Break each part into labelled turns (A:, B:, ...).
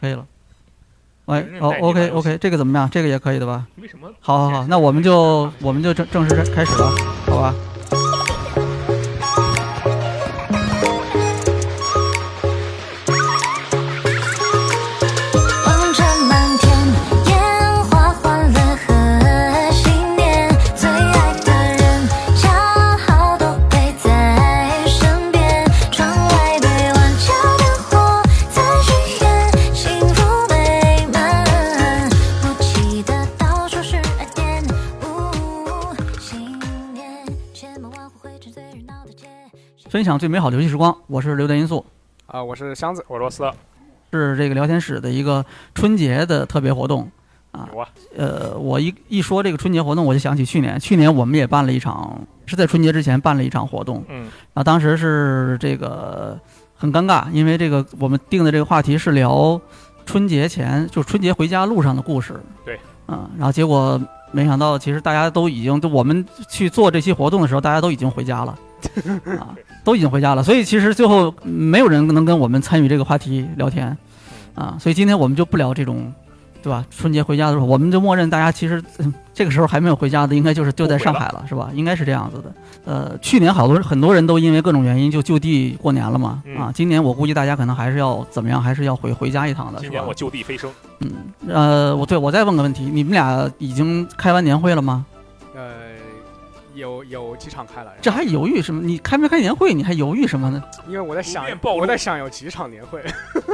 A: 可以了。哎
B: 人，家
A: 哦
B: 带你玩
A: ，OK
B: 游戏
A: OK，这个怎么样？这个也可以的吧？
B: 为什么？
A: 好好好，那我们就我们就正正式开始吧，好吧？
C: 望着满天烟花，欢乐和新年，最爱的人恰好都陪在身边。窗外对晚秋的火在许愿，幸福美满。我记得到处是爱点，新年千门万户汇成最热闹的街。
A: 分享最美好的游戏时光，我是刘德音素，
D: 啊，我是箱子，
B: 我罗斯，
A: 是这个聊天室的一个春节的特别活动。
B: 有啊，
A: 呃，我一一说这个春节活动，我就想起去年，去年我们也办了一场，是在春节之前办了一场活动，
B: 嗯，
A: 啊，当时是这个很尴尬，因为这个我们定的这个话题是聊春节前，就是春节回家路上的故事。
B: 对，
A: 嗯，然后结果没想到，其实大家都已经，就我们去做这期活动的时候，大家都已经回家了，啊，都已经回家了，所以其实最后没有人能跟我们参与这个话题聊天，啊，所以今天我们就不聊这种。对吧？春节回家的时候，我们就默认大家其实、嗯这个时候还没有回家的，应该就是就在上海了，是吧？应该是这样子的。呃，去年好多很多人都因为各种原因就就地过年了嘛，
B: 嗯
A: 啊，今年我估计大家可能还是要怎么样，还是要回回家一趟啊的，是
B: 今
A: 吧
B: 年我？就地飞升，
A: 嗯，呃，我对我再问个问题，你们俩已经开完年会了吗？
D: 呃，有有几场开了，
A: 这还犹豫什么？你开没开年会？你还犹豫什么呢？
D: 因为我在想
B: 逐渐，暴露
D: 我在想有几场年会，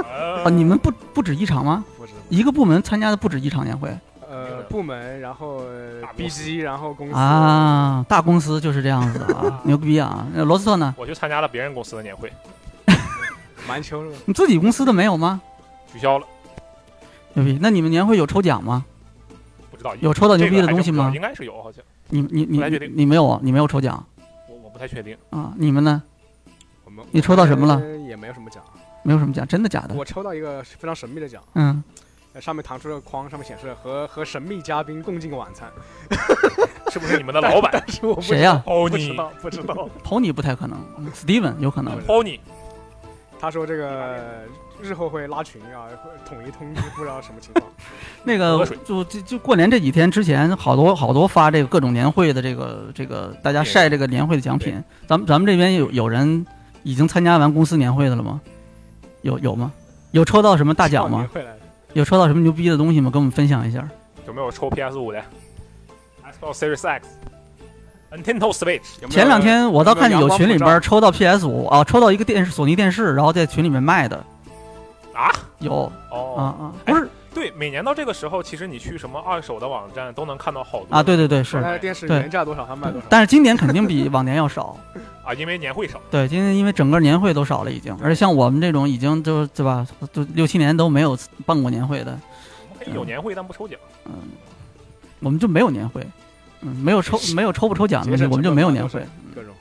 B: 啊
A: 啊，你们不不止一场吗？
D: 不是，
A: 一个部门参加的不止一场年会
D: 呃，部门，然后呃
B: 大公司，
D: BG，然后公司，
A: 啊，大公司就是这样子的啊 牛逼啊！那罗斯特呢？
B: 我去参加了别人公司的年 会，
D: 蛮秋了，
A: 你自己公司的没有吗？
B: 取消了，
A: 牛逼！那你们年会有抽奖吗？
B: 不知道
A: 有抽到牛
B: 这个
A: 逼的
B: 还
A: 东
B: 真
A: 西
B: 不知道
A: 吗？
B: 应该是有，好像
A: 你你你
B: 不太确定嗯
A: 你没有，啊你没有抽奖
B: 我我不太确定，
A: 啊？你们呢？
D: 我们
A: 你抽到什么了？
D: 我们也没有什么奖，啊
A: 没有什么奖，真的假的？
D: 我抽到一个非常神秘的奖，
A: 嗯，
D: 呃上面弹出了框，上面显示和和神秘嘉宾共进晚餐，
B: 是不是你们的老 板
D: 是我不
A: 谁啊呀、
B: 哦
D: 不知
B: 你
D: 道，不知道。
A: ？Pony 不太可能嗯，Steven 有可能。
B: 哦你，
D: 他说这个日后会拉群啊，会统一 通知，不知道什么情况。
A: 那个
B: 喝水
A: 就就就过年这几天之前，好多好多发这个各种年会的这个这个大家晒这个年会的奖品。咱们咱们这边有有人已经参加完公司年会的了吗？有有吗？有抽到什么大奖
D: 少年
A: 吗？
D: 会来的
A: 有抽到什么牛逼的东西吗？跟我们分享一下。
B: 有没有抽 PS 五的？Xbox Series X、Nintendo Switch，
D: 有没有
A: 前两天我倒看见有群里
D: 阳光
A: 边抽到 PS 五啊，抽到一个电视索尼电视，然后在群里面卖的。
B: 啊？
A: 有啊
B: 哦，
A: 啊，
B: 哎
A: 不是
B: 对，每年到这个时候，其实你去什么二手的网站都能看到好多
A: 啊，对对对是
D: 他。的电视
A: 对
D: 原价多少，他卖多 少。
A: 但是今年肯定比往年要少，
B: 啊，因为年会少，
A: 对，今天因为整个年会都少了，已经，而且像我们这种已经就是对吧，都六七年都没有办过年会的，
B: 我们可以哎有年会但不抽奖，
A: 嗯，我们就没有年会，嗯，没有抽没有抽不抽奖的东西，我们就没有年会。
D: 各种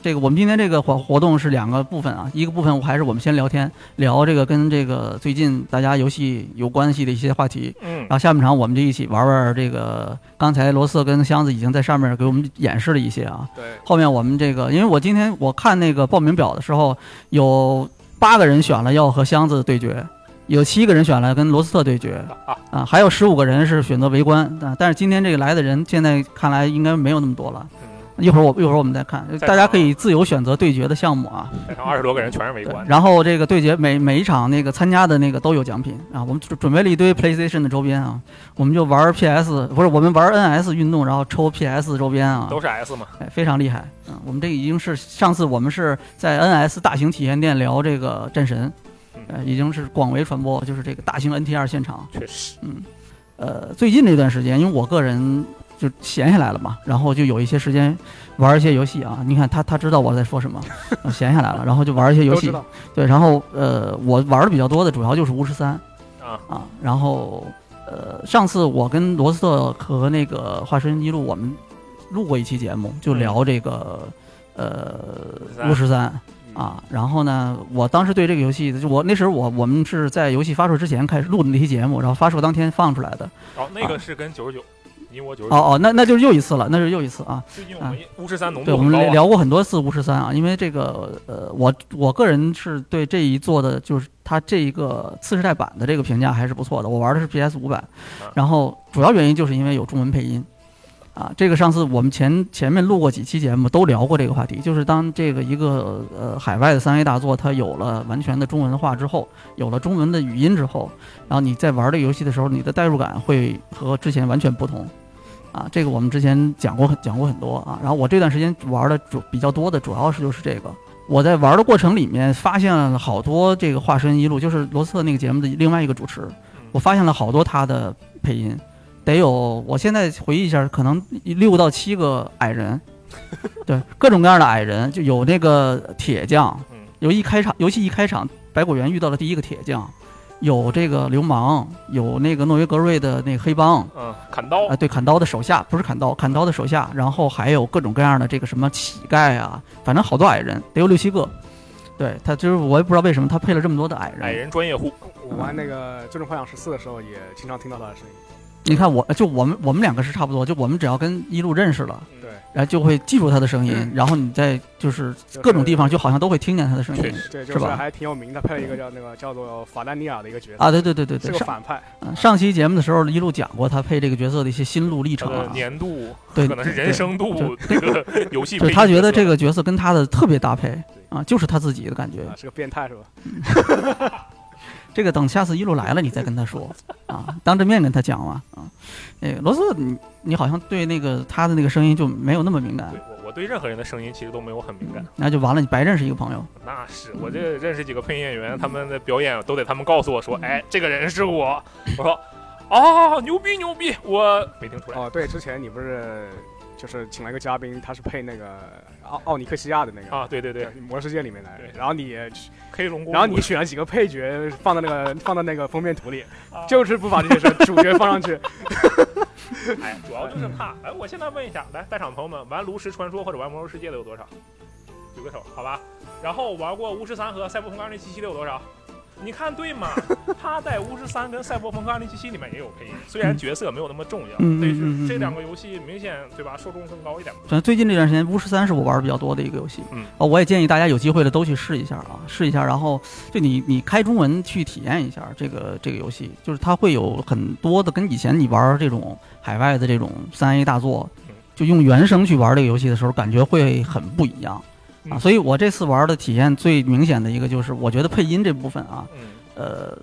A: 这个我们今天这个活活动是两个部分啊，一个部分我还是我们先聊天，聊这个跟这个最近大家游戏有关系的一些话题，
B: 嗯
A: 然，后下半场我们就一起玩玩这个，刚才罗瑟跟箱子已经在上面给我们演示了一些啊，
D: 对，
A: 后面我们这个，因为我今天我看那个报名表的时候，有八个人选了要和箱子对决，有七个人选了跟罗斯特对决，
B: 啊，
A: 啊，还有十五个人是选择围观啊。但是今天这个来的人，现在看来应该没有那么多了。
B: 嗯，
A: 一会儿我一会儿我们再看，
B: 再
A: 大家
B: 看啊
A: 可以自由选择对决的项目啊。
B: 然后二十多个人全是围
A: 对
B: 观，的，
A: 然后这个对决每每一场那个参加的那个都有奖品啊，我们准准备了一堆 PlayStation 的周边啊，我们就玩 PS 不是我们玩 NS 运动，然后抽 PS 周边啊，
B: 都是 S 嘛，
A: 哎，非常厉害。嗯，我们这已经是上次我们是在 NS 大型体验店聊这个战神，
B: 嗯
A: 呃，已经是广为传播，就是这个大型 NTR 现场。
B: 确实，
A: 呃，最近这段时间，因为我个人就闲下来了嘛，然后就有一些时间玩一些游戏啊。你看他他知道我在说什么，呃闲下来了，然后就玩一些游
D: 都
A: 戏
D: 知。道。
A: 对，然后呃，我玩的比较多的主要就是巫师三
B: 啊
A: 啊，然后呃，上次我跟罗斯特和那个华生一路我们录过一期节目，就聊这个、呃巫师三
D: 嗯
A: 啊，然后呢，我当时对这个游戏，就我那时候我我们是在游戏发售之前开始录的那期节目，然后发售当天放出来的，
B: 然后那个是跟九十九你我九十九。
A: 哦哦，那那就是又一次了，那是又一次啊。
B: 最近我们巫师三浓
A: 对，
B: 度
A: 我
B: 很高
A: 们
B: 啊，
A: 聊过很多次巫师三啊，因为这个呃，我我个人是对这一座的，就是它这一个次世代版的这个评价还是不错的。我玩的是 PS 五版
B: 啊，
A: 然后主要原因就是因为有中文配音。啊，这个上次我们前前面录过几期节目，都聊过这个话题，就是当这个一个呃海外的三 A 大作，它有了完全的中文化之后，有了中文的语音之后，然后你在玩这个游戏的时候，你的代入感会和之前完全不同。啊，这个我们之前讲过很讲过很多啊。然后我这段时间玩的主比较多的，主要是就是这个。我在玩的过程里面发现了好多这个化身一路，就是罗斯特那个节目的另外一个主持，我发现了好多他的配音，得有我现在回忆一下，可能六到七个矮人，对，各种各样的矮人，就有那个铁匠
B: 嗯，
A: 有一开场游戏一开场，百果园遇到了第一个铁匠，有这个流氓，有那个诺维格瑞的那个黑帮，
B: 嗯，砍刀
A: 啊，，对，砍刀的手下不是砍刀，砍刀的手下，然后还有各种各样的这个什么乞丐啊，反正好多矮人，得有六七个。对他，就是我也不知道为什么他配了这么多的矮人。
B: 矮人专业户，
D: 我玩那个《最终幻想十四》的时候，也经常听到他的声音。
A: 你看我，就我们我们两个是差不多，就我们只要跟一路认识了，
B: 嗯
D: 对，
A: 然后就会记住他的声音，
D: 嗯
A: 然后你在就是
D: 就是
A: 各种地方就好像都会听见他的声音
B: 确。实
D: 对，就是是
A: 吧
D: 还挺有名的，他配了一个叫那个叫做法丹尼亚的一个角色，
A: 啊，对对对对
D: 是
A: 对，
D: 个
A: 上
D: 反派。
A: 嗯上期节目的时候一路讲过他配这个角色的一些心路历
B: 他
A: 程
B: 的
A: 啊，
B: 呃年度
A: 对，
B: 可能是
A: 对
B: 人生度这个 游戏配
A: 对
B: 音角色，
A: 他觉得这个角色跟他的特别搭配啊，就是他自己的感觉。
D: 啊，是个变态是吧？
A: 这个等下次一路来了，你再跟他 说啊，当着面跟他讲嘛啊。那个罗斯，你你好像对那个他的那个声音就没有那么敏感
B: 对，我我对任何人的声音其实都没有很敏感。
A: 那就完了，你白认识一个朋友。
B: 那是我这认识几个配音演员，他们的表演都得他们告诉我说，哎，这个人是我。我说，哦，牛逼牛逼，我没听出来。
D: 哦，对，之前你不是就是请了一个嘉宾，他是配那个奥奥尼克西亚的那个
B: 啊，对对对，，
D: 魔世界里面的
B: 对。
D: 然后你，
B: 黑龙公主，
D: 然后你选了几个配角放到那个放到那个封面图里，
B: 啊
D: 就是不把这些主角放 上去。
B: 哎，主要就是怕。哎，我现在问一下，来，在场朋友们，玩炉石传说或者玩魔兽世界的有多少？举个手，好吧。然后玩过巫师三和赛博朋克二零七七的有多少？你看对吗？他在巫师三跟赛博朋克二零七七里面也有配音，虽然角色没有那么重要，
A: 嗯嗯
B: 但是
A: 嗯嗯嗯
B: 这两个游戏明显对吧，受众更高一点嘛。
A: 反正最近这段时间，巫师三是我玩的比较多的一个游戏。
B: 嗯，
A: 啊，我也建议大家有机会的都去试一下啊，试一下，然后就你你开中文去体验一下这个这个游戏，就是它会有很多的跟以前你玩这种海外的这种三 A 大作
B: 嗯，
A: 就用原声去玩这个游戏的时候，感觉会很不一样。啊，
B: 嗯
A: 所以我这次玩的体验最明显的一个就是，我觉得配音这部分啊，
B: 嗯，
A: 呃，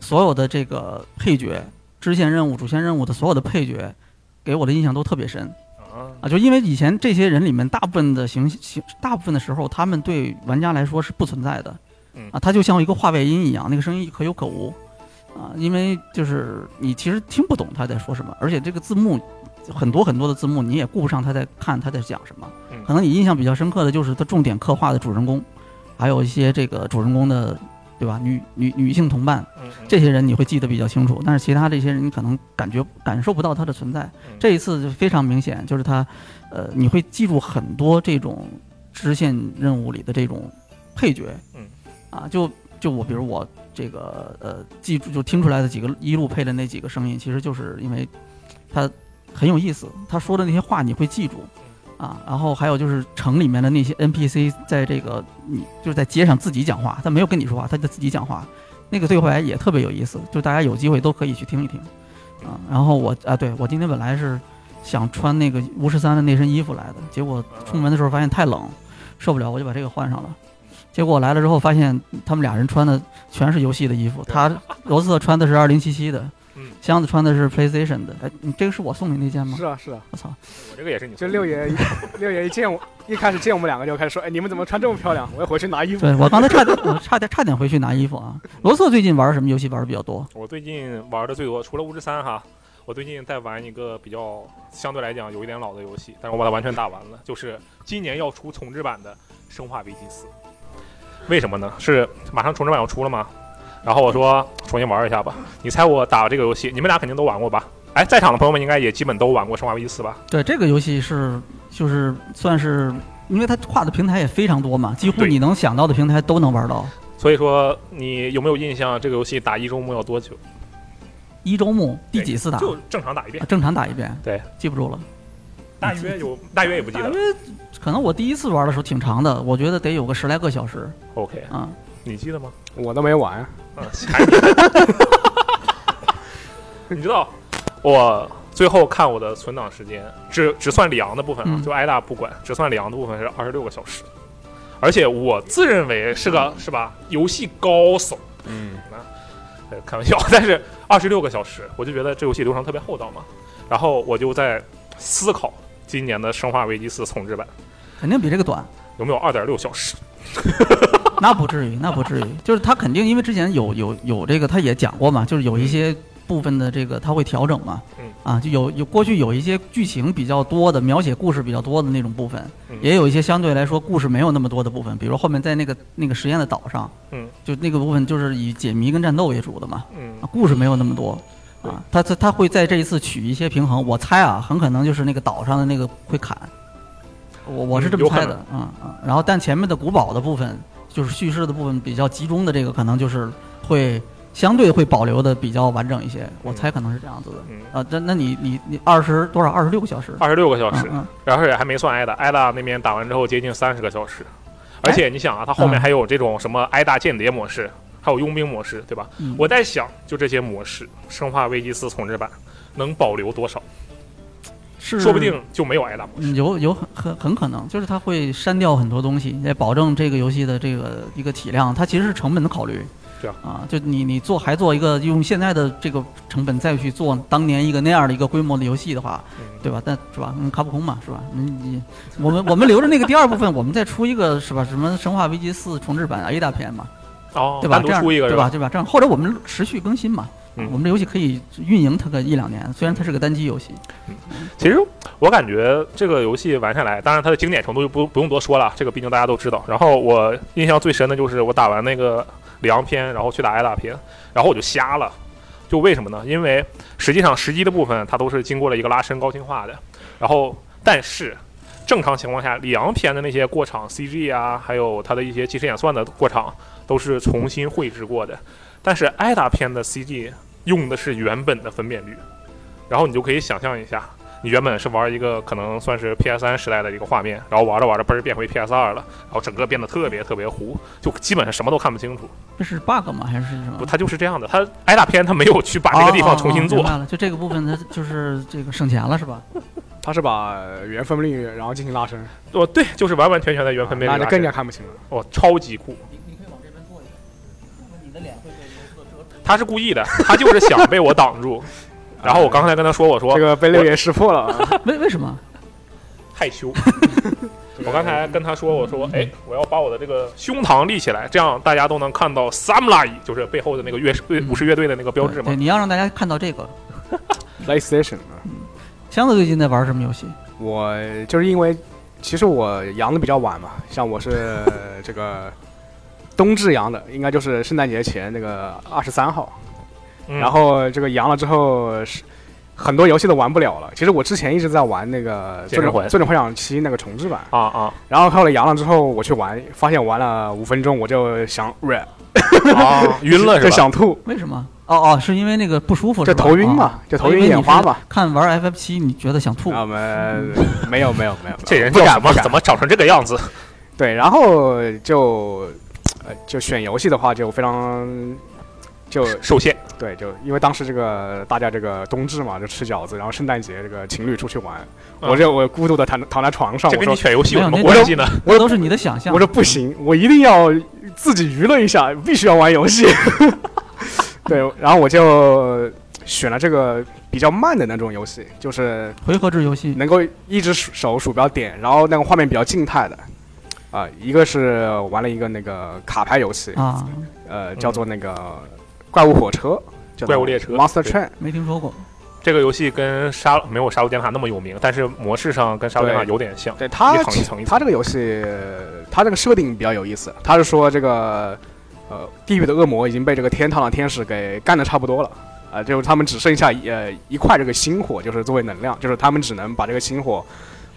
A: 所有的这个配角、支线任务、主线任务的所有的配角，给我的印象都特别深。
B: 啊，
A: 啊，就因为以前这些人里面，大部分的形形，大部分的时候，他们对玩家来说是不存在的
B: 嗯，
A: 啊，他就像一个话外音一样，那个声音可有可无，啊，因为就是你其实听不懂他在说什么，而且这个字幕很多很多的字幕，你也顾不上他在看他在讲什么
B: 嗯，
A: 可能你印象比较深刻的就是他重点刻画的主人公，还有一些这个主人公的，对吧？女女女性同伴，
B: 嗯，嗯
A: 这些人你会记得比较清楚，但是其他这些人你可能感觉感受不到他的存在。
B: 嗯
A: 这一次就非常明显，就是他，呃，你会记住很多这种支线任务里的这种配角，
B: 嗯，
A: 啊，就就我比如我这个呃记住就听出来的几个一路配的那几个声音，其实就是因为他很有意思，他说的那些话你会记住。啊，然后还有就是城里面的那些 NPC，在这个你就是在街上自己讲话，他没有跟你说话，他就自己讲话，那个对话哎也特别有意思，就大家有机会都可以去听一听，啊，然后我啊，对我今天本来是想穿那个巫师三的那身衣服来的，结果出门的时候发现太冷，受不了，我就把这个换上了。结果我来了之后，发现他们俩人穿的全是游戏的衣服，
B: 对
A: 他罗斯特穿的是二零七七的
B: 嗯，
A: 箱子穿的是 PlayStation 的，哎，你这个是我送你那件吗
D: 是？啊，是啊，
A: 我操！
B: 我这个也是你
D: 就六爷一六爷一见我，一开始见我们两个就开始说，哎，你们怎么穿这么漂亮？我要回去拿衣服。
A: 对我刚才差点，我差点差点回去拿衣服啊。罗斯特最近玩什么游戏玩的比较多？
B: 我最近玩的最多，除了巫师三哈，我最近在玩一个比较相对来讲有一点老的游戏，但是我把它完全打完了，就是今年要出重置版的《生化危机四》。为什么呢？是马上重置版要出了吗？然后我说重新玩一下吧。你猜我打这个游戏，你们俩肯定都玩过吧？哎，在场的朋友们应该也基本都玩过《生化危机四》吧？
A: 对，这个游戏是就是算是，因为它跨的平台也非常多嘛，几乎
B: 对
A: 你能想到的平台都能玩到。
B: 所以说你有没有印象这个游戏打一周目要多久？
A: 一周目第几次打？
B: 就正常打一遍
A: 啊，正常打一遍。
B: 对，
A: 记不住了。
B: 大约有大约也不记
A: 大
B: 得
A: 约
B: 了。
A: 可能我第一次玩的时候挺长的，我觉得得有个十来个小时
B: OK，
A: 啊。
B: 你记得吗？
D: 我都没玩，
B: 嗯， 还 你知道我最后看我的存档时间，只只算里昂的部分啊，
A: 嗯
B: 就挨打不管，只算里昂的部分是二十六个小时，而且我自认为是个是吧游戏高手，
E: 嗯，
B: 呃开玩笑， 但是二十六个小时，我就觉得这游戏流程特别厚道嘛，然后我就在思考今年的《生化危机四》重置版
A: 肯定比这个短，
B: 有没有二点六小时。
A: 那不至于，那不至于。就是他肯定因为之前有有有这个，他也讲过嘛，就是有一些部分的这个他会调整嘛，
B: 嗯
A: 啊，就有有过去有一些剧情比较多的，描写故事比较多的那种部分，
B: 嗯
A: 也有一些相对来说故事没有那么多的部分，比如后面在那个那个实验的岛上，
B: 嗯，
A: 就那个部分就是以解谜跟战斗为主的嘛，
B: 嗯
A: 啊，故事没有那么多。
B: 对
A: 啊，他他他会在这一次取一些平衡，我猜啊，很可能就是那个岛上的那个会砍，我我是
B: 嗯
A: 这么
B: 有可
A: 猜
B: 能
A: 的，嗯嗯。然后但前面的古堡的部分，就是叙事的部分比较集中的这个，可能就是会相对会保留的比较完整一些，我
B: 嗯
A: 猜可能是这样子的。
B: 嗯，
A: 啊，那那你你你二十多少？二十六个小时？
B: 二十六个小时，
A: 嗯嗯
B: 然后也还没算挨打，挨打那边打完之后接近三十个小时，
A: 哎
B: 而且你想啊，它后面还有这种什么挨打间谍模式，还有佣兵模式，对吧？
A: 嗯，
B: 我在想，就这些模式，《生化危机四》重置版能保留多少？
A: 是
B: 说不定就没有挨打模
A: 嗯
B: 式。
A: 有有很很很可能，就是他会删掉很多东西，来保证这个游戏的这个一个体量。它其实是成本的考虑。
B: 对啊
A: 啊，就你你做还做一个用现在的这个成本再去做当年一个那样的一个规模的游戏的话，
B: 嗯，
A: 对吧？但是吧，嗯，卡普空嘛，是吧？嗯，你我们我们留着那个第二部分，我们再出一个是吧？什么《生化危机四》重置版 A 大片嘛，
B: 哦，
A: 对吧？
B: 单
A: 这
B: 独
A: 样
B: 出一个
A: 对
B: 是
A: 吧？？对吧？这样或者我们持续更新嘛，
B: 嗯
A: 我们这游戏可以运营它个一两年，虽然它是个单机游戏，
B: 其实我感觉这个游戏玩下来，当然它的经典程度就不不用多说了，这个毕竟大家都知道。然后我印象最深的就是我打完那个梁篇，然后去打挨打篇，然后我就瞎了。就为什么呢？因为实际上时机的部分它都是经过了一个拉伸高清化的，然后但是。正常情况下，里昂篇的那些过场 CG 啊，还有它的一些即时演算的过场，都是重新绘制过的。但是挨打篇的 CG 用的是原本的分辨率，然后你就可以想象一下，你原本是玩一个可能算是 PS 3时代的一个画面，然后玩着玩着嘣儿变回 PS 2了，然后整个变得特别特别糊，就基本上什么都看不清楚。
A: 这是 bug 吗？还是
D: 啊
A: 什么
B: 不，？它就是这样的。它挨打片它没有去把这个地方重新
A: 哦
D: 啊
A: 哦哦
B: 做
A: 明，白了，就这个部分它就是这个省钱了是吧？
D: 他啊是把原分辨率然后进行拉伸，啊
B: 哦，对，就是完完全全的原分辨
D: 那
B: 率
D: 就
B: 拉
D: 更
B: 伸
D: 加，看不清了。
B: 哦，超级酷。
A: 你你可以往这边坐一点，你的脸会被
B: 他是故意的，他就是想被我挡住。 然后我刚才跟他说，我说
D: 这个被六爷识破了 啊，
A: 为为什么？
B: 害 羞。我刚才跟他说，我说，哎，我要把我的这个胸膛立起来，这样大家都能看到 Samurai，就是背后的那个乐队
A: 嗯
B: 武士乐队的那个标志嘛
A: 对，。你要让大家看到这个。
D: PlayStation 啊。
A: 箱子最近在玩什么游戏？
D: 我就是因为，其实我阳的比较晚嘛，像我是这个冬至阳的，应该就是圣诞节前那个二十三号。
B: 嗯
D: 然后这个阳了之后是很多游戏都玩不了了。其实我之前一直在玩那个《
B: 健
D: 最
B: 身
D: 终
B: 环
D: 最终幻想七》那个重置版，
B: 啊啊
D: 然后后来阳了之后我去玩，发现玩了五分钟我就想呃 rap
B: 啊，晕了是
D: 就
B: 吧？
D: 想吐，
A: 为什么？哦哦，是因为那个不舒服
D: 就是
A: 吧？
D: 头晕嘛
A: 啊
D: 就头晕眼花嘛。
A: 我以为你是看玩 FF 七，你觉得想吐？
D: 啊没没有没有没有，
B: 这人
D: 不
B: 叫什
D: 敢不
B: 么？
D: 敢
B: 怎么长成这个样子？
D: 对，然后就呃就选游戏的话就非常就
B: 受限，
D: 对，就因为当时这个大家这个冬至嘛，就吃饺子，然后圣诞节这个情侣出去玩，我这我孤独的躺躺在床上，
B: 啊这
D: 我
B: 跟你
D: 说
B: 选游戏有什
A: 没
B: 么
A: 有那
B: 关系呢？
A: 这都是你的想象。
D: 我说不行，我一定要自己娱乐一下，必须要玩游戏。 对，然后我就选了这个比较慢的那种游戏，就是
A: 回合制游戏，
D: 能够一直手手鼠标点，然后那个画面比较静态的。啊、一个是玩了一个那个卡牌游戏，
A: 啊，
D: 呃，叫做那个怪物火车，叫
B: 怪物列车
D: Monster
B: 对
D: Train，
A: 没听说过。
B: 这个游戏跟杀没有《杀戮尖塔》那么有名，但是模式上跟《杀戮尖塔》
D: 对
B: 有点像。
D: 对它
B: 一层一层一层
D: 它这个游戏，它这个设定比较有意思。它是说这个呃，地狱的恶魔已经被这个天堂的天使给干的差不多了，啊、就是他们只剩下一呃一块这个星火，就是作为能量，就是他们只能把这个星火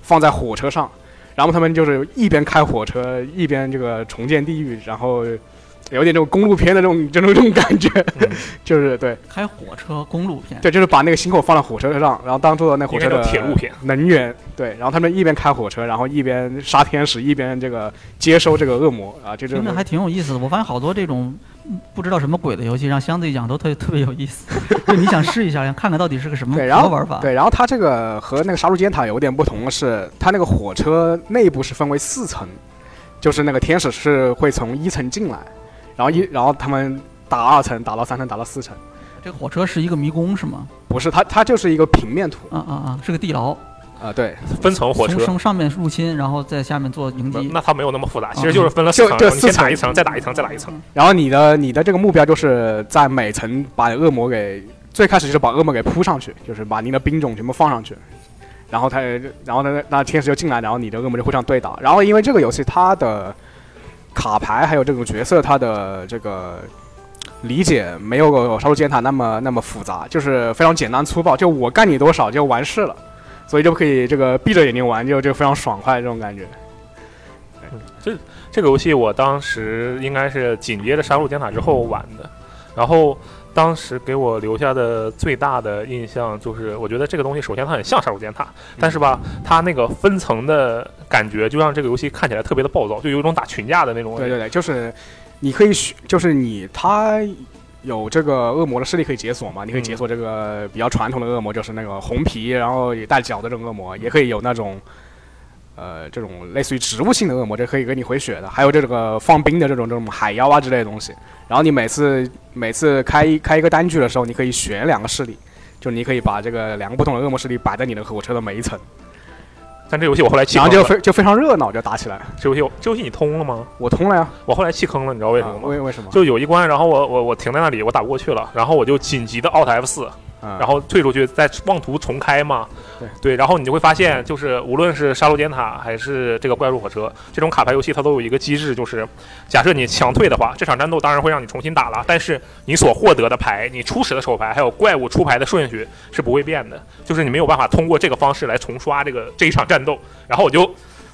D: 放在火车上，然后他们就是一边开火车一边这个重建地狱，然后有点这种公路片的这种这种这种感觉，
B: 嗯
D: 就是对
A: 开火车公路片，
D: 对，就是把那个星火放到火车上，然后当做那火车
B: 应该
D: 的
B: 叫铁路片
D: 能源，对，然后他们一边开火车，然后一边杀天使，一边这个接收这个恶魔啊，就这
A: 听
D: 种
A: 着还挺有意思的。我发现好多这种嗯不知道什么鬼的游戏，让相对讲都特特别有意 思。就你想试一下，想看看到底是个什么
D: 对
A: 什
D: 然后
A: 么玩法？
D: 对，然后它这个和那个杀戮尖塔有点不同的是，它那个火车内部是分为四层，就是那个天使是会从一层进来，然后一然后他们打二层，打到三层，打到四层，
A: 这火车是一个迷宫是吗？
D: 不是它它就是一个平面图
A: 啊啊啊，是个地牢，
D: 啊、对，
B: 分层火车
A: 从。从上面入侵，然后在下面做营
B: 那
A: 地。
B: 那它没有那么复杂，
A: 嗯
B: 其实就是分了
D: 啊就
B: 四层，
D: 就
B: 然后你先
D: 四层
B: 打一层，再打一层，再打一层。
D: 嗯然后你的你的这个目标就是在每层把恶魔给最开始就是把恶魔给扑上去，就是把您的兵种全部放上去，然后他然后呢那天使就进来，然后你的恶魔就互相对打。然后因为这个游戏它的卡牌还有这种角色它的这个理解没有杀戮尖塔那么那么复杂，就是非常简单粗暴，就我干你多少就完事了，所以就可以这个闭着眼睛玩就就非常爽快这种感觉。
B: 这个游戏我当时应该是紧接着《杀戮尖塔》之后玩的，然后当时给我留下的最大的印象就是，我觉得这个东西首先它很像《杀戮尖塔》，但是吧，
D: 嗯
B: 它那个分层的感觉就让这个游戏看起来特别的暴躁，就有一种打群架的那种。
D: 对对对，就是你可以选，就是你他有这个恶魔的势力可以解锁嘛？你可以解锁这个比较传统的恶魔，就是那个红皮，然后也带角的这种恶魔，也可以有那种。呃，这种类似于植物性的恶魔，这可以给你回血的，还有这个放冰的这种这种海妖啊之类的东西。然后你每次每次开一开一个单据的时候，你可以选两个势力，就你可以把这个两个不同的恶魔势力摆在你的火车的每一层，
B: 但这游戏我后来弃
D: 然后
B: 坑
D: 就
B: 了。
D: 非就非常热闹，就打起来。
B: 这游戏我这游戏你通了吗？
D: 我通了呀，
B: 我后来弃坑了，你知道为什么
D: 啊
B: 吗？
D: 为为什么？
B: 就有一关，然后我我我停在那里，我打不过去了，然后我就紧急的 Alt F 四，
D: 然
B: 然后退出去，再妄图重开嘛。
D: 对
B: 然后你就会发现，就是无论是杀戮尖塔还是这个怪兽火车，这种卡牌游戏它都有一个机制，就是假设你强退的话，这场战斗当然会让你重新打了，但是你所获得的牌，你初始的手牌还有怪物出牌的顺序是不会变的，就是你没有办法通过这个方式来重刷这个这一场战斗。然后我就，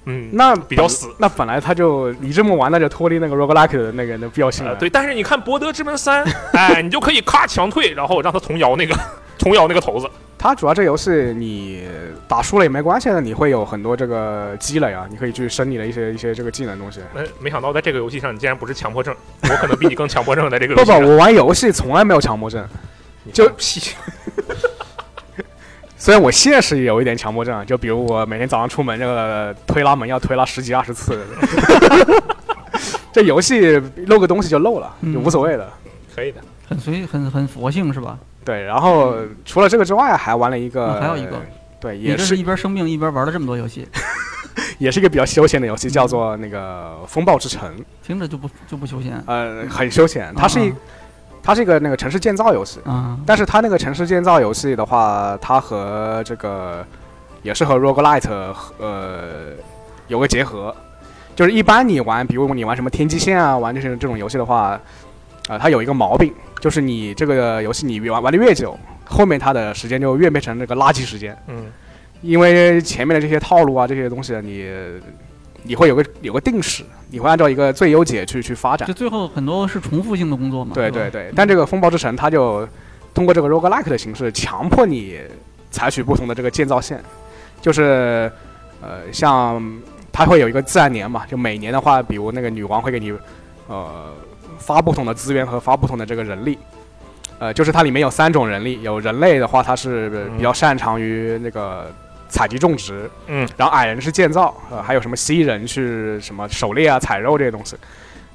B: 嗯，
D: 那
B: 比较
D: 本
B: 死。
D: 那本来他就你这么玩，那就脱离那个 roguelike 的那个那必要性了。
B: 呃，对，但是你看《博德之门三》，哎，你就可以咔强退，然后让他重摇那个 重摇那个头子。
D: 它主要这游戏你打输了也没关系的，啊你会有很多这个积累啊，你可以去升你的一些一些这个技能东西。
B: 没哎没想到在这个游戏上，你竟然不是强迫症，我可能比你更强迫症在这个游
D: 不
B: 戏
D: 不，
B: 上。
D: 我玩游戏从来没有强迫症，
B: 你
D: 就
B: 放屁！
D: 虽然我现实也有一点强迫症，啊就比如我每天早上出门这个推拉门要推拉十几二十次， 这游戏漏个东西就漏了，
A: 嗯
D: 就无所谓的。
B: 可以的，
A: 很随很很佛性是吧？
D: 对，然后除了这个之外，还玩了一个，
A: 嗯还有一个，
D: 对，
A: 你
D: 也
A: 这
D: 是
A: 是一边生病一边玩了这么多游戏，
D: 也是一个比较休闲的游
A: 嗯
D: 戏，叫做那个《风暴之城》，
A: 听着就不就不休闲
D: 呃，很休闲。它是一，它是一个那个城市建造游戏，
A: 啊。
D: 但是它那个城市建造游戏的话，它和这个也是和 roguelite 呃有个结合，就是一般你玩，比如你玩什么天际线啊，玩这些这种游戏的话，呃，它有一个毛病，就是你这个游戏你玩玩的越久，后面它的时间就越变成那个垃圾时间。
B: 嗯，
D: 因为前面的这些套路啊，这些东西啊，你你会有个有个定时，你会按照一个最优解去去发展
A: 就。最后很多是重复性的工作嘛。
D: 对
A: 是吧
D: 对对，但这个风暴之城它就通过这个 roguelike 的形式，强迫你采取不同的这个建造线，就是呃，像它会有一个自然年嘛，就每年的话，比如那个女王会给你呃发不同的资源和发不同的这个人力。呃，就是它里面有三种人力，有人类的话，它是比较擅长于那个采集种植，
B: 嗯，
D: 然后矮人是建造，呃，还有什么蜥蜴人去什么狩猎啊、采肉这些东西。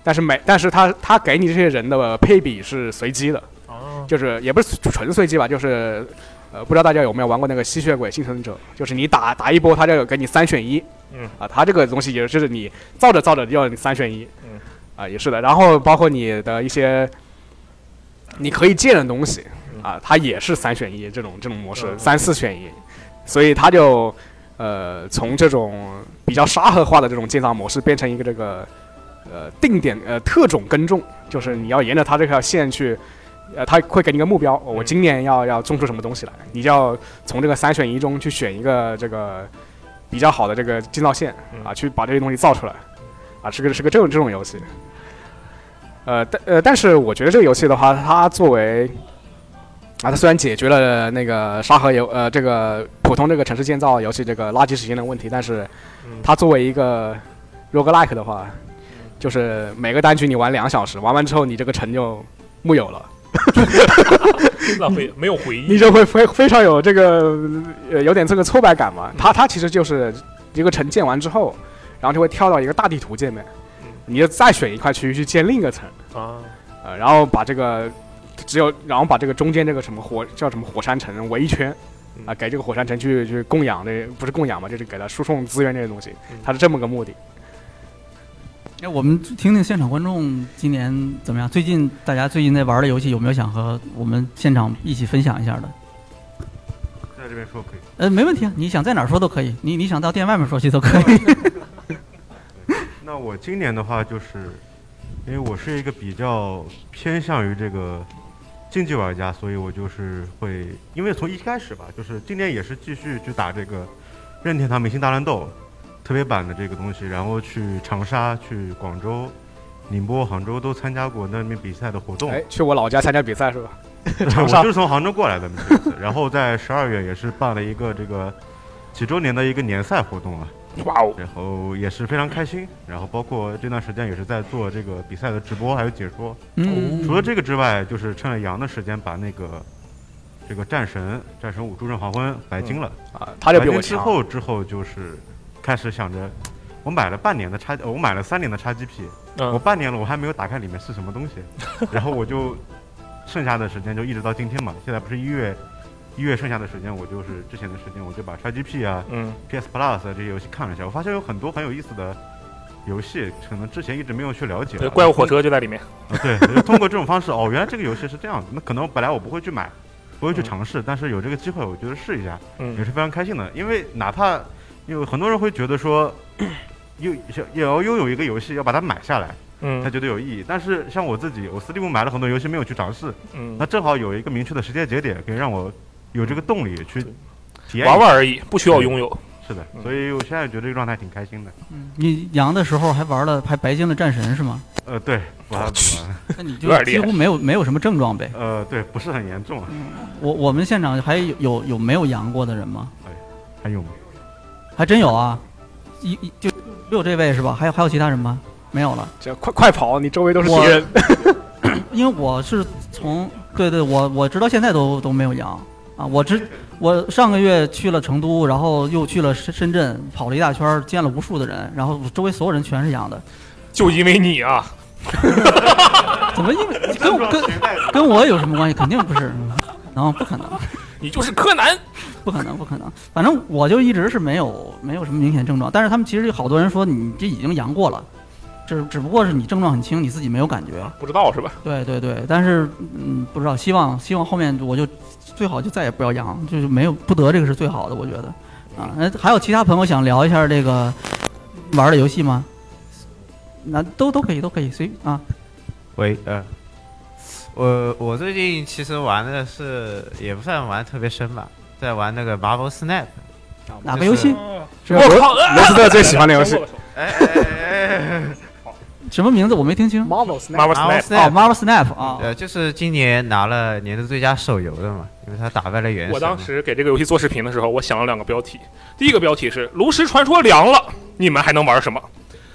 D: 但是每，但是他他给你这些人的配比是随机的，
B: 啊，
D: 就是也不是纯随机吧，就是，呃，不知道大家有没有玩过那个吸血鬼幸存者，就是你打打一波，他就有给你三选一，
B: 嗯
D: 啊，他这个东西也就是你造着造着就要你三选一，
B: 嗯，
D: 啊，也是的，然后包括你的一些你可以借的东西
B: 嗯
D: 啊，它也是三选一这种这种模式
B: 嗯，嗯
D: 三四选一，所以它就呃从这种比较沙盒化的这种建造模式变成一个这个呃定点呃特种耕种，就是你要沿着它这条线去。呃，它会给你一个目标，哦我
B: 嗯
D: 今年要要种出什么东西来，你就要从这个三选一中去选一个这个比较好的这个建造线
B: 嗯
D: 啊，去把这些东西造出来，啊，是个是个这种这种游戏。呃，但呃，但是我觉得这个游戏的话，它作为啊，它虽然解决了那个沙盒游呃这个普通这个城市建造游戏这个垃圾时间的问题，但是
B: 嗯，
D: 它作为一个 roguelike 的话，就是每个单局你玩两小时，玩完之后你这个城就木有了，
B: 浪费没有回
D: 你
B: 忆，
D: 就会非非常有这个呃有点这个挫败感
B: 嗯
D: 嘛。它它其实就是一个城建完之后，然后就会跳到一个大地图界面
B: 嗯，
D: 你就再选一块区域去建另一个城。
B: 啊，
D: 呃，然后把这个只有，然后把这个中间这个什么火叫什么火山城围一圈，啊、
B: 嗯
D: 给这个火山城去去供养这不是供养嘛，就是给它输送资源这些东西
B: 嗯，
D: 它是这么个目的。
A: 哎，我们听听现场观众今年怎么样？最近大家最近在玩的游戏有没有想和我们现场一起分享一下的？
E: 在这边说可以。
A: 呃，没问题啊，你想在哪儿说都可以，你你想到店外面说去都可 以。
E: 那我今年的话，就是因为我是一个比较偏向于这个竞技玩家，所以我就是会，因为从一开始吧，就是今年也是继续去打这个任天堂明星大乱斗特别版的这个东西，然后去长沙、去广州、宁波、杭州都参加过那边比赛的活动。
D: 哎，去我老家参加比 赛是吧？ 长沙
E: 我就是从杭州过来的，这次然后在十二月也是办了一个这个几周年的一个年赛活动啊，
D: 哇哦！
E: 然后也是非常开心。然后包括这段时间也是在做这个比赛的直播还有解说。
A: 嗯，
E: 除了这个之外，就是趁着羊的时间把那个这个战神战神五诸神黄昏白金了。
D: 啊，他就
E: 白
D: 比我
E: 金之
D: 强。
E: 后之后就是开始想着。我买了半年的叉，呃我买了三年的叉 GP，、我
B: 嗯，
E: 半年了，我还没有打开里面是什么东西，然后我就剩下的时间就一直到今天嘛，现在不是一月，一月剩下的时间我就是之前的时间我就把 XGP 啊、
B: 嗯，
E: PS Plus 啊这些游戏看了一下，我发现有很多很有意思的游戏，可能之前一直没有去了解
B: 对，。怪物火车就在里面，
E: 啊，对，就通过这种方式，哦，原来这个游戏是这样的，那可能本来我不会去买，不会去
B: 嗯
E: 尝试，但是有这个机会，我觉得试一下，也
B: 嗯
E: 是非常开心的，因为哪怕有很多人会觉得说， 又也要拥有一个游戏，要把它买下来，他
B: 嗯
E: 觉得有意义。但是像我自己，我 Steam 买了很多游戏没有去尝试，
B: 嗯
E: 那，正好有一个明确的时间节点，可以让我有这个动力去体验
B: 玩。玩而已，不需要拥有，
E: 是的
B: 嗯，
E: 所以我现在觉得这个状态挺开心的。
A: 嗯你阳的时候还玩了还白金的战神是吗？
E: 呃，对，我还
A: 那你就
B: 有点厉
A: 几
B: 害
A: 乎没有嗯没有什么症状呗。
E: 呃，对，不是很严重啊，
A: 我我们现场还有有有没有阳过的人吗？
B: 哎
E: 还有吗？
A: 还真有啊，一一就只有这位是吧？还有还有其他人吗？没有了，
D: 这快快跑！你周围都是敌
A: 我
D: 人。
A: 因为我是从对对，我我直到现在都都没有阳啊。我之我上个月去了成都，然后又去了深深圳，跑了一大圈儿，见了无数的人，然后周围所有人全是阳的，
B: 就因为你啊，
A: 怎么因为跟我跟 跟我有什么关系？肯定不是，然后不可能。
B: 你就是柯南，
A: 不可能，不可能。反正我就一直是没有没有什么明显症状，但是他们其实有好多人说你这已经阳过了，只只不过是你症状很轻，你自己没有感觉。
B: 啊不知道是吧？
A: 对对对，但是嗯，不知道，希望希望后面我就最好就再也不要阳，就是没有不得这个是最好的，我觉得啊。那还有其他朋友想聊一下这个玩的游戏吗？那都都可以，都可以随啊。
F: 喂，呃，我我最近其实玩的是也不算玩特别深吧，在玩那个 Marvel Snap。
A: 哪个游戏？
D: 这个
B: 我
D: 罗
B: 靠啊
D: 罗斯特最喜欢的游戏
B: 手握手
F: 哎 哎哎哎
A: 什么名字？我没听清。
D: Marvel
B: 妈
D: Snap
B: 妈
F: 哎，Marvel
B: Snap，
A: 哦
F: Snap，
A: ，Marvel Snap 啊，
F: 呃，就是今年拿了年度最佳手游的嘛，因为他打败了原神嘛。
B: 我当时给这个游戏做视频的时候，我想了两个标题，第一个标题是《炉石传说凉了，你们还能玩什么》，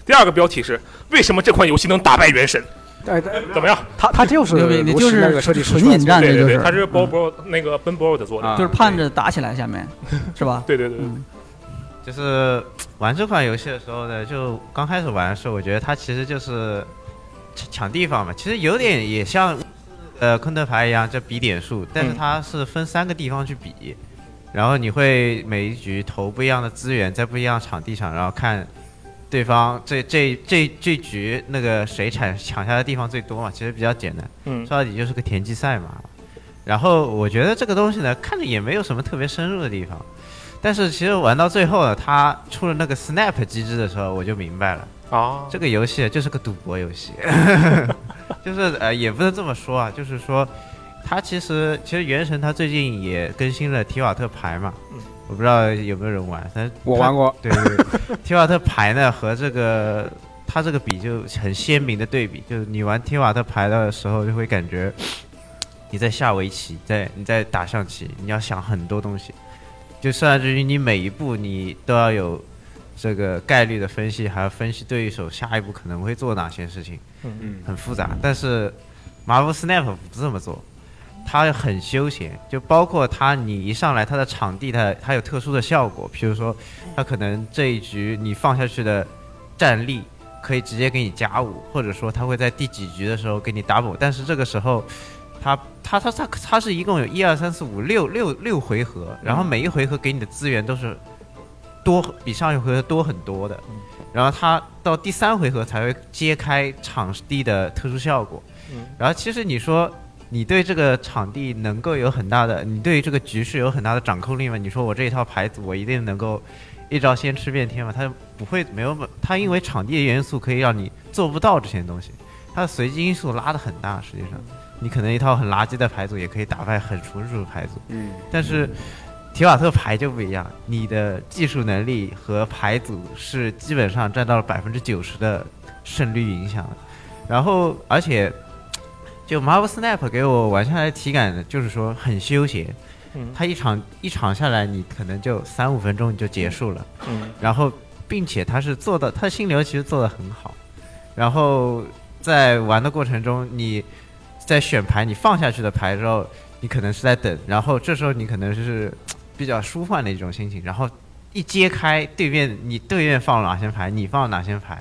B: 第二个标题是为什么这款游戏能打败原神？
D: 哎，哎
B: 怎么样？
D: 他他就是
A: 牛逼，你
D: 如
A: 就
D: 实那
A: 是
D: 个设计师
A: 纯
D: 出来
A: 引
D: 做
A: 战，
B: 对
A: 这
B: 对
A: 就是。
B: 对，它是
A: 嗯
B: Bob Bro 那个 Ben Bro 的做的，
D: 啊
A: 就是盼着打起来，下面是吧？
B: 对对对，
A: 嗯，
F: 就是玩这款游戏的时候呢，就刚开始玩的时候，我觉得它其实就是抢抢地方嘛，其实有点也像呃昆特牌一样，这比点数，但是它是分三个地方去比，然后你会每一局投不一样的资源在不一样的场地上，然后看对方这这这这局那个谁抢抢下的地方最多嘛，其实比较简单。
B: 嗯
F: 说到底就是个田忌赛马。然后我觉得这个东西呢，看着也没有什么特别深入的地方，但是其实玩到最后呢，它出了那个 Snap 机制的时候，我就明白了，
B: 啊，
F: 这个游戏就是个赌博游戏，就是呃也不能这么说啊，就是说它其实其实原神它最近也更新了提瓦特牌嘛
B: 嗯，
F: 我不知道有没有人玩，但是
D: 我
F: 它
D: 玩过，
F: 对对，对提瓦特牌呢和这个它这个比就很鲜明的对比，就是你玩贴瓦特牌的时候，就会感觉你在下围棋，在你在打象棋，你要想很多东西，就甚至于你每一步你都要有这个概率的分析，还要分析对手下一步可能会做哪些事情。
D: 嗯，
F: 很复杂，但是 Marvel Snap 不这么做，它很休闲，就包括它你一上来它的场地它它有特殊的效果，比如说它可能这一局你放下去的战力可以直接给你加五，或者说它会在第几局的时候给你 double，但是这个时候。它它它它它是一共有一二三四五六六六回合，然后每一回合给你的资源都是多比上一回合多很多的，然后它到第三回合才会揭开场地的特殊效果。然后其实你说你对这个场地能够有很大的，你对这个局势有很大的掌控力吗？你说我这一套牌组我一定能够一招先吃遍天吗？它不会没有，它因为场地的元素可以让你做不到这些东西，它的随机因素拉得很大。实际上，你可能一套很垃圾的牌组也可以打败很纯熟的牌组。
D: 嗯，
F: 但是提瓦特牌就不一样，你的技术能力和牌组是基本上占到了百分之九十的胜率影响的。然后，而且就 Marvel Snap 给我玩下来体感的就是说很休闲
B: 嗯，
F: 它一场一场下来，你可能就三五分钟你就结束了。
B: 嗯，
F: 然后并且他是做的，他心流其实做的很好。然后在玩的过程中，你在选牌，你放下去的牌之后，你可能是在等，然后这时候你可能是比较舒缓的一种心情，然后一揭开对面你对面放了哪些牌，你放了哪些牌。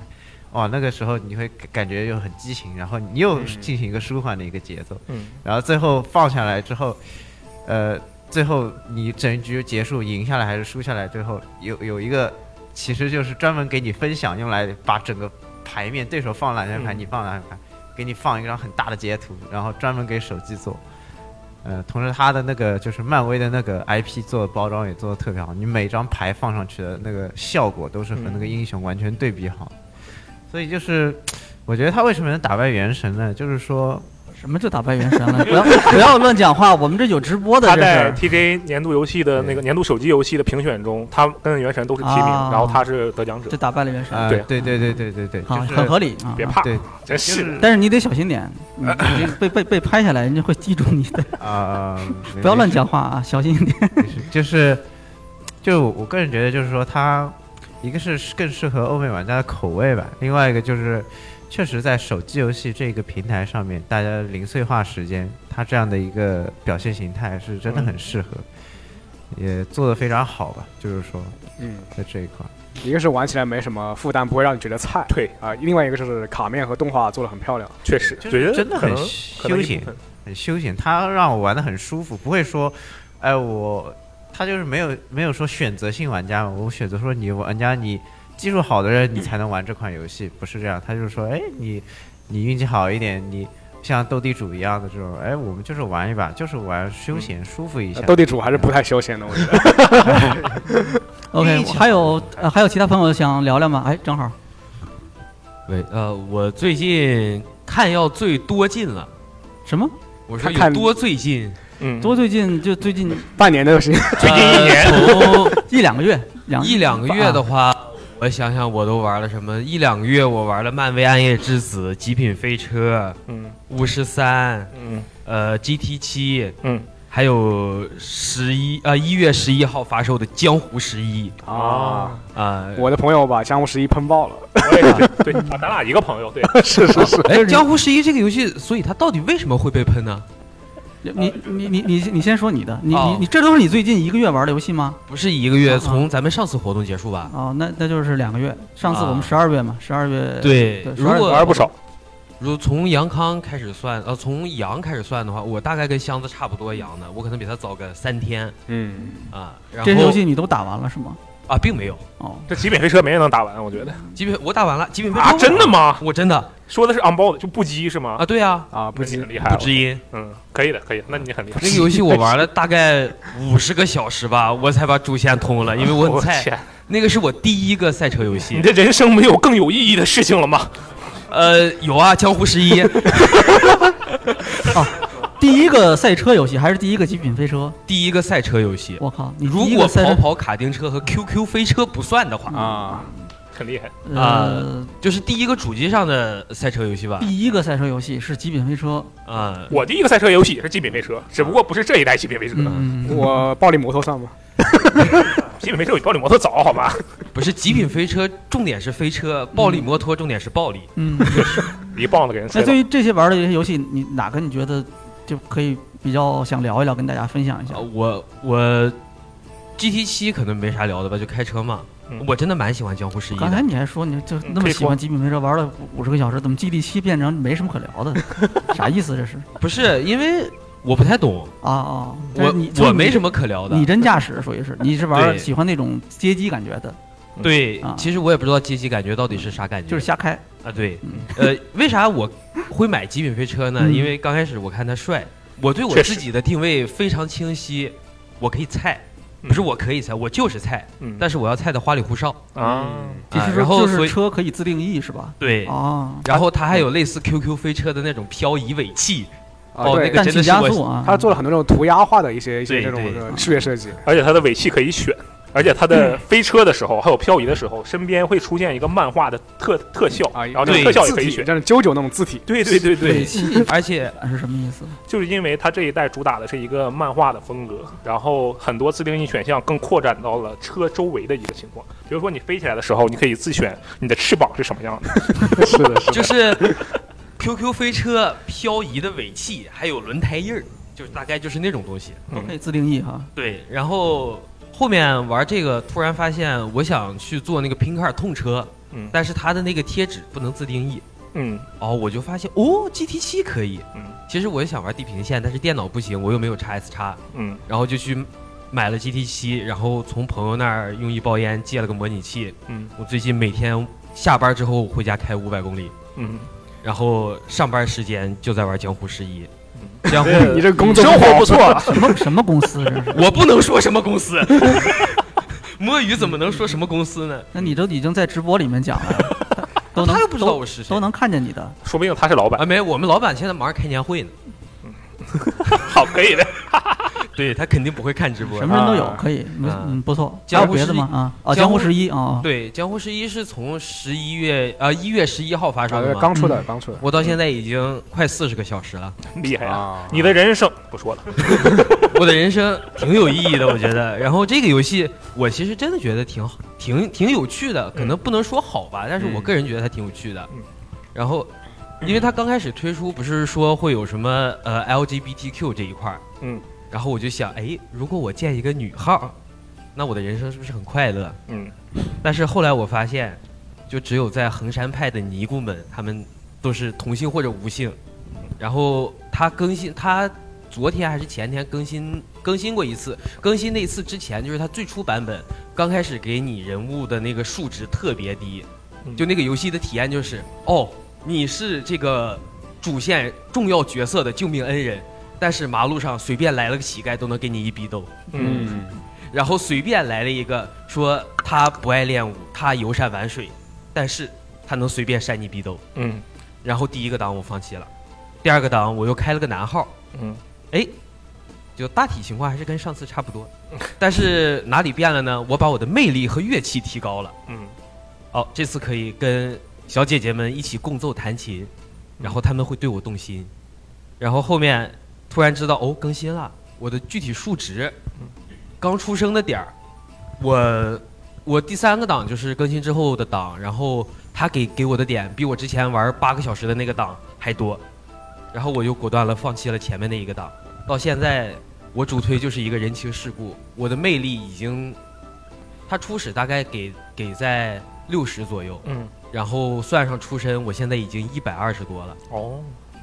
F: 哇，那个时候你会感感觉又很激情，然后你又进行一个舒缓的一个节奏，
B: 嗯，
F: 然后最后放下来之后，呃，最后你整局结束赢下来还是输下来，最后有有一个其实就是专门给你分享，用来把整个牌面对手放哪张牌，
B: 嗯
F: 你放哪张牌，给你放一张很大的截图，然后专门给手机做。呃，同时它的那个就是漫威的那个 IP 做的包装也做的特别好，你每张牌放上去的那个效果都是和
B: 嗯
F: 那个英雄完全对比好，所以就是我觉得他为什么能打败原神呢？就是说
A: 什么就打败原神 了？不要不要乱讲话，我们这有直播的
B: 他
A: 这
B: 在
A: 是。
B: TJ 年度游戏的那个年度手机游戏的评选中，他跟原神都是提名，
A: 啊
B: 然后他是得奖者
A: 就。打败了原神，
F: 啊、
B: 对
F: 对对对对对对，
A: 哎好，
F: 就是
A: 很合理啊。
B: 别
A: 啊
B: 怕，
F: 对
B: 真是
A: 但是你得小心点，你你被被被拍下来，人家会记住你的。
F: 啊，没
A: 不要乱
F: 没事
A: 讲话啊，小心一点。
F: 就是，就我个人觉得，就是说它一个是更适合欧美玩家的口味吧，另外一个就是确实在手机游戏这个平台上面，大家零碎化时间，它这样的一个表现形态是真的很适合，
A: 嗯
F: 也做得非常好吧，就是说
D: 嗯，
F: 在这一块。
D: 一个是玩起来没什么负担，不会让你觉得菜
B: 对，
D: 啊、另外一个就是卡面和动画做的很漂亮。
B: 确实，
F: 就是
B: 觉得
F: 真的
B: 可
F: 很
B: 能可
F: 休
B: 能一
F: 闲
B: 部分，
F: 很休闲，它让我玩的很舒服，不会说，哎，我他就是没有没有说选择性玩家嘛，我选择说你玩家你技术好的人你才能玩这款游戏，不是这样，他就是说，哎，你你运气好一点，你像斗地主一样的这种，哎，我们就是玩一把，就是玩休
B: 嗯
F: 闲、舒服一下。
D: 斗地主还是不太休闲的，我觉得。
A: OK，我还有呃还有其他朋友想聊聊吗？哎，正好，
G: 对，呃，我最近看要最多进了，
A: 什么
G: 我说有
D: 看
G: 多最近，
B: 嗯，
A: 多最近就最近
D: 半年都行。
G: 最近一年、从
A: 一两个月，两
G: 一两个月的
A: 啊
G: 话，我想想我都玩了什么？一两个月我玩了《漫威暗夜之子》《极品飞车》
B: 嗯
G: 《巫师三》
B: 嗯
G: 呃《GT 七》
B: 嗯
G: 还有十一呃一月十一号发售的《江湖十一》
B: 哦
D: 啊，
G: 啊。
D: 我的朋友把《江湖十一》喷爆了，
B: 我 也是，对，啊 咱俩一个朋友，对，
D: 是是是，
G: 哎，《江湖十一》这个游戏，所以它到底为什么会被喷呢？
A: 你你你你你先说你的，你
G: 哦
A: 你你这都是你最近一个月玩的游戏吗？
G: 不是一个
A: 啊
G: 月，
A: 啊
G: 从咱们上次活动结束吧？
A: 哦，那那就是两个月。上次我们
G: 啊
A: 十二月嘛，十二月
G: 对
A: 呃对
G: 如
A: 12月
G: 果
D: 玩不少。
G: 如从杨康开始算，呃，从杨开始算的话，我大概跟箱子差不多杨的，我可能比他早个三天
D: 嗯，
G: 啊。然
A: 这些游
G: 后
A: 戏你都打完了是吗？
G: 啊，并没有
A: 哦，
B: 这极品飞车没人能打完，我觉得
G: 极品，我打完了极品飞车
B: 啊，真的？吗？
G: 我真的
B: 说的是 unbound 就不羁是吗？
G: 啊，对啊，
D: 啊，不
B: 那你
D: 急
B: 很，厉害
G: 不
B: 了，
G: 知音
B: 嗯，可以的，可以的，那你很厉害。
G: 那个游戏我玩了大概五十个小时吧，我才把主线通了，因为我
B: 我
G: 很菜，
B: 天，
G: 那个是我第一个赛车游
B: 你
G: 戏。
B: 这人生没有更有意义的事情了吗？
G: 呃，有啊，江湖十一
A: 第一个赛车游戏还是第一个极品飞车？
G: 第一个赛车游戏，
A: 我靠，你第
G: 如
A: 一
G: 果
A: 个赛
G: 跑
A: 车
G: 跑卡丁车和 QQ 飞车不算的话，
D: 啊，
B: 嗯很厉害。
A: 呃，
G: 就是第一个主机上的赛车游戏吧？
A: 第一个赛车游戏是《极品飞车
G: 啊，
B: 我第一个赛车游戏也是极品飞车，只不过不是这一代极品飞》车，
A: 嗯，嗯，
D: 我呃暴力摩托上嘛，
B: 极品飞车比暴力摩托早，好吧？
G: 不是极品飞车，重点是飞车；暴力摩托，重点是暴力。
A: 嗯。
B: 一棒子给人
A: 那
B: 摔倒
A: 对。于这些玩的这些游戏，你哪个你觉得就可以比较想聊一聊，跟大家分享一下
G: 啊，？我我 GT 七可能没啥聊的吧，就开车嘛。
B: 嗯
G: 我真的蛮喜欢江湖十一
A: 刚
G: 的
A: 才，你还说你就那
B: 可
A: 么
B: 以
A: 喜欢极品飞车，玩了五十个小时，怎么 GD 七变成没什么可聊 的？啥意思这是？
G: 不是因为我不太懂，
A: 啊啊！这
G: 我
A: 是你
G: 我没什
A: 么
G: 么可聊的
A: 拟。真驾驶，属于是你是玩
G: 对
A: 喜欢那种街机感觉的，
G: 对
A: 啊，
G: 其实我也不知道街机感觉到底是啥感觉，
A: 就是瞎开。
G: 啊，对
A: 嗯，
G: 呃，为啥我会买极品飞车呢？
A: 嗯
G: 因为刚开始我看他帅，我对我
B: 确实
G: 自己的定位非常清晰，我可以菜，
B: 嗯
G: 不是我可以菜，我就是菜，
B: 嗯
G: 但是我要菜的花里胡哨。
B: 啊，
A: 就
G: 啊
A: 是说，
G: 然后
A: 就
G: 所
A: 是
G: 以
A: 车可以自定义是吧？
G: 对，
A: 啊，
G: 然后它还有类似 QQ 飞车的那种漂移尾气，
D: 啊
G: 哦那
D: 对
G: 个
A: 氮
G: 真
A: 气
G: 的是
A: 加
G: 我
A: 速啊，
D: 他做了很多那种涂鸦化的一些一些
G: 对
D: 这种
G: 对
D: 呃视觉设计，
B: 而且它的尾气可以选，而且它
G: 嗯
B: 的飞车的时候，还有漂移的时候，身边会出现一个漫画的特特效，
D: 啊
B: 然后这个
G: 对
B: 特效也
D: 字
B: 可以
D: 体
B: 选。
D: 像啾啾那种字体，
B: 对对对
A: 尾
B: 对，
A: 气
G: 而且
A: 是什么意思？
B: 就是因为它这一代主打的是一个漫画的风格，然后很多自定义选项更扩展到了车周围的一个情况。比如说你飞起来的时候，你可以自选你的翅膀是什么样的。
D: 是的，是
G: 就是 QQ 飞车漂移的尾气，还有轮胎印儿，就是大概就是那种东西。
A: 都可以自定义哈。
G: 对，然后后面玩这个，突然发现我想去做那个 Pin Car 痛车，
B: 嗯
G: 但是它的那个贴纸不能自定义，
B: 嗯，
G: 哦，我就发现哦，GT 七可以，
B: 嗯，
G: 其实我也想玩地平线，但是电脑不行，我又没有 x S x
B: 嗯
G: 然后就去买了 GT 七，然后从朋友那儿用一包烟借了个模拟器，
B: 嗯
G: 我最近每天下班之后回家开五百公里，
B: 嗯，
G: 然后上班时间就在玩江湖十一
B: 嗯，
G: 江湖
D: 你这个工作
B: 生活不错，
A: 什么什么公司这是？
G: 我不能说什么公 司， 摸鱼怎么能说什么公司呢？
A: 那你都已经在直播里面讲了， 都能
G: 他又不知道
A: 都
G: 我是谁，
A: 都能看见你的。
B: 说不定他是老板。
G: 啊？没，我们老板现在忙着开年会呢，
B: 好，可以的。
G: 对他肯定不会看直播
A: 什。么人都有
D: 啊，
A: 可以，没
G: 啊
A: 嗯，不错。还
G: 江
A: 有
G: 湖
A: 别
G: 十
A: 的
G: 一
A: 吗？啊啊，
G: 江
A: 江湖
G: 湖
A: 十一啊，
G: 对，江湖十一是从十一月啊一月十一号发售
D: 啊，
G: 的
D: 对
G: 嘛，
D: 刚出
A: 嗯
D: 的，刚出的
G: 我到现在已经快四十个小时了，
B: 厉害啊！
D: 啊，
B: 你的人生不说了，
G: 我的人生挺有意义的，我觉得。然后这个游戏我其实真的觉得挺好，挺挺有趣的，可能不能说好吧，但是我个人觉得它挺有趣的
B: 嗯。
G: 然后，因为它刚开始推出不是说会有什么呃 LGBTQ 这一块儿，
B: 嗯，
G: 然后我就想，哎，如果我建一个女号，那我的人生是不是很快乐？
B: 嗯，
G: 但是后来我发现，就只有在衡山派的尼姑们，他们都是同性或者无性。然后他更新，他昨天还是前天更新更新过一次，更新那次之前就是他最初版本，刚开始给你人物的那个数值特别低，
B: 嗯
G: 就那个游戏的体验就是，哦，你是这个主线重要角色的救命恩人，但是马路上随便来了个乞丐都能给你一逼斗。
B: 嗯，
G: 然后随便来了一个说他不爱练武，他游山玩水，但是他能随便扇你逼斗。
B: 嗯，
G: 然后第一个档我放弃了，第二个档我又开了个男号，
B: 嗯，
G: 哎，就大体情况还是跟上次差不多，但是哪里变了呢？我把我的魅力和乐器提高了，
B: 嗯，
G: 哦，这次可以跟小姐姐们一起共奏弹琴，然后她们会对我动心，然后后面突然知道哦更新了，我的具体数值
B: 嗯，
G: 刚出生的点儿，我我第三个档就是更新之后的档，然后他给给我的点比我之前玩八个小时的那个档还多，然后我又果断了放弃了前面那一个档，到现在我主推就是一个人情世故，我的魅力已经，它初始大概给给在六十左右，
B: 嗯，
G: 然后算上出身，我现在已经一百二十多了。
B: 哦，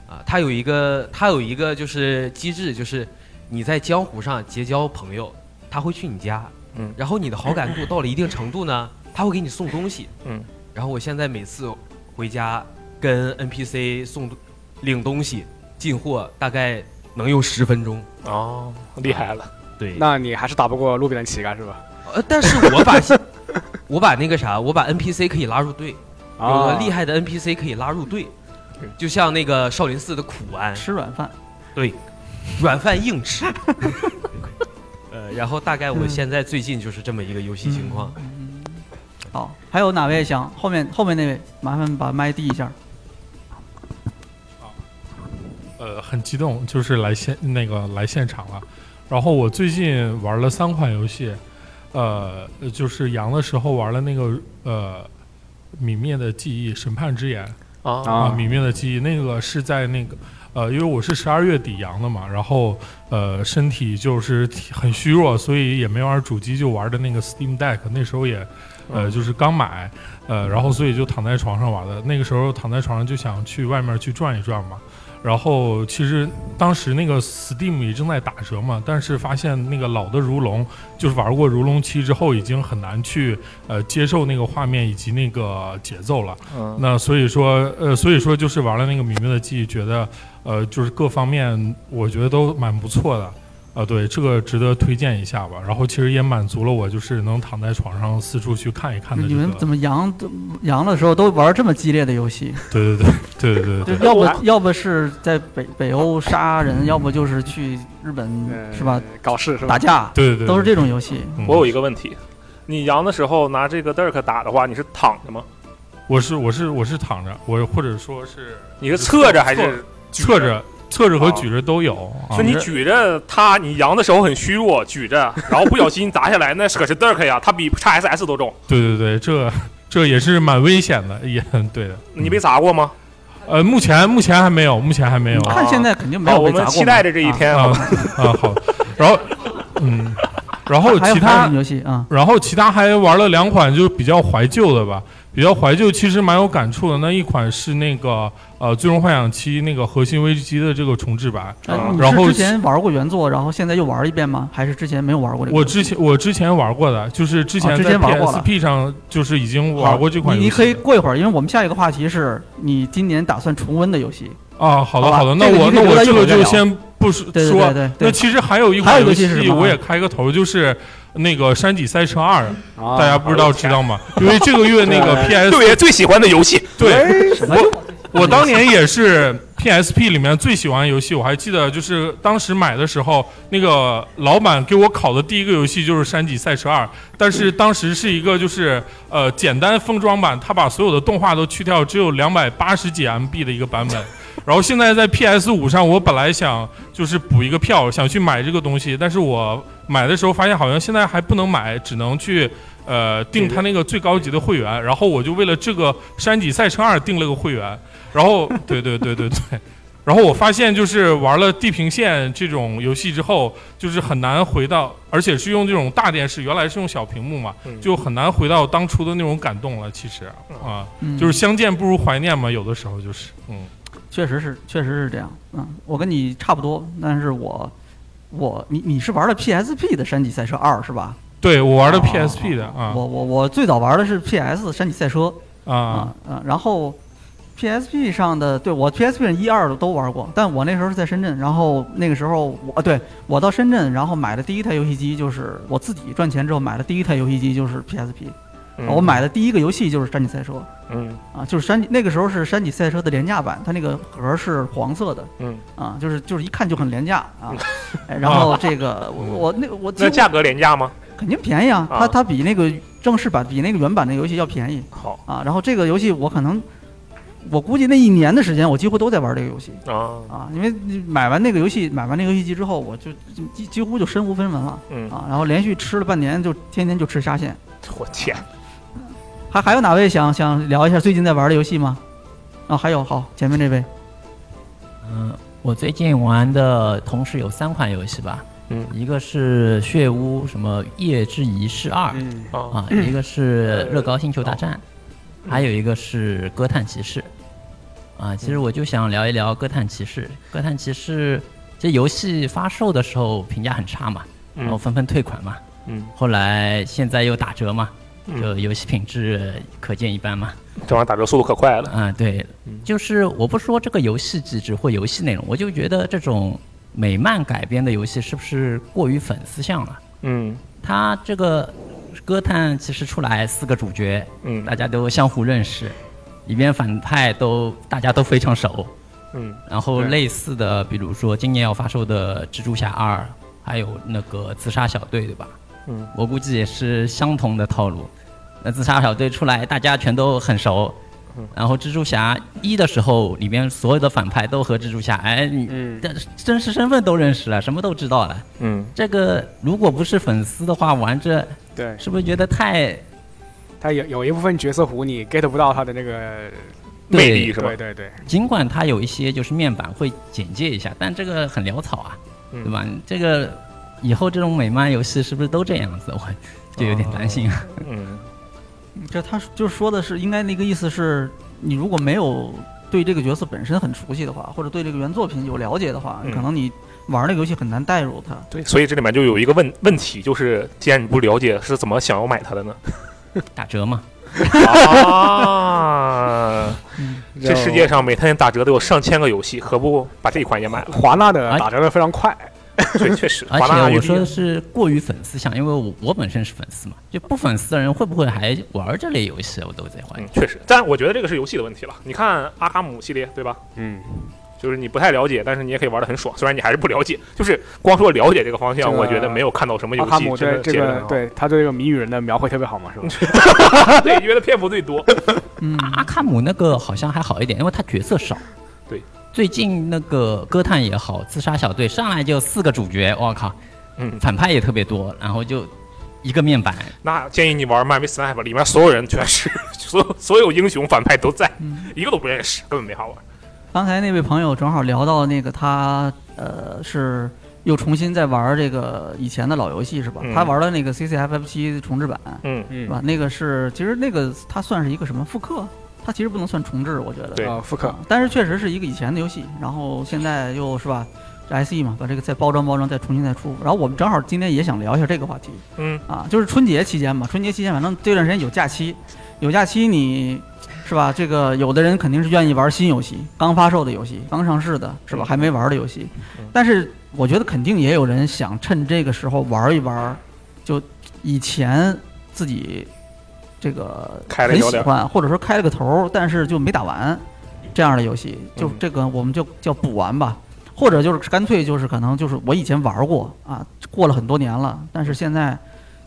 G: 啊，它有一个它有一个就是机制，就是你在江湖上结交朋友，他会去你家，
B: 嗯
G: 然后你的好感度到了一定程度 呢，他会给你送东西，
B: 嗯，
G: 然后我现在每次回家跟 NPC 送领东西进货，大概能用十分钟，
B: 哦，厉害了，
G: 对，
D: 那你还是打不过路边的乞丐是吧？
G: 呃，但是 我把我把那个啥，我把 NPC 可以拉入队，有
D: 啊
G: 个厉害的 NPC 可以拉入队
B: 嗯，
G: 就像那个少林寺的苦安，
A: 吃软饭。
G: 对，软饭硬吃。 呃，然后大概我现在最近就是这么一个游戏情况。
A: 嗯。好，还有哪位想后面后面那位，麻烦把麦递一下。
H: 呃，很激动，就是来现那个来现场了。然后我最近玩了三款游戏，呃，就是阳的时候玩了那个呃《泯灭的记忆》《审判之眼》
B: 啊
H: 啊，《
D: 啊，
H: 泯灭的记忆》那个是在那个呃，因为我是十二月底阳的嘛，然后呃身体就是挺很虚弱，所以也没玩主机，就玩的那个 Steam Deck，那时候也呃，就是刚买，呃，然后所以就躺在床上玩的。那个时候躺在床上就想去外面去转一转嘛。然后其实当时那个 Steam 也正在打折嘛，但是发现那个老的如龙，就是玩过如龙七之后，已经很难去呃接受那个画面以及那个节奏了。
B: 嗯
H: 那所以说，呃，所以说就是玩了那个《泯灭的记忆》，觉得呃，就是各方面我觉得都蛮不错的，啊、对，这个值得推荐一下吧。然后其实也满足了我，就是能躺在床上四处去看一看的
A: 你
H: 这个
A: 们，怎么阳阳的时候都玩这么激烈的游戏？
H: 对对对对对对
A: 就
H: 对
A: 要
B: 我还
A: 不要不是在北北欧杀人，要不就是去日本
D: 呃
A: 是吧？？
D: 搞事是吧？
A: 打架，
H: 对对对，
A: 都是这种游戏。
H: 嗯。
B: 我有一个问题，你阳的时候拿这个 Dirk 打的话，你是躺着吗？
H: 我是我是我是躺着，我或者说是
B: 你是侧着还是举
H: 侧？着侧着和
B: 啊
H: 举着都有。啊
B: 就你举着他，你阳的时候很虚弱，举着，然后不小心砸下来，那可是 Dirk 呀，他比 x SS 都重。
H: 对对对，这这也是蛮危险的，也很对的。
B: 你被砸过吗？
H: 呃，目前目前还没有，目前还没有。
A: 看现在肯定没
B: 好，
A: 有
B: 哦我
A: 被砸过
B: 们
A: 嘛。
B: 期待着这一
A: 啊。
B: 天。
H: 啊
B: 好吧
H: 啊好，然后嗯，然后
A: 还有
H: 其
A: 还有
H: 他
A: 什么游戏啊？
H: 然后其他还玩了两款，就比较怀旧的吧，比较怀旧，其实蛮有感触的。那一款是那个呃《最终幻想七》那个《核心危机》的这个重置版。
A: 哎
B: 啊
A: 你
H: 然
A: 是
H: 后
A: 之前玩过原作，然后现在又玩一遍吗？还是之前没有玩过这个
H: 我
A: 游戏？
H: 之前我之前玩过的，就是之
A: 哦
H: 前
A: 之
H: 在
A: 前玩过了
H: PSP 上就是已经玩过这款游
A: 你你
H: 戏。
A: 可以过一会儿，因为我们下一个话题是你今年打算重温的游戏。
H: 啊，
A: 好
H: 好的
A: 吧
H: 好的，那
A: 这个
H: 我
A: 你可以
H: 那
A: 留
H: 我
A: 在
H: 这
A: 一会儿
H: 个
A: 再
H: 就
A: 聊
H: 先不是
A: 对
H: 说
A: 对对
H: 那
A: 对
H: 其实还有一
A: 还
H: 款
A: 有一个游戏
H: 游
A: 是什
H: 戏，
A: 么
H: 我也开个头，就是那个《山脊赛车二》，
D: 啊
H: 大家不知道知道吗？因为这个月那个 PS
B: 六爷最喜欢的游戏，
H: 对
A: 对，没有
H: 我当年也是 PSP 里面最喜欢的游戏，我还记得就是当时买的时候，那个老板给我考的第一个游戏就是《山脊赛车二》，但是当时是一个就是呃简单封装版，他把所有的动画都去掉，只有两百八十几 MB 的一个版本。然后现在在 PS 五上，我本来想就是补一个票，想去买这个东西，但是我买的时候发现好像现在还不能买，只能去呃订他那个最高级的会员。然后我就为了这个《山脊赛车二》订了个会员。然后对对对对对，然后我发现就是玩了《地平线》这种游戏之后，就是很难回到，而且是用这种大电视，原来是用小屏幕嘛，
B: 嗯
H: 就很难回到当初的那种感动了。其实啊，
A: 嗯
H: 就是相见不如怀念嘛，有的时候就是嗯。
A: 确实是，确实是这样。嗯，我跟你差不多，但是我我你你是玩的 PSP 的《山脊赛车二》是吧？
H: 对我玩的
A: 哦
H: PSP 的啊
A: 我我我最早玩的是 PS《山脊赛车》
H: 啊
A: 啊，嗯，然后 PSP 上的，对我 PSP 上一二都玩过，但我那时候是在深圳，然后那个时候我啊对我到深圳，然后买的第一台游戏机就是我自己赚钱之后买的第一台游戏机就是 PSP，、我
C: 嗯
A: 买的第一个游戏就是《山脊赛车》。
B: 嗯
A: 啊，就是山脊那个时候是山脊赛车的廉价版，它那个盒儿是黄色的
B: 嗯，
A: 啊，就是就是一看就很廉价啊。哎然 后这个我我那我
B: 那
A: 这
B: 价格廉价吗？
A: 肯定便宜啊，
B: 啊
A: 它它比那个正式版比那个原版的游戏要便宜
B: 好
A: 啊。然后这个游戏我可能我估计那一年的时间，我几乎都在玩这个游戏
B: 啊，
A: 啊，因为你买完那个游戏买完那个游戏机之后，我就就几几乎就身无分文了
B: 嗯，
A: 啊。然后连续吃了半年，就天天就吃沙县。
B: 我天，
A: 还还有哪位想想聊一下最近在玩的游戏吗？啊、还有好，前面这位。
I: 嗯，我最近玩的呃同时有三款游戏吧，
B: 嗯
I: 一个是《血屋》什么《夜之仪式二》
D: 嗯
B: 啊
I: 啊，一个是《乐高星球大战》，
B: 哦
I: 还有一个是《哥谭骑士》。啊，其
B: 嗯
I: 实我就想聊一聊《哥谭骑士》。《哥谭骑士》这游戏发售的时候评价很差嘛，然后
B: 嗯
I: 纷纷退款嘛，
B: 嗯，
I: 后来现在又打折嘛，
B: 嗯
I: 就游戏品质可见一斑嘛。
B: 这玩意儿打折速度可快了。
I: 啊，对
B: 嗯，
I: 就是我不说这个游戏机制或游戏内容，我就觉得这种美漫改编的游戏是不是过于粉丝向了？
B: 嗯
I: 它这个歌探其实出来四个主角，
B: 嗯
I: 大家都相互认识，里边反派都大家都非常熟，
B: 嗯
I: 然后类似的，比如说今年要发售的《蜘蛛侠二》，还有那个《自杀小队》，对吧？
B: 嗯，
I: 我估计也是相同的套路。那自杀小队出来，大家全都很熟。
A: 嗯
I: 然后蜘蛛侠一的时候，里面所有的反派都和蜘蛛侠，哎，你
D: 嗯
I: 的真实身份都认识了，什么都知道了。
D: 嗯，
I: 这个如果不是粉丝的话，玩这
D: 对，
I: 是不是觉得太
D: 他有有一部分角色糊你 get 不到他的那个，
B: 魅力是吧
D: 对？对对，
I: 尽管它有一些就是面板会简介一下，但这个很潦草啊，
B: 嗯
I: 对吧？这个以后这种美漫游戏是不是都这样子？我就有点担心啊。
B: 嗯，
A: 这他就是说的是，应该那个意思是，你如果没有对这个角色本身很熟悉的话，或者对这个原作品有了解的话，
B: 嗯
A: 可能你玩那个游戏很难带入它。
B: 对，所以这里面就有一个问问题，就是既然你不了解，是怎么想要买它的呢？
I: 打折嘛，
B: 啊，
I: 嗯
B: 这世界
D: 然后
B: 上每天打折的有上千个游戏，何不把这一款也买了？
D: 华纳的
I: 哎
D: 打折的非 常快，
B: 确确实，
I: 而
B: 华纳
I: 且
B: 玉
I: 我
B: 帝
I: 说的是过于粉丝向，因为我我本身是粉丝嘛，就不粉丝的人会不会还玩这类游戏？啊我都在怀疑
B: 嗯，。确实，但我觉得这个是游戏的问题了。你看阿卡姆系列，对吧？
D: 嗯，
B: 就是你不太了解，但是你也可以玩的很爽。虽然你还是不了解，就是光说了解这个方向，
D: 这个
B: 我觉得没有看到什么游
D: 阿
B: 戏
D: 卡姆
B: 真的
D: 对
B: 啊
D: 这
B: 解得很
D: 个
B: 好。
D: 对他对这个谜语人的描绘特别好嘛，是吧？
B: 对，觉得篇幅最多。
A: 嗯，
I: 阿卡姆那个好像还好一点，因为他角色少。
B: 对，
I: 最近那个歌探也好，自杀小队上来就四个主角，我靠，
B: 嗯，
I: 反派也特别多，然后就一个面板，
B: 那建议你玩漫威 Snap，里面所有人全是 所有所有英雄反派都在，
D: 嗯
B: 一个都不认识，根本没法玩。
A: 刚才那位朋友正好聊到那个他呃是又重新在玩这个以前的老游戏是吧？
B: 嗯
A: 他玩了那个 CCFF 七重置版，
B: 嗯，
A: 是
D: 嗯
A: 吧？那个是其实那个它算是一个什么复刻？它其实不能算重置，我觉得。
B: 对
D: 啊，复刻
A: 啊，但是确实是一个以前的游戏，然后现在又是吧这，SE 嘛，把这个再包装包装，再重新再出。然后我们正好今天也想聊一下这个话题，
B: 嗯
A: 啊，就是春节期间嘛，春节期间反正这段时间有假期，有假期你是吧？这个有的人肯定是愿意玩新游戏，刚发售的游戏，刚上市的是吧？还没玩的游戏
B: 嗯，
A: 但是我觉得肯定也有人想趁这个时候玩一玩，就以前自己这个
B: 开了
A: 很
B: 一小
A: 喜
B: 点儿
A: 欢，或者说开了个头儿，但是就没打完这样的游戏，就
B: 嗯
A: 这个我们就叫补完吧。或者就是干脆就是可能就是我以前玩过啊，过了很多年了，但是现在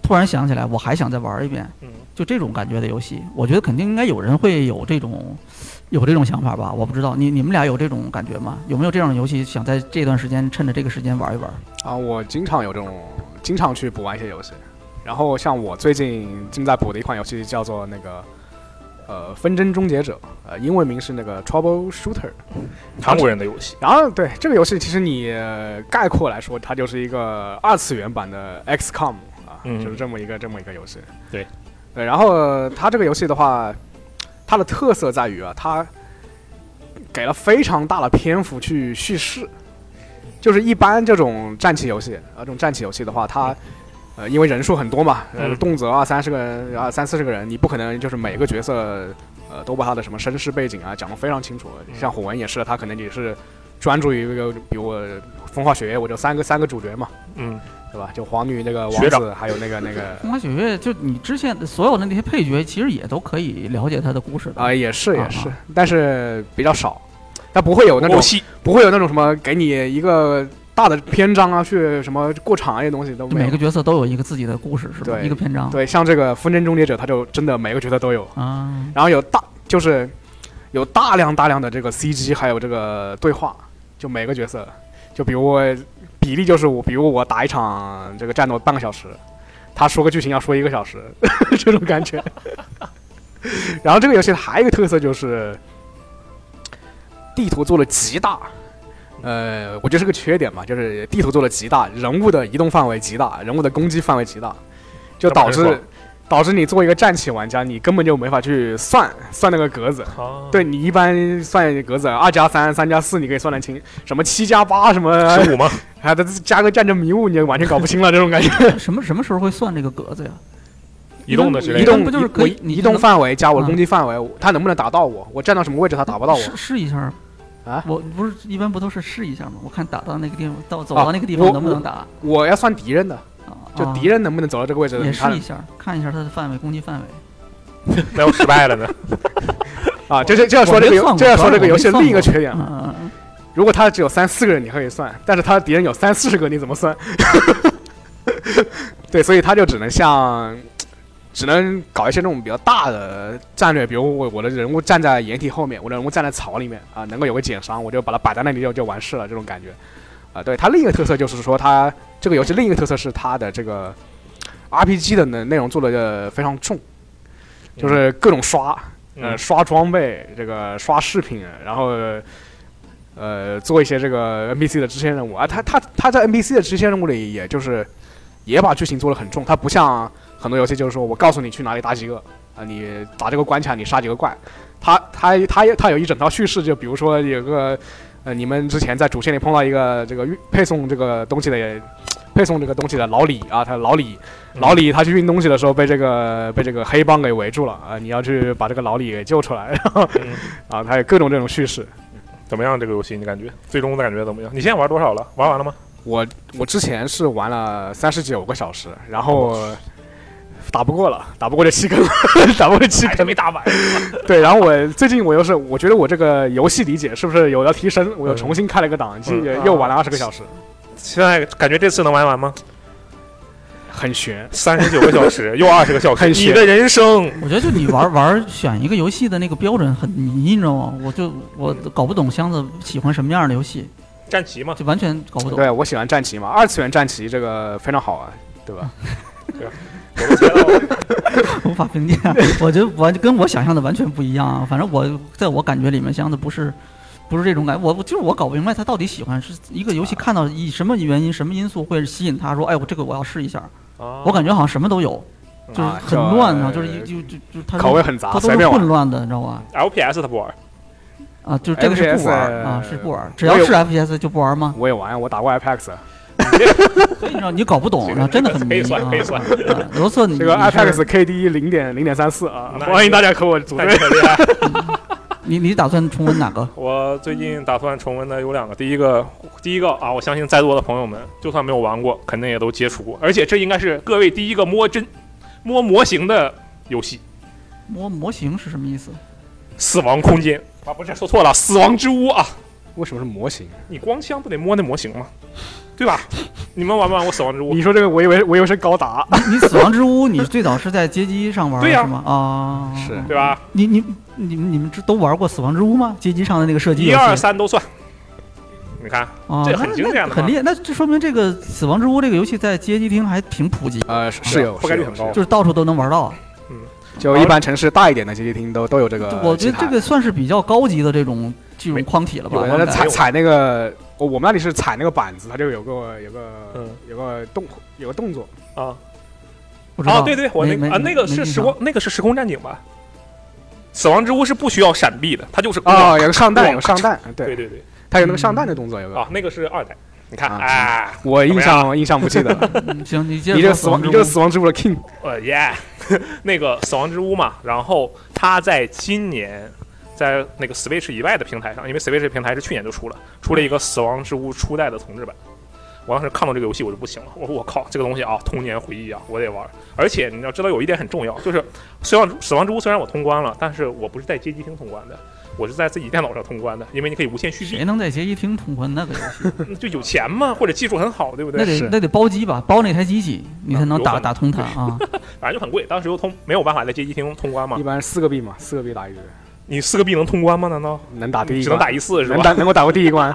A: 突然想起来我还想再玩一遍，
B: 嗯，
A: 就这种感觉的游戏，我觉得肯定应该有人会有这种有这种想法吧？我不知道你你们俩有这种感觉吗？有没有这样的游戏想在这段时间趁着这个时间玩一玩？
D: 啊，我经常有这种，经常去补玩一些游戏。然后像我最近正在补的一款游戏叫做那个，呃，《纷争终结者》，呃，英文名是那个 Trouble Shooter。
B: 韩国人的游戏，
D: 然后对这个游戏，其实你、呃概括来说，它就是一个二次元版的 XCOM 啊，
B: 嗯
D: 就是这么一个这么一个游戏。
B: 对，
D: 对，然后、呃它这个游戏的话，它的特色在于啊，它给了非常大的篇幅去叙事。就是一般这种战棋游戏，啊，这种战棋游戏的话，它呃因为人数很多嘛，呃
B: 嗯
D: 动辄二三十个人，二三四十个人，你不可能就是每个角色呃都把他的什么身世背景啊讲得非常清楚。
B: 嗯
D: 像火纹也是，他可能也是专注于一个，比如我风花雪月，我就三个三个主角嘛，
B: 嗯，
D: 对吧？就皇女那个
B: 学
D: 王
B: 长
D: 子，还有那个那个
A: 风花雪月就你之前所有的那些配角，其实也都可以了解他的故事的
D: 啊、也是
A: 啊
D: 也是，但是比较少，但不会有那种
B: 游戏
D: 不会有那种什么给你一个大的篇章啊，去什么过场啊，这些东西都
A: 就
D: 没有
A: 每个。角色都有一个自己的故事，是吧？
D: 对
A: 一个篇章。
D: 对，像这个《纷争终结者》，他就真的每个角色都有，
A: 啊，
D: 然后有大就是有大量大量的这个 CG，还有这个对话，就每个角色，就比如我比例就是我，比如我打一场这个战斗半个小时，他说个剧情要说一个小时， 这种感觉。然后这个游戏还有一个特色就是地图做的极大。呃，我觉得是个缺点嘛，就是地图做的极大，人物的移动范围极大，人物的攻击范围极大，
B: 这
D: 就
B: 么
D: 导
B: 很爽
D: 致导致你作为一个战棋玩家，你根本就没法去算算那个格子。
B: 啊，
D: 对你一般算格子，二加三、三加四，你可以算得清，什么七加八，什么
B: 十五吗？
D: 还得加个战争迷雾，你完全搞不清了，这种感觉。
A: 什么什么时候会算这个格子呀？
B: 移动的之嗯类
D: 移
B: 的，
D: 动
A: 不就是
D: 移
A: 可以
D: 我
A: 你
D: 移动
A: 能
D: 范围加我的
A: 啊
D: 攻击范围，我他能不能打到我？我站到什么位置，他打不到我？
A: 试试一下
D: 啊
A: 我不是一般不都是试一下吗？我看打到那个地方，到走
D: 啊
A: 到那个地方
D: 我
A: 能不能打？
D: 我要算敌人的，
A: 啊
D: 就敌人能不能走到这个位置？
A: 也
D: 他
A: 试一下，看一下它的范围，攻击范围。
B: 那要失败了呢？
D: 啊，这这这要说这个游，这要说这个游戏的另一个缺点啊
A: 嗯。嗯嗯
D: 如果他只有三四个人，你可以算；但是他的敌人有 三四十个，你怎么算？对，所以他就只能像只能搞一些那种比较大的战略，比如我我的人物站在掩体后面，我的人物站在草里面啊、能够有个减伤，我就把它摆在那里就就完事了，这种感觉。啊、对它另一个特色就是说它这个游戏另一个特色是它的这个 RPG 的内内容做的非常重，就是各种刷，呃，
B: 嗯
D: 刷装备，这个刷饰品，然后呃，做一些这个 NPC 的支线任务啊。他他他在 NPC 的支线任务里，也就是也把剧情做得很重，它不像很多游戏就是说我告诉你去哪里打几个啊，你打这个关卡你杀几个怪，他他他他有一整套叙事，就比如说有个呃，你们之前在主线里碰到一个这个运配送这个东西的。配送这个东西的老李啊，他老李，
B: 嗯
D: 老李他去运东西的时候被这个被这个黑帮给围住了啊！你要去把这个老李给救出来，然后
B: 嗯
D: 啊，他有各种这种叙事。
B: 怎么样？这个游戏你感觉最终的感觉怎么样？你现在玩多少了？玩完了吗？
D: 我我之前是玩了三十九个小时，然后
B: 哦
D: 打不过了，打不过就弃坑了， 打不过就弃
B: 还是
D: 坑
B: 没。打完。
D: 对，然后我最近我又是，我觉得我这个游戏理解是不是有要提升？我又重新开了一个档，机，
B: 嗯
D: 又玩了二十个小时，
B: 现在感觉这次能玩完吗？
D: 很悬。
B: 三十九个小时，又二十个小时，
D: 很闲
B: 你的人生
A: 我觉得就你玩 玩选一个游戏的那个标准很迷，你知道吗？我就我搞不懂箱子喜欢什么样的游戏，
B: 战旗嘛，
A: 就完全搞不懂。
D: 对我喜欢战棋嘛，二次元战棋这个非常好玩，对 啊吧？
B: 啊我都猜到了
A: 无法评价， 我觉得完跟我想象的完全不一样啊。反正我在我感觉里面，箱子不是不是这种感觉，我我就是我搞不明白他到底喜欢是一个游戏看到以什么原因、什么因素会吸引他说，哎，我这个我要试一下。
B: 啊
A: 我感觉好像什么都有，就是很乱啊，就是一就就就他
D: 口味很杂，
A: 他都
D: 随
A: 是
D: 便玩
A: 混。乱的，你知道吧？
B: LPS 他不玩，
A: 啊，就是这个是不
D: FPS
A: 玩啊，是不玩，只
D: 呃我
A: 要
D: 有
A: 是 FPS 就不玩吗？
D: 我也玩，我打过 IPX，
A: 啊所以你知道你搞不懂，
B: 这个
A: 然后真的很
B: 可
A: 迷
B: 以
A: 啊
B: 算可以算。
A: 对罗瑟，你
D: 这个
A: 你是
D: IPX KD 零点零点三四啊，
B: 那
D: 欢迎大家和我组
B: 那
D: 队
B: 你。很厉害。
A: 你你打算重温哪个？
B: 我最近打算重温的有两个，第一个，第一个啊，我相信在座的朋友们，就算没有玩过，肯定也都接触过，而且这应该是各位第一个摸真摸模型的游戏，
A: 模模型是什么意思？
B: 《死亡空间》啊，不是说错了，《死亡之屋》啊，
D: 为什么是模型？
B: 你光枪不得摸那模型吗？对吧？你们玩没玩过《死亡之屋》
D: 你？说这个，我以为我以为是高达，
A: 你死亡之屋，你最早是在街机上玩的
B: 对呀
A: 是吗？啊，
D: 是
B: 对吧？
A: 你你你们你们这都玩过死亡之屋吗？街机上的那个射击游
B: 一
A: 戏
B: 二三都算。你看，
A: 啊，
B: 这
A: 那
B: 很经典
A: 那
B: 的嘛
A: 很厉害。那这说明这个死亡之屋这个游戏在街机厅还挺普及，
D: 呃，是是有
B: 覆盖率
D: 是有
B: 很高
D: 是有
A: 就是到处都能玩到。啊
D: 就一般城市大一点的街机厅都都有这个
A: 我觉
D: 机
A: 得
D: 台。
A: 这个算是比较高级的这种这种
B: 没
A: 框体了吧
D: 有？
A: 我
D: 的
A: 感
D: 踩
A: 觉
D: 踩那个，我我们那里是踩那个板子，它就有个有个
B: 嗯
D: 有个动有个动作，
B: 啊
A: 不知
B: 啊，
A: 道。
B: 对对，我
A: 没
B: 那个啊，那个是时。
A: 没没印
B: 光，那个是时空战警吧？《死亡之屋》是不需要闪避的，它就是
D: 啊，有个上弹，
B: 往
D: 有个上弹，
B: 对
D: 对，
B: 对对
D: 它有那个上弹的动作，有个
B: 啊，。那个是二代。你看，
D: 啊
B: 哎，
D: 我印
B: 怎么
D: 象印象不记得了，
A: 象嗯行，你接着
D: 你
A: 说
D: 这个死亡，
A: 之
D: 你这个
A: 屋
D: 死亡之屋的 king，
B: 呃耶， 那个《死亡之屋》嘛，然后它在今年在那个 Switch 以外的平台上，因为 Switch 平台是去年就出了，出了一个《死亡之屋》初代的重置版。我当时看到这个游戏我就不行了，我说我靠，这个东西啊，童年回忆啊，我得玩。而且你要知道有一点很重要，就是虽然《死亡之屋》虽然我通关了，但是我不是在街机厅通关的，我是在自己电脑上通关的，因为你可以无限续
A: 谁
B: 币，
A: 能在街机厅通关那个游戏？
B: 就有钱嘛，或者技术很好，对不对
A: 那？得
D: 是
A: 那得包机吧，包那台机器，你才能
B: 有可
A: 打
B: 能
A: 打通它啊。
B: 反正就很贵，当时又通没有办法在街机厅通关嘛
D: 一。般四个币嘛，四个币打一局，
B: 你四个币能通关吗？难道？
D: 能打第一关，
B: 只能打一次是
D: 能
B: 吧
D: 打？能够打过第 一关，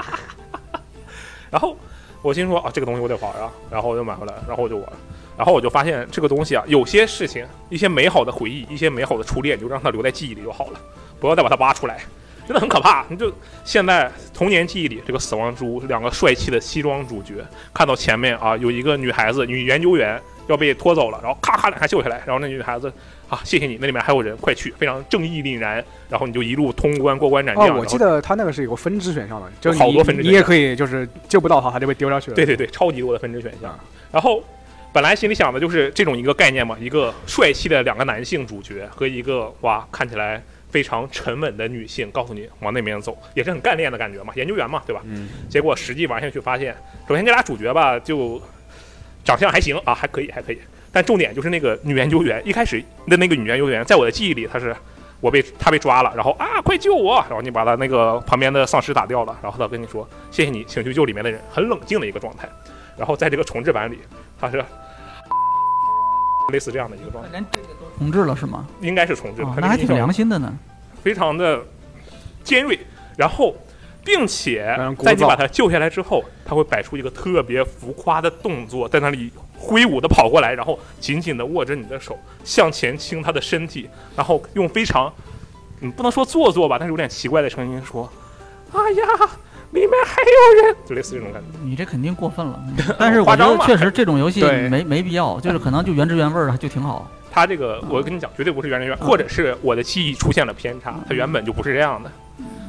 B: 然后我心说啊，这个东西我得玩啊，然后我就买回来，然后我就玩，然后我就发现这个东西啊，有些事情，一些美好的回忆，一些美好的初恋，就让它留在记忆里就好了，不要再把它挖出来，真的很可怕。你就现在童年记忆里，这个死亡之屋两个帅气的西装主角，看到前面啊有一个女孩子，女研究员。要被拖走了，然后咔咔两下救下来，然后那女孩子啊，谢谢你，那里面还有人，快去，非常正义凛然，然后你就一路通关过关斩将。
D: 哦，
B: 然
D: 我
B: 后
D: 记得它那个是有个分支选项的，就
B: 啊好
D: 你
B: 多分支
D: 你
B: 选
D: 也
B: 项
D: 可以就是救不到它，它就被丢下去了。
B: 对对对，超级多的分支选项
D: 啊。
B: 然后本来心里想的就是这种一个概念嘛，一个帅气的两个男性主角和一个哇看起来非常沉稳的女性，告诉你往那边走，也是很干练的感觉嘛，研究员嘛，对吧？
D: 嗯。
B: 结果实际玩下去发现，首先这俩主角吧，就长相还行啊，还可以，还可以。但重点就是那个女研究员，一开始的那个女研究员，在我的记忆里她是。我被她被抓了，然后啊，快救我！然后你把她那个旁边的丧尸打掉了，然后她跟你说谢谢你，请去救里面的人，很冷静的一个状态。然后在这个重置版里，他是类似这样的一个状态，
A: 重置了是 吗？
B: 应该是重置的
A: 啊，，
B: 它
A: 那还挺良
B: 心，
A: 心的呢。
B: 非常的尖锐，然后。并且
D: 非常聒
B: 在你
D: 噪
B: 把它救下来之后，他会摆出一个特别浮夸的动作，在那里挥舞的跑过来，然后紧紧的握着你的手，向前倾他的身体，然后用非常，嗯，不能说做作吧，但是有点奇怪的声音说：“哎呀，里面还有人！”就类似这种感觉。
A: 你这肯定过分了， 嗯但是我
B: 夸
A: 觉
B: 张
A: 得
B: 嘛
A: 确实这种游戏
D: 对
A: 没没必要，就是可能就原汁原味儿的就挺 好。
B: 他这个，我跟你讲，绝对不是原来原，或者是我的记忆出现了偏差，它原本就不是这样的。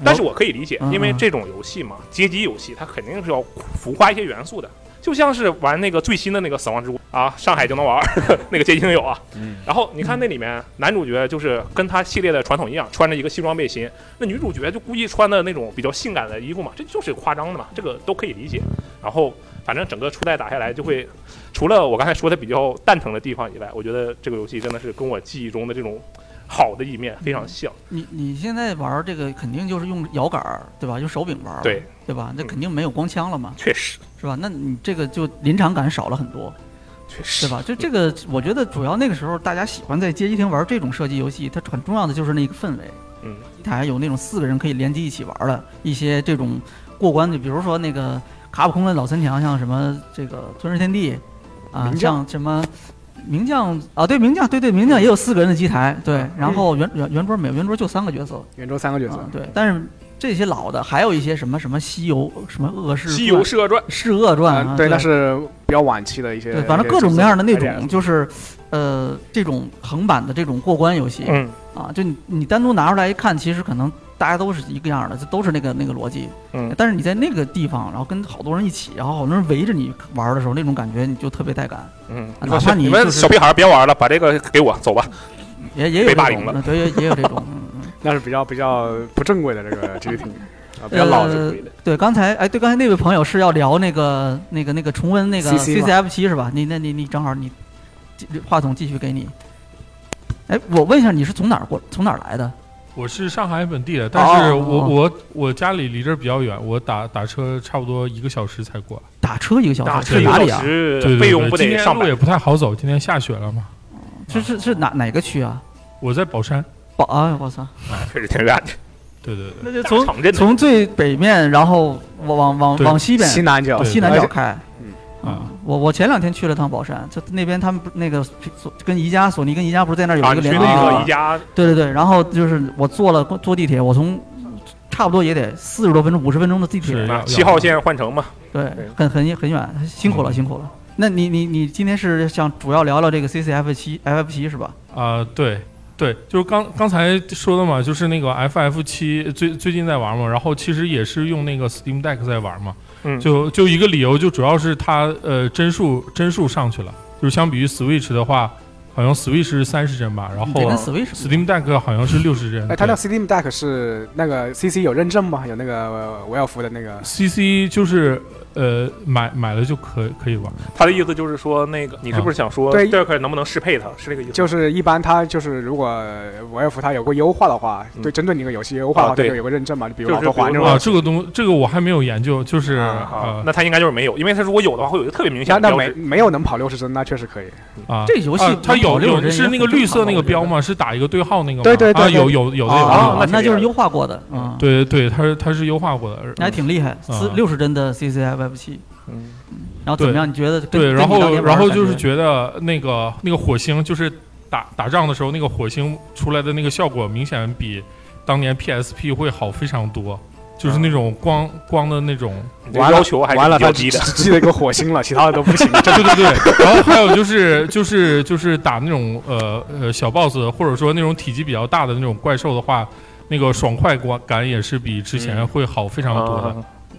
B: 但是我可以理解，因为这种游戏嘛，街机游戏它肯定是要浮夸一些元素的，就像是玩那个最新的那个《死亡之屋》啊，上海就能玩儿 那个街机厅有啊。然后你看那里面男主角就是跟他系列的传统一样，穿着一个西装背心，那女主角就故意穿的那种比较性感的衣服嘛，这就是夸张的嘛，这个都可以理解。然后反正整个初代打下来就会除了我刚才说的比较蛋疼的地方以外，我觉得这个游戏真的是跟我记忆中的这种好的一面非常像。
A: 你你现在玩这个肯定就是用摇杆儿对吧？用手柄玩儿了
B: 对嗯
A: 对吧？那肯定没有光枪了嘛，
B: 确实，
A: 是吧？那你这个就临场感少了很多，
B: 确实
A: 对？吧？就这个，我觉得主要那个时候大家喜欢在街机厅玩这种射击游戏，它很重要的就是那个氛围。
B: 嗯，
A: 机台有那种四个人可以联机一起玩的一些这种过关的，比如说那个卡普空的老三强，像什么这个《吞噬天地》啊，
D: 名将
A: 像什么名将啊，对名将，对对名将也有四个人的机台，对，然后圆圆圆桌没有，圆桌就三个角色，
D: 圆嗯桌三个角色
A: 啊，，对，但是这些老的还有一些什么什么西游什么恶世
B: 西游
A: 传
B: 射传，
A: 是恶传啊，
D: 嗯对，那是比较晚期的一些，
A: 对，反正各种各样的那
B: 还这
A: 种
B: 样
A: 就是。呃，这种横版的这种过关游戏，
B: 嗯，
A: 啊，就你你单独拿出来一看，其实可能大家都是一个样儿的，就都是那个那个逻辑。
B: 嗯
A: 但是你在那个地方，然后跟好多人一起，然后好多人围着你玩儿的时候，那种感觉你就特别带感。啊
B: 嗯，
A: 哪怕你
B: 你
A: 就
B: 们
A: 是
B: 小屁孩儿别玩了，把这个给我，走 吧。
A: 也也有
B: 被
A: 这
B: 霸
A: 种
B: 凌了
A: 嗯对，也也有这种。嗯嗯
D: 那是比较比较不正规的这个 G T 啊，比较老的。
A: 呃对，刚才哎，对，刚才那位朋友是要聊那个那个那个重温那个
D: CC 吗
A: CCF 七是吧？你那你你正好你话筒继续给你。哎，我问一下，你是从哪儿过从哪儿来的？
H: 我是上海本地的，但是
A: 哦
H: 我、
A: 哦
H: 我我家里离这儿比较远，我打打车差不多一个小时才过来。
A: 打车一个小
B: 那
A: 时是
B: 一
A: 哪
B: 个
A: 里
B: 小
A: 啊？
B: 时
H: 对对对，
B: 费用不
H: 今
B: 得
H: 天
B: 上
H: 路
B: 百
H: 也？不太好走，今天下雪了嘛。
A: 是是是哪哪个区啊？
H: 我在宝山，
A: 宝哎呦我操！
B: 确实挺远的。
H: 对对对，
A: 那就
B: 大
A: 从
B: 长镇的
A: 从最北面，然后往往往
H: 对
A: 往西边，
D: 西南角，
A: 往
H: 对
A: 西南角
D: 而且
A: 开。
D: 嗯
A: 啊，我我前两天去了趟宝山，就那边他们不那个索跟宜家索尼跟宜家不是在那儿有
B: 啊，
A: 一个
B: 你去
A: 联
D: 连
A: 动
D: 接
B: 那
A: 吗
B: 个宜家，
A: 对对对，然后就是我坐了坐地铁，我从差不多也得四十多分钟、五十分钟的地铁
H: 是，
B: 那七号线换乘嘛，
A: 对
B: 对，
A: 很很很远，辛
H: 嗯
A: 苦了辛苦了。那你你你今天是想主要聊聊这个 CCF 七 FF 七是吧？
H: 啊、对对，就是刚刚才说的嘛，就是那个 FF 七最最近在玩嘛，然后其实也是用那个 Steam Deck 在玩嘛，
B: 嗯
H: 就就一个理由，就主要是它呃帧数帧数上去了，就是相比于 Switch 的话，好像 Switch 是三十帧吧，然
A: 你
H: 后
A: 得跟 Switch 不一样
H: Steam Deck 好像是六十帧，
D: 哎，它那
H: 对
D: 个 Steam Deck 是那个 CC 有认证吗？有那个呃维尔福的那个
H: CC 就是呃买买了就可可以玩，
B: 他的意思就是说，那个你是不是想说
D: 啊对
B: 这块能不能适配它？是这个意思吗？
D: 就是一般它就是如果我 F 它有个优化的话，
B: 嗯
D: 对针对你个游戏优化的话，
B: 啊
D: 它
B: 对
D: 就有个认证嘛，比如
B: 就是
D: 老头环
B: 比
D: 这
B: 如
D: 种
B: 说
H: 啊，
D: 东西。
H: 这个东这个我还没有研究，就是
D: 啊
B: 啊
H: 呃，
B: 那他应该就是没有，因为他如果有的话，会有一个特别明显的
D: 那
B: 标
D: 那没
B: 志。
D: 没有能跑六十帧，那确实可以。
H: 啊，
A: 这游戏
H: 啊它有
A: 我
H: 有
A: 认为
H: 是那个绿色那个标吗？是打一个对号那个吗？
D: 对对对
H: 啊，
D: 对
H: 有有有的有
B: 啊
H: 的
A: 啊
H: 有
B: 那
H: 的，
B: 挺
A: 那就是
B: 厉害
A: 优化过的，嗯，
H: 对对对，它是它是优化过的，呃
A: 那还挺厉害，
H: 啊
A: 四六十帧的 CCF 七，
B: 嗯
A: 然后怎么样？你觉得跟
H: 对，然
A: 跟你当
H: 后
A: 年玩
H: 然
A: 的
H: 后
A: 感
H: 就是
A: 觉
H: 觉得那个那个火星就是打打仗的时候那个火星出来的那个效果，明显比当年 PSP 会好非常多，就是那种光光的那种，
B: 你这
D: 完了
B: 要求还是
D: 完了，
B: 比较
D: 它
B: 低
D: 只
B: 的。
D: 只记了一个火星了，其他的都不行。这
H: 对对对，然后还有就是就是就是打那种呃呃小 boss 或者说那种体积比较大的那种怪兽的话。那个爽快感感也是比之前
B: 嗯
H: 会好非常多的，
B: 啊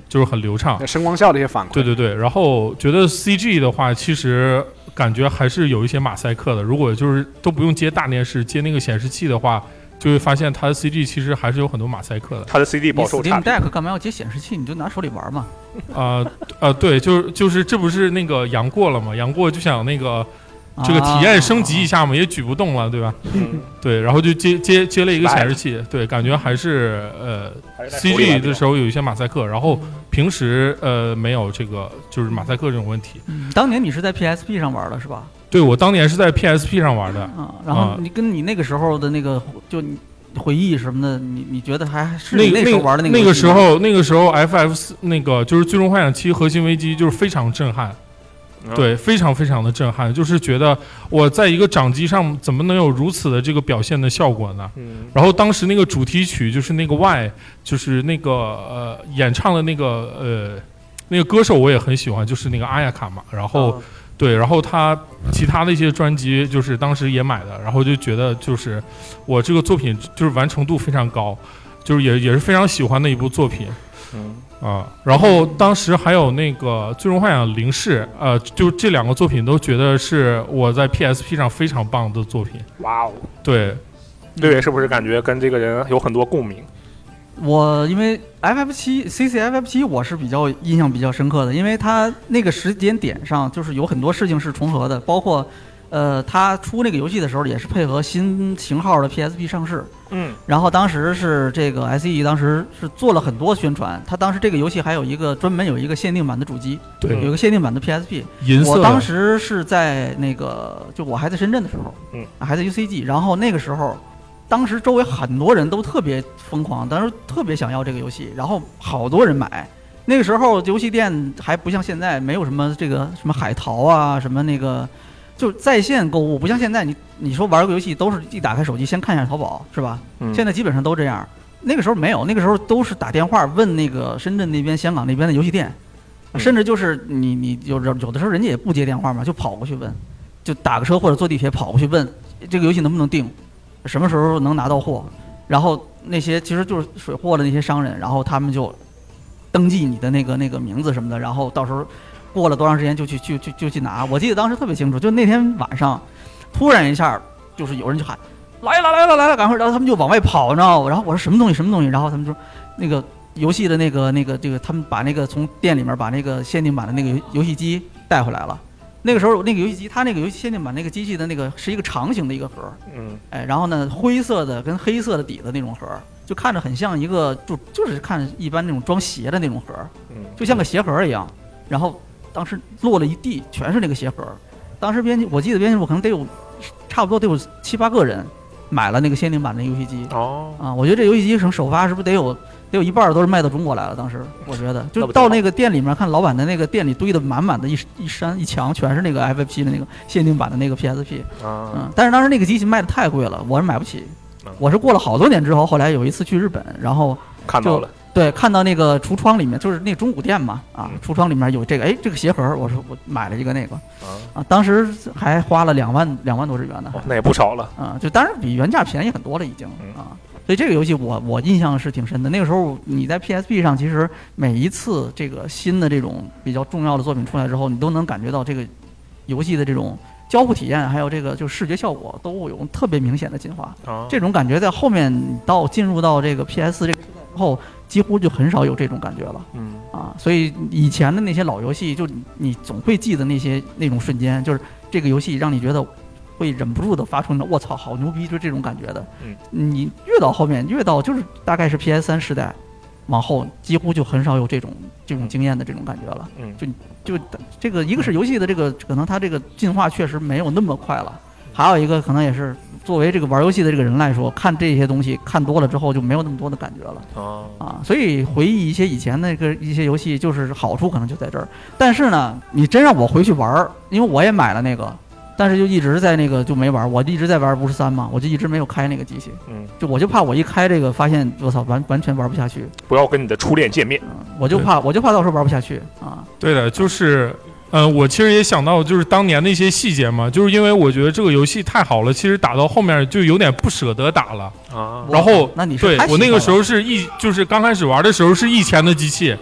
H: 就是很流畅。
D: 声光效的一些反馈，
H: 对对对，然后觉得 CG 的话，其实感觉还是有一些马赛克的。如果就是都不用接大电视，接那个显示器的话，就会发现它的 CG 其实还是有很多马赛克的。
B: 他的 CD
A: 你
B: 饱受差
A: Steam
B: 评。
A: Deck 干嘛要接显示器？你就拿手里玩嘛。
H: 啊、呃，对，就是就是这不是那个杨过了吗？杨过就想那个这个体验升级一
A: 下，
H: 下嘛，也举不动了，对吧？
B: 嗯
H: 对，然后就接接接了一个
B: 失败
H: 显示
B: 了
H: 器，对，感觉还是呃
B: 还是在手里嗯
H: CG
B: 玩比
H: 的
B: 较
H: 时候有一些马赛克，然后平时呃没有这个就是马赛克这种问题。
B: 嗯
A: 嗯当年你是在 PSP 上玩的是吧？
H: 对我当年是在 PSP 上玩的，
A: 啊，然后
H: 啊
A: 你跟你那个时候的那个就你回忆什么的，你你觉得还是
H: 那
A: 你时候玩的
H: 那
A: 个那
H: 个时候那个时候 FF 四那个就是《最终幻想七：核心危机》就是非常震撼，
B: 嗯
H: 对，非常非常的震撼，就是觉得我在一个掌机上怎么能有如此的这个表现的效果呢？
B: 嗯，
H: 然后当时那个主题曲就是那个 Y，就是那个呃演唱的那个呃那个歌手我也很喜欢，就是那个阿亚卡嘛。然后、
B: 啊
H: 对，然后他其他的一些专辑就是当时也买的，然后就觉得就是我这个作品就是完成度非常高，就是也也是非常喜欢的一部作品。
B: 嗯
H: 啊，然后当时还有那个《最终幻想零式》，呃，就这两个作品都觉得是我在 PSP 上非常棒的作品。
B: 哇哦，
H: 对，
B: 六爷是不是感觉跟这个人有很多共鸣？
A: 我因为 FF 七 CCFF 七我是比较印象比较深刻的，因为它那个时间点上就是有很多事情是重合的，包括呃，它出那个游戏的时候也是配合新型号的 PSP 上市，
B: 嗯
A: 然后当时是这个 SE 当时是做了很多宣传，它当时这个游戏还有一个专门有一个限定版的主机，
H: 对
A: 有一个限定版的 PSP，
H: 银色
A: 我
H: 的
A: 当时是在那个，就我还在深圳的时候，
B: 嗯
A: 啊，还在 UCG，然后那个时候，当时周围很多人都特别疯狂，当时特别想要这个游戏，然后好多人买。那个时候游戏店还不像现在，没有什么这个什么海淘啊，什么那个，就是在线购物，不像现在你你说玩个游戏都是一打开手机先看一下淘宝是吧？
B: 嗯
A: 现在基本上都这样。那个时候没有，那个时候都是打电话问那个深圳那边、香港那边的游戏店，
B: 嗯
A: 甚至就是你你有有有的时候人家也不接电话嘛，就跑过去问，就打个车或者坐地铁跑过去问这个游戏能不能订，什么时候能拿到货，然后那些其实就是水货的那些商人，然后他们就登记你的那个那个名字什么的，然后到时候过了多长时间就去就就就去拿。我记得当时特别清楚，就那天晚上，突然一下就是有人就喊来了来了来了，赶快！然后他们就往外跑，你知道吗？然后我说什么东西什么东西，然后他们说那个游戏的那个那个这个，他们把那个从店里面把那个限定版的那个游游戏机带回来了。那个时候那个游戏机，它那个游戏限定版那个机器的那个是一个长形的一个盒儿，
B: 嗯
A: 哎，然后呢，灰色的跟黑色的底的那种盒儿，就看着很像一个就就是看一般那种装鞋的那种盒儿，
B: 嗯，
A: 就像个鞋盒儿一样。然后当时落了一地，全是那个鞋盒儿。当时编辑，我记得编辑部可能得有差不多得有七八个人买了那个限定版的游戏机
B: 哦，
A: 啊。我觉得这游戏机省首发是不是得有得有一半儿都是卖到中国来了？当时我觉得，
B: 那
A: 就
B: 不
A: 到
B: 挺好
A: 那个店里面看老板的那个店里堆的满满的一一山一墙，全是那个 FFP 的那个限定版的那个 PSP。
B: 啊，
A: 嗯，但是当时那个机器卖的太贵了，我是买不起
B: 嗯。
A: 我是过了好多年之后，后来有一次去日本，然后
B: 看到了，
A: 对看到那个橱窗里面，就是那中古店嘛，啊
B: 嗯，
A: 橱窗里面有这个，哎，这个鞋盒，我说我买了一个那个，
B: 啊，
A: 啊，当时还花了两万两万多日元呢，
B: 哦那也不少了，
A: 啊，就当然比原价便宜很多了已经
B: 嗯
A: 啊，所以这个游戏我我印象是挺深的。那个时候你在 PSP 上，其实每一次这个新的这种比较重要的作品出来之后，你都能感觉到这个游戏的这种交互体验，还有这个就视觉效果都有特别明显的进化。
B: 啊，
A: 这种感觉在后面你到进入到这个 PS 这个时代之后，几乎就很少有这种感觉了。
B: 嗯
A: 啊，所以以前的那些老游戏，就你你总会记得那些那种瞬间，就是这个游戏让你觉得会忍不住的发出那我操好牛逼，就这种感觉的。
B: 嗯，
A: 你越到后面，越到就是大概是 PS 三时代往后，几乎就很少有这种这种经验的这种感觉了。
B: 嗯
A: 就这个一个是游戏的这个可能它这个进化确实没有那么快了，还有一个可能也是作为这个玩游戏的这个人来说，看这些东西看多了之后就没有那么多的感觉了。
B: 啊，
A: 啊，所以回忆一些以前那个一些游戏，就是好处可能就在这儿。但是呢，你真让我回去玩儿，因为我也买了那个，但是就一直在那个就没玩儿，我一直在玩巫师三嘛，我就一直没有开那个机器，
B: 嗯，
A: 就我就怕我一开这个，发现我操完完全玩不下去，
B: 不要跟你的初恋见面，
A: 嗯我就怕我就怕到时候玩不下去啊。
H: 对的，就是，呃，我其实也想到就是当年的一些细节嘛，就是因为我觉得这个游戏太好了，其实打到后面就有点不舍得打了。
A: 我
B: 啊
H: 然后
A: 哦那你是
H: 对
A: 太喜
H: 我那个
A: 欢
H: 时候是一，就是刚开始玩的时候是一千的机器，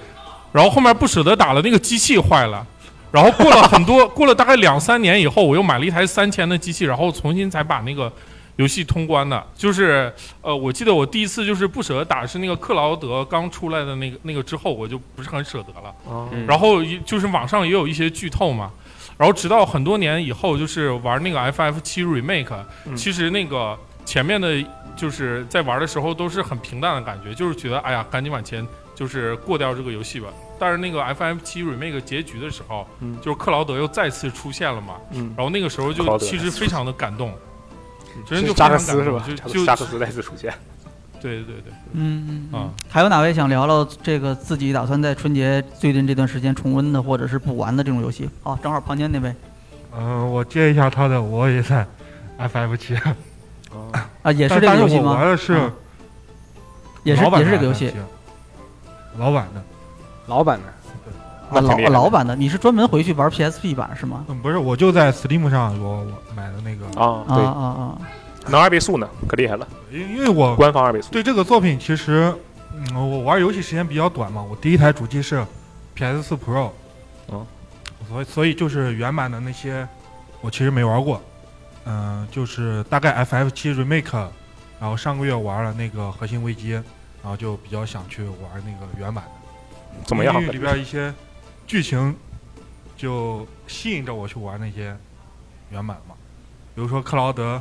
H: 然后后面不舍得打了，那个机器坏了。然后过了很多，过了大概两三年以后，我又买了一台三千的机器，然后重新才把那个游戏通关的。就是呃，我记得我第一次就是不舍得打是那个克劳德刚出来的那个那个之后，我就不是很舍得了。
C: 哦
B: 啊，
D: 嗯
H: 然后一就是网上也有一些剧透嘛，然后直到很多年以后，就是玩那个 FF 七 remake，、
B: 嗯
H: 其实那个前面的就是在玩的时候都是很平淡的感觉，就是觉得哎呀，赶紧往前就是过掉这个游戏吧。但是那个 FM 七 remake 结局的时候，
D: 嗯
H: 就是克劳德又再次出现了嘛，
D: 嗯，
H: 然后那个时候
B: 克劳
H: 就
B: 德
H: 其实非常的感动，真的
D: 是
H: 就非
D: 扎
H: 常感
D: 克斯是
H: 动
D: 吧？
H: 就就
B: 扎克斯再次出现，
H: 对对对，
A: 嗯嗯
H: 啊
A: 嗯。还有哪位想聊聊这个自己打算在春节最近这段时间重温的或者是补完的这种游戏？好，哦正好旁边那位
J: 嗯，我接一下他的，我也在 FF 七，
A: 啊，也是这
J: 但
A: 个
J: 但
A: 游戏
J: 是我玩
A: 吗？
J: 的是
A: 嗯也是
J: 老版
A: 也
J: 的
A: 是这个游戏
J: FF7，老版的，
D: 老版的，
A: 啊，老老版的。你是专门回去玩 PSP 版是吗？
J: 嗯，不是，我就在 Steam 上我我买的那个，
B: 啊
A: 啊啊啊！
B: 对，能二倍速呢，可厉害了，
J: 因因为我
B: 官方二倍速。
J: 对这个作品其实，嗯，我玩游戏时间比较短嘛，我第一台主机是 PS 四 Pro，
B: 哦
J: 所以所以就是原版的那些我其实没玩过，嗯、就是大概 FF 七 Remake，然后上个月玩了那个核心危机，然后就比较想去玩那个原版的，
B: 怎么样
J: 因为？里边一些剧情就吸引着我去玩那些原版嘛，比如说克劳德、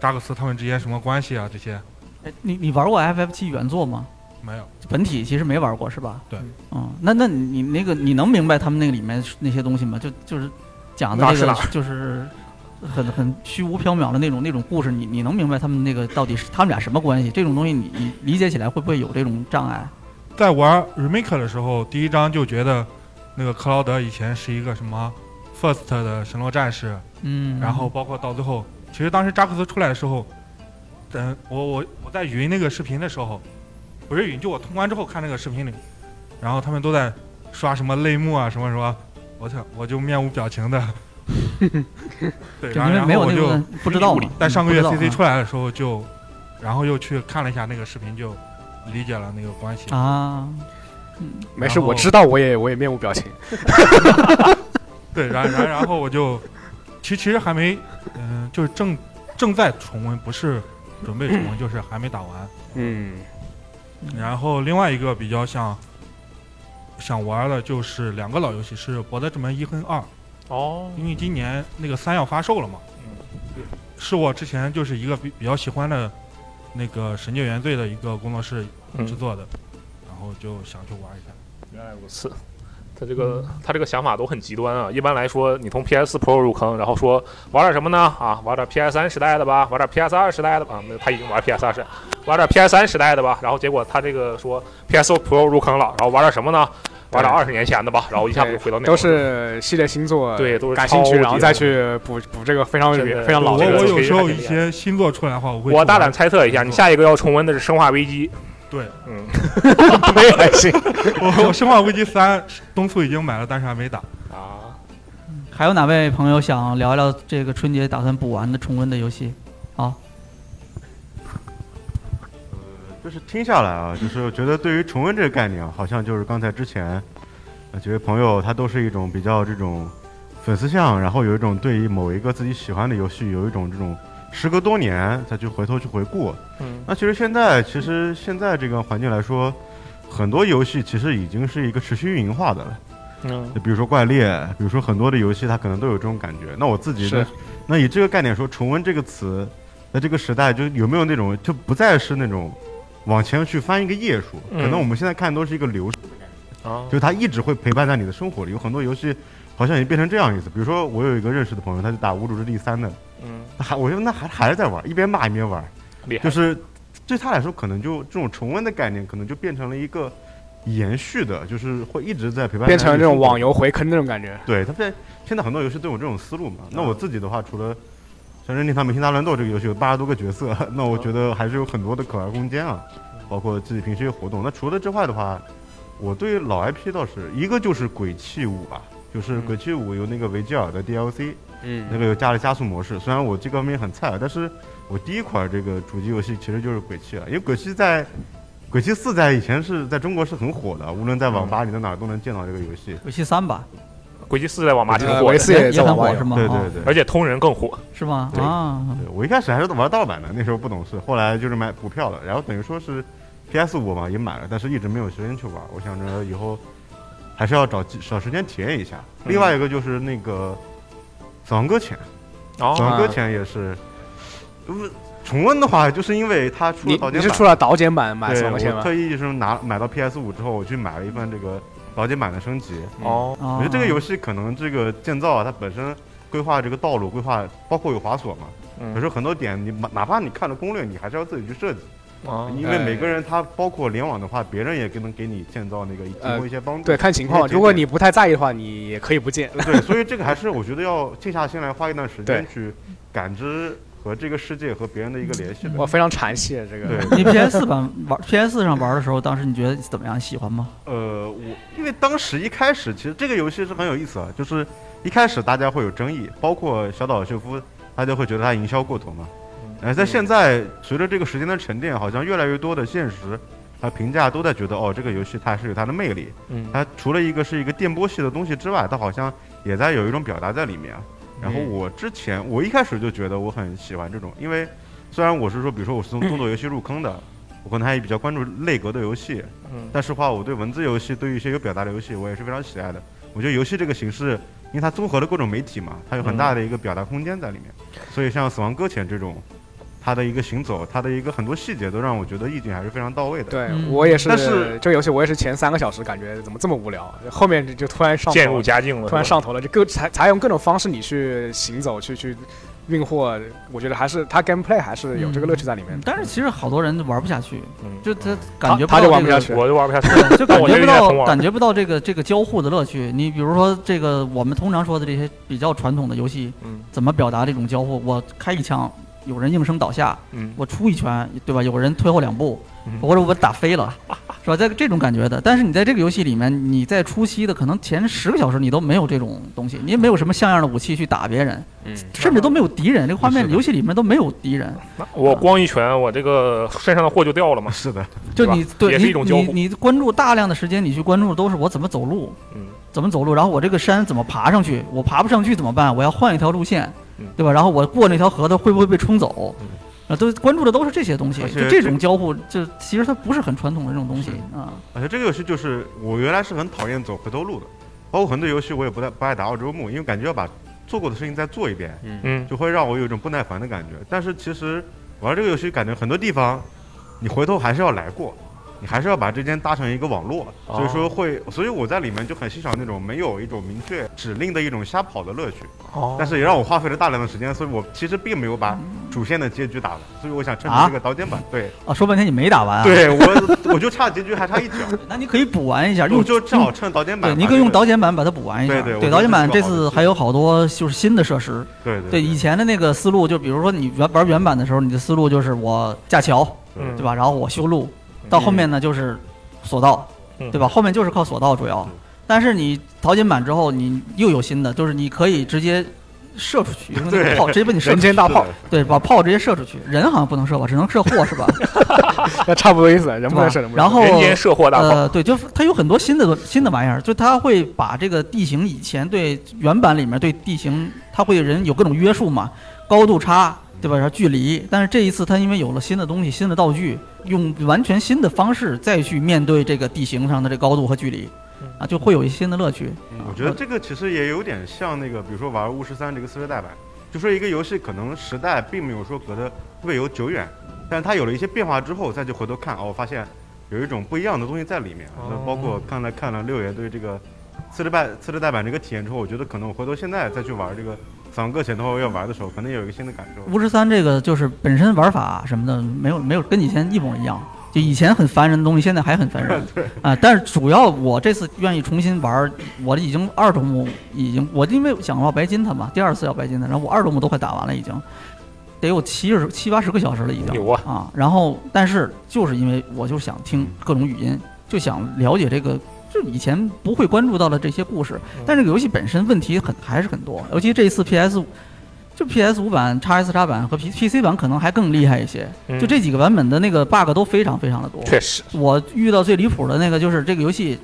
J: 扎克斯他们之间什么关系啊这些
A: 哎你你玩过 FF 七原作吗？
J: 没有。
A: 本体其实没玩过是吧？
J: 对。
A: 嗯，那那你那个你能明白他们那个里面那些东西吗？就就是讲的
B: 哪
A: 那
B: 是
A: 个
B: 哪
A: 就是很很虚无缥缈的那种那种故事，你你能明白他们那个到底是他们俩什么关系？这种东西你你理解起来会不会有这种障碍？
J: 在玩 remake 的时候，第一章就觉得那个克劳德以前是一个什么 first 的神罗战士，
A: 嗯
J: 然后包括到最后，其实当时扎克斯出来的时候，等我我我在云那个视频的时候，不是云，就我通关之后看那个视频里，然后他们都在刷什么泪目啊什么什么，我操，我就面无表 情的，对，
A: 就
J: 然
A: 因
J: 后
A: 为
J: 然
A: 没
J: 后
A: 有
J: 我
A: 那
J: 就
A: 个不知道嘛。
J: 在上个月
A: 不知道嗯
J: CC 出来的时候就，然后又去看了一下那个视频，就理解了那个关系。
A: 啊，
D: 没事，我知道，我也我也面无表情。
J: 对，然然然 后我就，其实其实还没，嗯、就是正正在重温，不是准备重温，就是还没打完。
D: 嗯，
J: 然后另外一个比较想想玩的就是两个老游戏是《博德之门一》和《二》，
B: 哦，
J: 因为今年那个三要发售了嘛，是我之前就是一个比比较喜欢的那个《神界原罪》的一个工作室制
B: 嗯，
J: 作的，然后就想去玩一下。
B: 原来如此。他这个他这个想法都很极端啊！一般来说，你从 PS Pro 入坑，然后说玩点什么呢？啊，玩点 PS 3时代的吧，玩点 PS 2时代的吧。啊没有，他已经玩 PS 2时代，玩点 PS 3时代的吧。然后结果他这个说 PS Pro 入坑了，然后玩点什么呢？玩点二十年前的吧。然后一下子就回到那个
D: 都是系列星座，
B: 对都是
D: 感兴
B: 超
D: 趣，
B: 级
D: 然后再
B: 的
D: 去补补这个非常
B: 真的
D: 非常
J: 我
D: 老
J: 我
D: 的
B: 这个
J: 有
B: 确实
J: 时候
B: 还挺
J: 一
B: 厉害
J: 些新作出来的话，我会
B: 我
J: 去
B: 大
J: 玩
B: 胆猜测一下，你下一个要重温的是《生化危机》。
J: 对，
B: 嗯，
D: 对，还行。
J: 我我生化危机三东速已经买了，但是还没打。
B: 啊，
A: 还有哪位朋友想聊聊这个春节打算补完的重温的游戏？啊
E: 就是听下来啊，就是我觉得对于重温这个概念啊，好像就是刚才之前呃几位朋友他都是一种比较这种粉丝向，然后有一种对于某一个自己喜欢的游戏有一种这种时隔多年再去回头去回顾。
B: 嗯，
E: 那其实现在其实现在这个环境来说，很多游戏其实已经是一个持续运营化的了。
B: 嗯
E: 就比如说怪猎，比如说很多的游戏，它可能都有这种感觉。那我自己
D: 是
E: 的，那以这个概念说，重温这个词，在这个时代就有没有那种就不再是那种往前去翻一个页数，
B: 嗯
E: 可能我们现在看都是一个流逝，
B: 啊
E: 就，是它一直会陪伴在你的生活里。有很多游戏好像也变成这样意思。比如说我有一个认识的朋友，他就打《无主之地三》的，
B: 嗯，
E: 他还我觉得那还还是在玩，一边骂一边玩。
B: 厉害，
E: 就是对他来说，可能就这种重温的概念，可能就变成了一个延续的，就是会一直在陪伴。
D: 变成这种网，游回坑那种感觉。
E: 对他现现在很多游戏都有这种思路嘛。
B: 嗯
E: 那我自己的话，除了像《任天堂明星大乱斗》这个游戏有八十多个角色，那我觉得还是有很多的可玩空间啊，包括自己平时一些活动。那除了之外的话，我对老 IP 倒是一个就是《鬼泣五》吧，
A: 嗯
E: 就是《鬼泣五》有那个维吉尔的 DLC，那
D: 嗯，
E: 个又加了加速模式。虽然我这个方面很菜，但是我第一款这个主机游戏其实就是《鬼泣》了，因为《鬼泣》在《鬼泣四》在以前是在中国是很火的，无论在网吧里的哪儿都能见到这个游戏。
A: 游戏三吧，
B: 《鬼泣四》在网吧挺
D: 呃
B: 火的，
D: 维斯
A: 也
D: 在
A: 也很
D: 网吧
A: 火
D: 有
A: 是吗？
E: 对
A: 啊
E: 对对。
B: 而且通人更火。
A: 是吗？
E: 对
A: 啊，
E: 对我一开始还是玩盗版的，那时候不懂事，后来就是买股票了，然后等于说是 PS 五嘛也买了，但是一直没有时间去玩。我想着以后还是要找机找时间体验一下。
B: 嗯
E: 另外一个就是那个《死亡搁浅》，《死
B: 哦，
E: 亡搁浅》也是，呃不重温的话，就是因为它出了
D: 你
E: 导
D: 你
E: 剪
D: 是
E: 版
D: 出。了导剪版买
E: 对，
D: 什么
E: 我
D: 线吗
E: 特？意就是拿买到 PS 五之后，我去买了一份这个老姐版的升级。
B: 哦，
E: 我觉得这个游戏可能这个建造啊，它本身规划这个道路规划，包括有滑索嘛。有时
B: 嗯，
E: 候很多点你哪哪怕你看了攻略，你还是要自己去设计，
B: 啊，
E: 因为
D: 哎
E: 每个人他包括联网的话，别人也能给你建造那个提供一些帮助。
D: 呃对，看情
E: 对
D: 况。
E: 对
D: 如果
E: 对
D: 你不太在意的话，你也可以不见。
E: 呃对，所以这个还是我觉得要静下心来，花一段时间
D: 对
E: 去感知和这个世界和别人的一个联系的。
D: 我非常馋谢这个。
E: 对，
A: 你 PS 版玩 PS 上玩的时候，当时你觉得怎么样？喜欢吗？
E: 呃，我因为当时一开始其实这个游戏是很有意思啊，就是一开始大家会有争议，包括小岛秀夫，他就会觉得他营销过头嘛。
K: 嗯
E: 呃，在现在随着这个时间的沉淀，好像越来越多的现实和评价都在觉得哦，这个游戏它是有它的魅力。
B: 嗯
E: 它除了一个是一个电波系的东西之外，它好像也在有一种表达在里面啊。然后
B: 嗯
E: 我之前我一开始就觉得我很喜欢这种，因为虽然我是说，比如说我是从动作游戏入坑的，我可能还比较关注类格的游戏，
B: 嗯
E: 但是话，我对文字游戏，对于一些有表达的游戏，我也是非常喜爱的。我觉得游戏这个形式，因为它综合了各种媒体嘛，它有很大的一个表达空间在里面。所以像《死亡搁浅》这种，它的一个行走，它的一个很多细节都让我觉得意境还是非常到位的。
D: 对
G: 嗯
D: 哎我也是，
E: 但是
D: 这个游戏我也是前三个小时感觉怎么这么无聊，后面就就突然上
B: 渐
D: 头
B: 入
D: 了
B: 佳境了，
D: 突然
B: 是吧
D: 上头了，就各采采用各种方式你去行走去去运货，我觉得还是它 gameplay 还是有这个乐趣在里面的。
A: 嗯但是其实好多人玩不下去，
B: 嗯
A: 就他感觉
D: 他他就
A: 到
D: 玩
A: 这
D: 不
A: 个
D: 下去
B: 我就玩不下去，
A: 对，就感
B: 我觉
A: 觉不
B: 得应该重
A: 到
B: 玩
A: 感觉不到这个这个交互的乐趣。你比如说这个我们通常说的这些比较传统的游戏，
B: 嗯
A: 怎么表达这种交互？我开一枪，有人应声倒下，
B: 嗯，
A: 我出一拳，对吧？有人退后两步
B: 嗯，
A: 或者我打飞了，是吧？在这种感觉的。但是你在这个游戏里面，你在初期的可能前十个小时你都没有这种东西，你也没有什么像样的武器去打别人，
D: 嗯，
A: 甚至都没有敌人。这个画面
E: 是的
A: 游戏里面都没有敌人，
B: 那我光一拳，我这个身上的货就掉了嘛。
E: 是的，
A: 就
B: 对吧
A: 你对
B: 也是一种交
A: 你
B: 互
A: 你你关注大量的时间，你去关注的都是我怎么走路，
B: 嗯，
A: 怎么走路，然后我这个山怎么爬上去？我爬不上去怎么办？我要换一条路线
B: 嗯，
A: 对吧？然后我过那条河的会不会被冲走
B: 嗯？
A: 啊，都关注的都是这些东西
E: 而，且
A: 就这
E: 这
A: 种交互，就其实它不是很传统的这种东西啊。
E: 而且这个游戏就是我原来是很讨厌走回头路的，包括很多游戏我也不太不爱打澳洲目，因为感觉要把做过的事情再做一遍，
B: 嗯，
E: 就会让我有一种不耐烦的感觉。但是其实玩这个游戏，感觉很多地方你回头还是要来过，你还是要把之间搭成一个网络，
B: 哦
E: 所以说会，所以我在里面就很欣赏那种没有一种明确指令的一种瞎跑的乐趣。
B: 哦
E: 但是也让我花费了大量的时间，所以我其实并没有把主线的结局打完，所以我想趁着
A: 啊
E: 这个导剪版，对
A: 啊，说半天你没打完啊？，
E: 对， 我我就差结局还差一脚，
A: 那你可以补完一下，
E: 我
A: 用
E: 就正好趁导剪版把
A: 对，
E: 这个，
A: 你可以用导剪版把它补完一下。
E: 对对我觉得
A: 导剪版
E: 这
A: 这
E: 是个好的
A: 次
E: 事
A: 还有好多就是新的设施。
E: 对对
A: 对以前的那个思路，就比如说你原玩原版的时候，你的思路就是我架桥，
B: 嗯
A: 对吧？然后我修路，到后面呢就是索道，
B: 嗯
A: 对吧？后面就是靠索道主要
E: 嗯。
A: 但是你淘金版之后，你又有新的，就是你可以直接射出去，用那个
E: 对
A: 炮直接把你射
D: 人
A: 出去
D: 间大炮，
A: 对，把炮直接射出去。人好像不能射吧，只能射货是吧？
D: 那差不多意思，人
A: 是
D: 不能
A: 吧
D: 省，人？不能
A: 然后
B: 人间社祸大炮，
A: 呃，对，就是它有很多新的新的玩意儿，就它会把这个地形以前对原版里面对地形，它会人有各种约束嘛，高度差，对吧？然后距离，但是这一次它因为有了新的东西、新的道具，用完全新的方式再去面对这个地形上的这高度和距离，啊，就会有一些新的乐趣。
E: 嗯
A: 啊
E: 我觉得这个其实也有点像那个，比如说玩《巫师三》这个四十代版，就说一个游戏可能时代并没有说隔得特别有久远，但是它有了一些变化之后，再去回头看，哦，发现有一种不一样的东西在里面。那
B: 哦
E: 包括看了看了六爷对这个四十代四十代版这个体验之后，我觉得可能我回头现在再去玩这个《死亡搁浅》的话，要玩的时候，可能有一个新的感受。
A: 巫师呃三这个就是本身玩法啊什么的没有没有跟以前一模一样，就以前很烦人的东西，现在还很 烦人。啊、但是主要我这次愿意重新玩儿，我已经二周目已经，我因为想要白金它嘛，第二次要白金它，然后我二周目都快打完了，已经得有七十七八十个小时了，已经
B: 有啊，
A: 啊。然后但是就是因为我就想听各种语音，就想了解这个。就以前不会关注到的这些故事，但这个游戏本身问题很还是很多，尤其这一次 PS 就 PS 五版、x S 叉版和 P PC 版可能还更厉害一些。
B: 嗯
A: 就这几个版本的那个 bug 都非常非常的多。
B: 确实，
A: 我遇到最离谱的那个就是这个游戏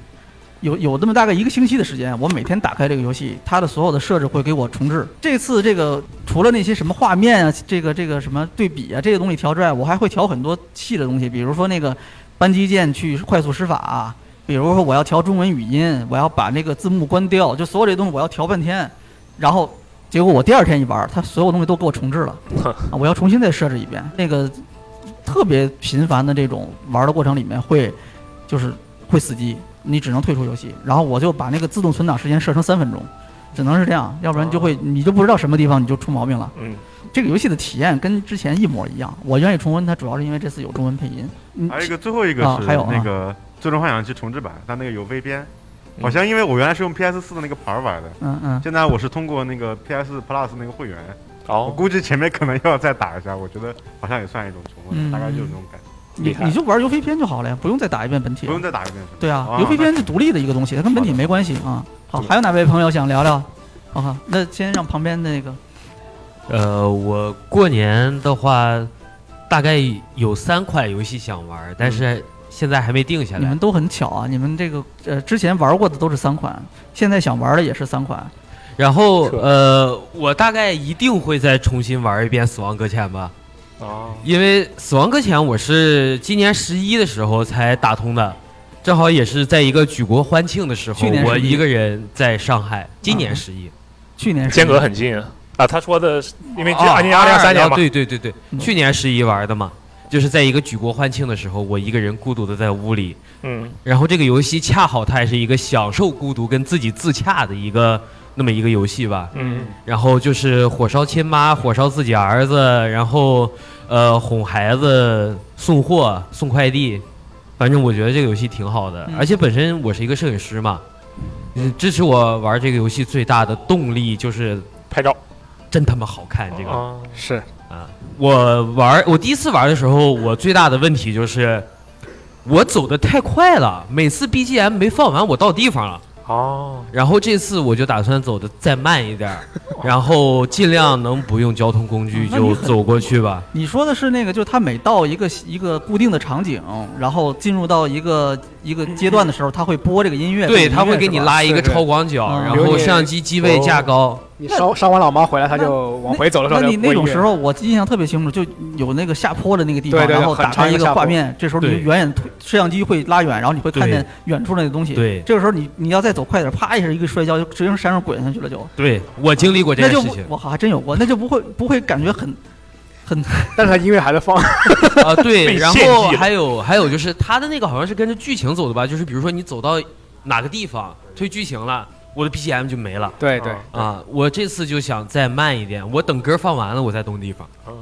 A: 有有这么大概一个星期的时间，我每天打开这个游戏，它的所有的设置会给我重置。这次这个除了那些什么画面啊、这个这个什么对比啊这些东西调之外，我还会调很多细的东西，比如说那个扳机键去快速施法啊、比如说我要调中文语音，我要把那个字幕关掉，就所有这些东西我要调半天，然后结果我第二天一玩，它所有东西都给我重置 了，啊我要重新再设置一遍。那个特别频繁的这种玩的过程里面会，就是会死机，你只能退出游戏。然后我就把那个自动存档时间设成三分钟，只能是这样，要不然就
E: 哦
A: 会你就不知道什么地方你就出毛病了。
B: 嗯，
A: 这个游戏的体验跟之前一模一样。我愿意重温它，主要是因为这次有中文配音。嗯
E: 还有一个最后一个
A: 啊
E: 是
A: 还有啊
E: 那个《最终幻想七》重置版，它那个有微编，好像因为我原来是用 PS 四的那个盘儿玩的，
A: 嗯嗯，
E: 现在我是通过那个 PS Plus 那个会员，我
B: 哦，
E: 估计前面可能要再打一下，我觉得好像也算一种重温，大概就是这种感觉，
A: 嗯你
B: 厉害
A: 你就玩游飞篇就好了呀，不用再打一遍本体
E: 不。用再打一遍。
A: 对啊，游
E: 游
A: 飞篇是独立的一个东西，它跟本体没关系啊。好，还有哪位朋友想聊聊？好好，那先让旁边那个
G: 呃，我过年的话，大概有三款游戏想玩，但是现在还没定下
A: 你
G: 来
A: 们。都很巧啊，你们这个呃之前玩过的都是三款，现在想玩的也是三款。
G: 然后
B: 是
G: 呃，我大概一定会再重新玩一遍《死亡搁浅》吧，
B: 哦，
G: 因为《死亡搁浅》我是今年十一的时候才打通的，正好也是在一个举国欢庆的时候
A: 去年，11
G: 我一个人在上海，今
A: 啊
G: 年十一。
A: 去年是
B: 间隔很近啊。啊他说的是，因为这
G: 啊，
B: 二零二零三年嘛，
G: 对对对对，
A: 嗯
G: 去年十一玩的嘛，就是在一个举国欢庆的时候，我一个人孤独的在屋里，
B: 嗯，
G: 然后这个游戏恰好它也是一个享受孤独跟自己自洽的一个那么一个游戏吧。
B: 嗯，
G: 然后就是火烧亲妈，火烧自己儿子，然后呃哄孩子、送货、送快递，反正我觉得这个游戏挺好的。
A: 嗯
G: 而且本身我是一个摄影师嘛，嗯支持我玩这个游戏最大的动力就是
B: 拍照
G: 真他妈好看这个。
B: 啊，
D: 哦是
G: 我玩儿我第一次玩儿的时候，我最大的问题就是我走的太快了，每次 BGM 没放完，我到地方了。
B: 哦，
G: 然后这次我就打算走的再慢一 点儿，然后尽量能不用交通工具
A: 啊那你
G: 就
A: 很
G: 走过去吧。
A: 你说的是那个，就是他每到一个一个固定的场景，然后进入到一个一个阶段的时候，他会播这个音乐。这
G: 对，
A: 个
G: 他
A: 音乐
G: 会给你
A: 是吧
G: 拉一个
D: 是是
G: 超广角，
A: 嗯
G: 然
D: 比如
G: 后
D: 你
G: 相机机位架高。
D: 你捎捎完老妈回来，他
A: 那
D: 就往回走的时候
A: 那
D: 就
A: 你
D: 播
A: 那种
D: 音乐
A: 时候，我印象特别清楚，就有那个下坡的那个地方，
D: 对对对
A: 然后
D: 很
A: 打
D: 长
A: 开
D: 一
A: 一
D: 个
A: 个
D: 下坡
A: 画面，这时候你
G: 对
A: 远远推摄像机会拉远，然后你会看见远处那个东西。
G: 对
A: 这个时候你你要再走快点，啪一下一个摔跤，就直接从山上滚下去了就，
G: 对我经历过这
A: 那
G: 件
A: 就
G: 事
A: 不
G: 情
A: 我靠还真有过，那就不会不会感觉很 很
D: 但是他音乐还 在放，
G: 啊，对，
B: 被
G: 然
B: 献
G: 后
B: 祭了
G: 还有还有就是他的那个好像是跟着剧情走的吧，就是比如说你走到哪个地方推剧情了，我的 BGM 就没了。
D: 对对，
G: 啊，我这次就想再慢一点，我等歌放完了我再动地方。
B: 嗯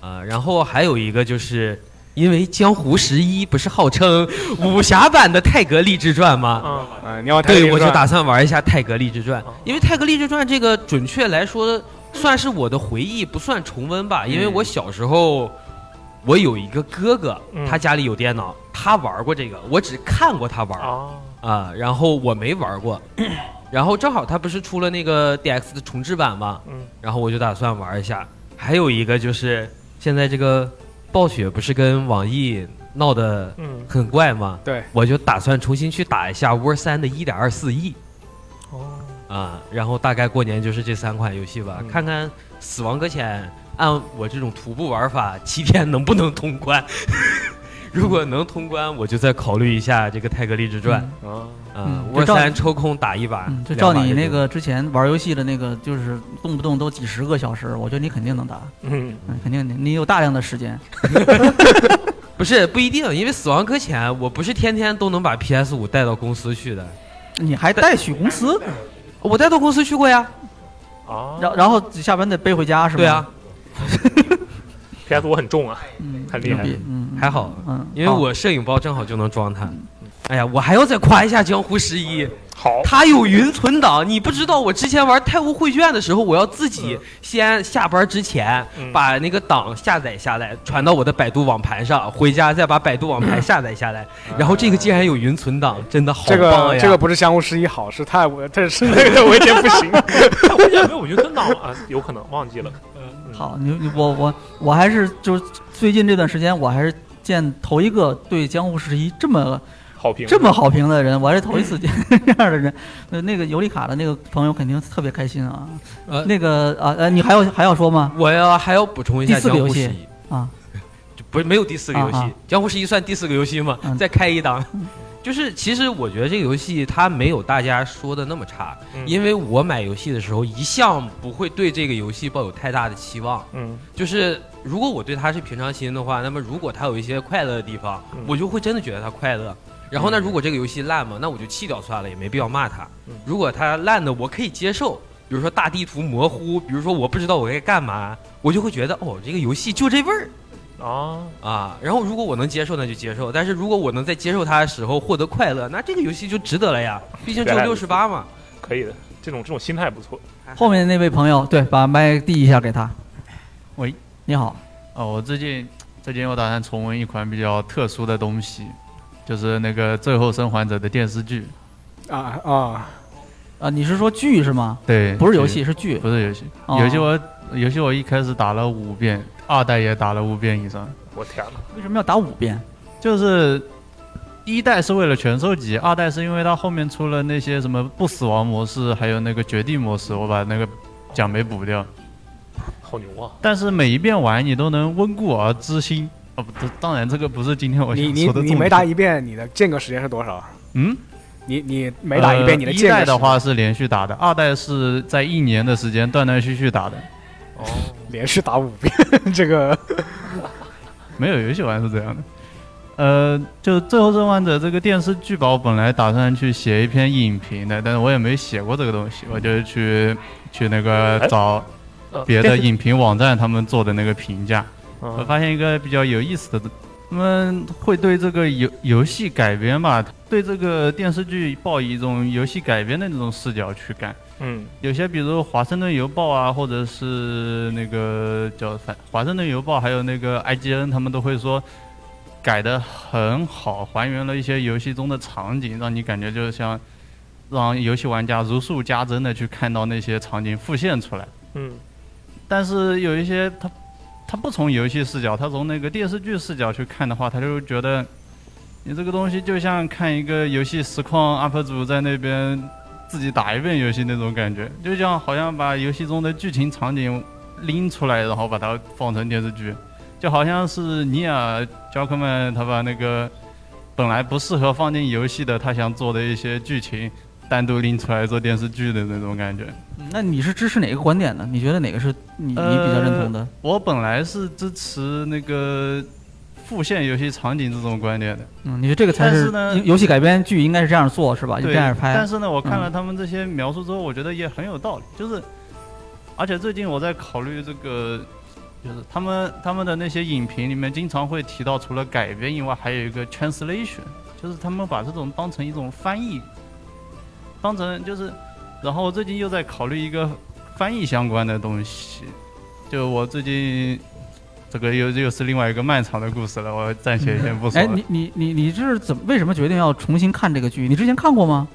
G: 啊，然后还有一个就是。因为《江湖十一》不是号称武侠版的《泰格励志传》吗？
B: 嗯，
D: 嗯，你要太
G: 对，
D: 厉
G: 我就
D: 害
G: 打算玩一下《泰格励志传》
B: 哦，
G: 因为《泰格励志传》这个准确来说算是我的回忆，不算重温吧。因为我小时候，我有一个哥哥，
B: 嗯
G: 他家里有电脑，他玩过这个，我只看过他玩。
B: 哦，
G: 啊，然后我没玩过， 然后正好它不是出了那个 DX 的重置版嘛，
B: 嗯，
G: 然后我就打算玩一下。还有一个就是现在这个暴雪不是跟网易闹得
B: 嗯，
G: 很怪吗？
D: 对，
G: 我就打算重新去打一下 War 三的1 2 4 E
B: 哦，
G: 啊，然后大概过年就是这三款游戏吧，
B: 嗯
G: 看看《死亡搁浅》按我这种徒步玩法七天能不能通关。 如果能通关，我就再考虑一下这个《泰格励志传》。
B: 啊，
G: 啊
A: 嗯，
G: 我
A: 就照
G: 三抽空打一把
A: 嗯，，就
G: 两
A: 照
G: 把
A: 你
G: 也
A: 那
G: 行
A: 个之前玩游戏的那个，就是动不动都几十个小时，我觉得你肯定能打，
B: 嗯，
A: 嗯，肯定你你有大量的时间。
G: 不是不一定，因为《死亡搁浅》我不是天天都能把 PS 五带到公司去的，
A: 你还带去公司，
G: 我带到公司去过呀，
B: 啊，
A: 然然后下班再背回家是吧？
G: 对 啊，，
B: PS 我很重啊，
A: 嗯，
B: 很厉害
A: 牛逼嗯，
G: 还好，
A: 嗯，
G: 因为
A: 好嗯
G: 我摄影包正好就能装它。哎呀，我还要再夸一下江湖十一，
B: 好，
G: 它有云存档。你不知道，我之前玩《太湖绘卷》的时候，我要自
D: 嗯
G: 己先下班之前
B: 嗯
G: 把那个档下载下来，传到我的百度网盘上，回家再把百度网盘下载下来。然后这个竟然有云存档，真的好
D: 嗯这
G: 棒
D: 个
G: 呀！
D: 这个不是相互十一好，是太我这是那个我有点不行。
B: 但 我也没有云存档啊，有可能忘记了，嗯，
A: 好，你你我我我还是就是最近这段时间，我还是见头一个对江户十一这么
B: 好评
A: 这么好评的人，我还是头一次见 这样的人。呃那那个尤里卡的那个朋友肯定特别开心啊。
G: 呃
A: 那个啊呃，你还要还要说吗？
G: 我要还要补充一下
A: 第四个
G: 江
A: 游
G: 湖
A: 戏
G: 十一
A: 啊，
G: 就不是没有第四个游戏，
A: 啊啊
G: 江湖十一算第四个游戏吗？
A: 嗯
G: 再开一档， 就是其实我觉得这个游戏它没有大家说的那么差，
B: 嗯
G: 因为我买游戏的时候一向不会对这个游戏抱有太大的期望，
B: 嗯，
G: 就是如果我对它是平常心的话，那么如果它有一些快乐的地方，
B: 嗯
G: 我就会真的觉得它快乐。然后呢，如果这个游戏烂嘛，那我就弃掉算了，也没必要骂它
B: 嗯。
G: 如果它烂的我可以接受，比如说大地图模糊，比如说我不知道我该干嘛，我就会觉得哦，这个游戏就这味儿
B: 啊，
G: 啊。然后如果我能接受，那就接受；但是如果我能在接受它的时候获得快乐，那这个游戏就值得了呀，毕竟只有
B: 原来
G: 六
B: 如
G: 十
B: 此
G: 八嘛。
B: 可以的，这种这种心态不错。
A: 后面那位朋友，对，把麦递一下给他。
K: 喂，
A: 你好，
K: 哦，我最近最近我打算重温一款比较特殊的东西，就是那个《最后生还者》的电视剧。
D: 啊啊，
A: 啊，你是说剧是吗？
K: 对，
A: 不是游
K: 剧
A: 戏，是剧。
K: 不是游戏，
A: 哦
K: 游戏我游戏我一开始打了五遍，二代也打了五遍以上。
B: 我天啊哪，
A: 为什么要打五遍？
K: 就是一代是为了全收集，二代是因为它后面出了那些什么不死亡模式，还有那个绝地模式，我把那个奖没补掉。
B: 好牛啊！
K: 但是每一遍玩你都能温故而知新。哦，不，这当然这个不是今天我想
D: 你
K: 说的重
D: 你你
K: 点
D: 每打一遍，你的间隔时间是多少？
K: 嗯，
D: 你你每打一遍，你的
K: 呃、一
D: 间隔
K: 代
D: 时
K: 的
D: 间
K: 话是连续打的，二代是在一年的时间断断续续打的。
D: 连续打五遍， 这个
K: 没有游戏玩是这样的。呃，就《最后生还者》这个电视剧吧，我本来打算去写一篇影评的，但是我也没写过这个东西，我就去去那个
B: 哎
K: 找
B: 呃
K: 别
B: 电
K: 的
B: 视
K: 影评网站他们做的那个评价，我
B: 嗯
K: 发现一个比较有意思的东，他们会对这个游游戏改编吧，对这个电视剧抱以一种游戏改编的那种视角去看。
B: 嗯，
K: 有些比如《华盛顿邮报》啊，或者是那个叫反《华盛顿邮报》，还有那个 IGN，他们都会说改的很好，还原了一些游戏中的场景，让你感觉就像让游戏玩家如数家珍的去看到那些场景复现出来。
B: 嗯，
K: 但是有一些他他不从游戏视角，他从那个电视剧视角去看的话，他就觉得你这个东西就像看一个游戏实况 UP 主在那边自己打一遍游戏那种感觉，就像好像把游戏中的剧情场景拎出来，然后把它放成电视剧，就好像是尼尔乔克曼他把那个本来不适合放进游戏的他想做的一些剧情。单独拎出来做电视剧的那种感觉，
A: 嗯那你是支持哪个观点呢？你觉得哪个是你你比较认同的？
K: 呃我本来是支持那个复现游戏场景这种观点的，
A: 嗯，你觉得这个才
K: 但是
A: 是
K: 呢
A: 游游戏改编剧应该是这样做是吧？就
K: 对
A: 这样
K: 但
A: 拍。
K: 是呢，我看
A: 嗯
K: 了他们这些描述之后，我觉得也很有道理。就是，而且最近我在考虑这个，就是他们他们的那些影评里面经常会提到，除了改编以外，还有一个 translation，就是他们把这种当成一种翻译，当成就是，然后我最近又在考虑一个翻译相关的东西，就我最近。这个又又是另外一个漫长的故事了，我暂且先不说
A: 哎，
K: 了。
A: 你你你你这是怎么为什么决定要重新看这个剧？你之前看过吗？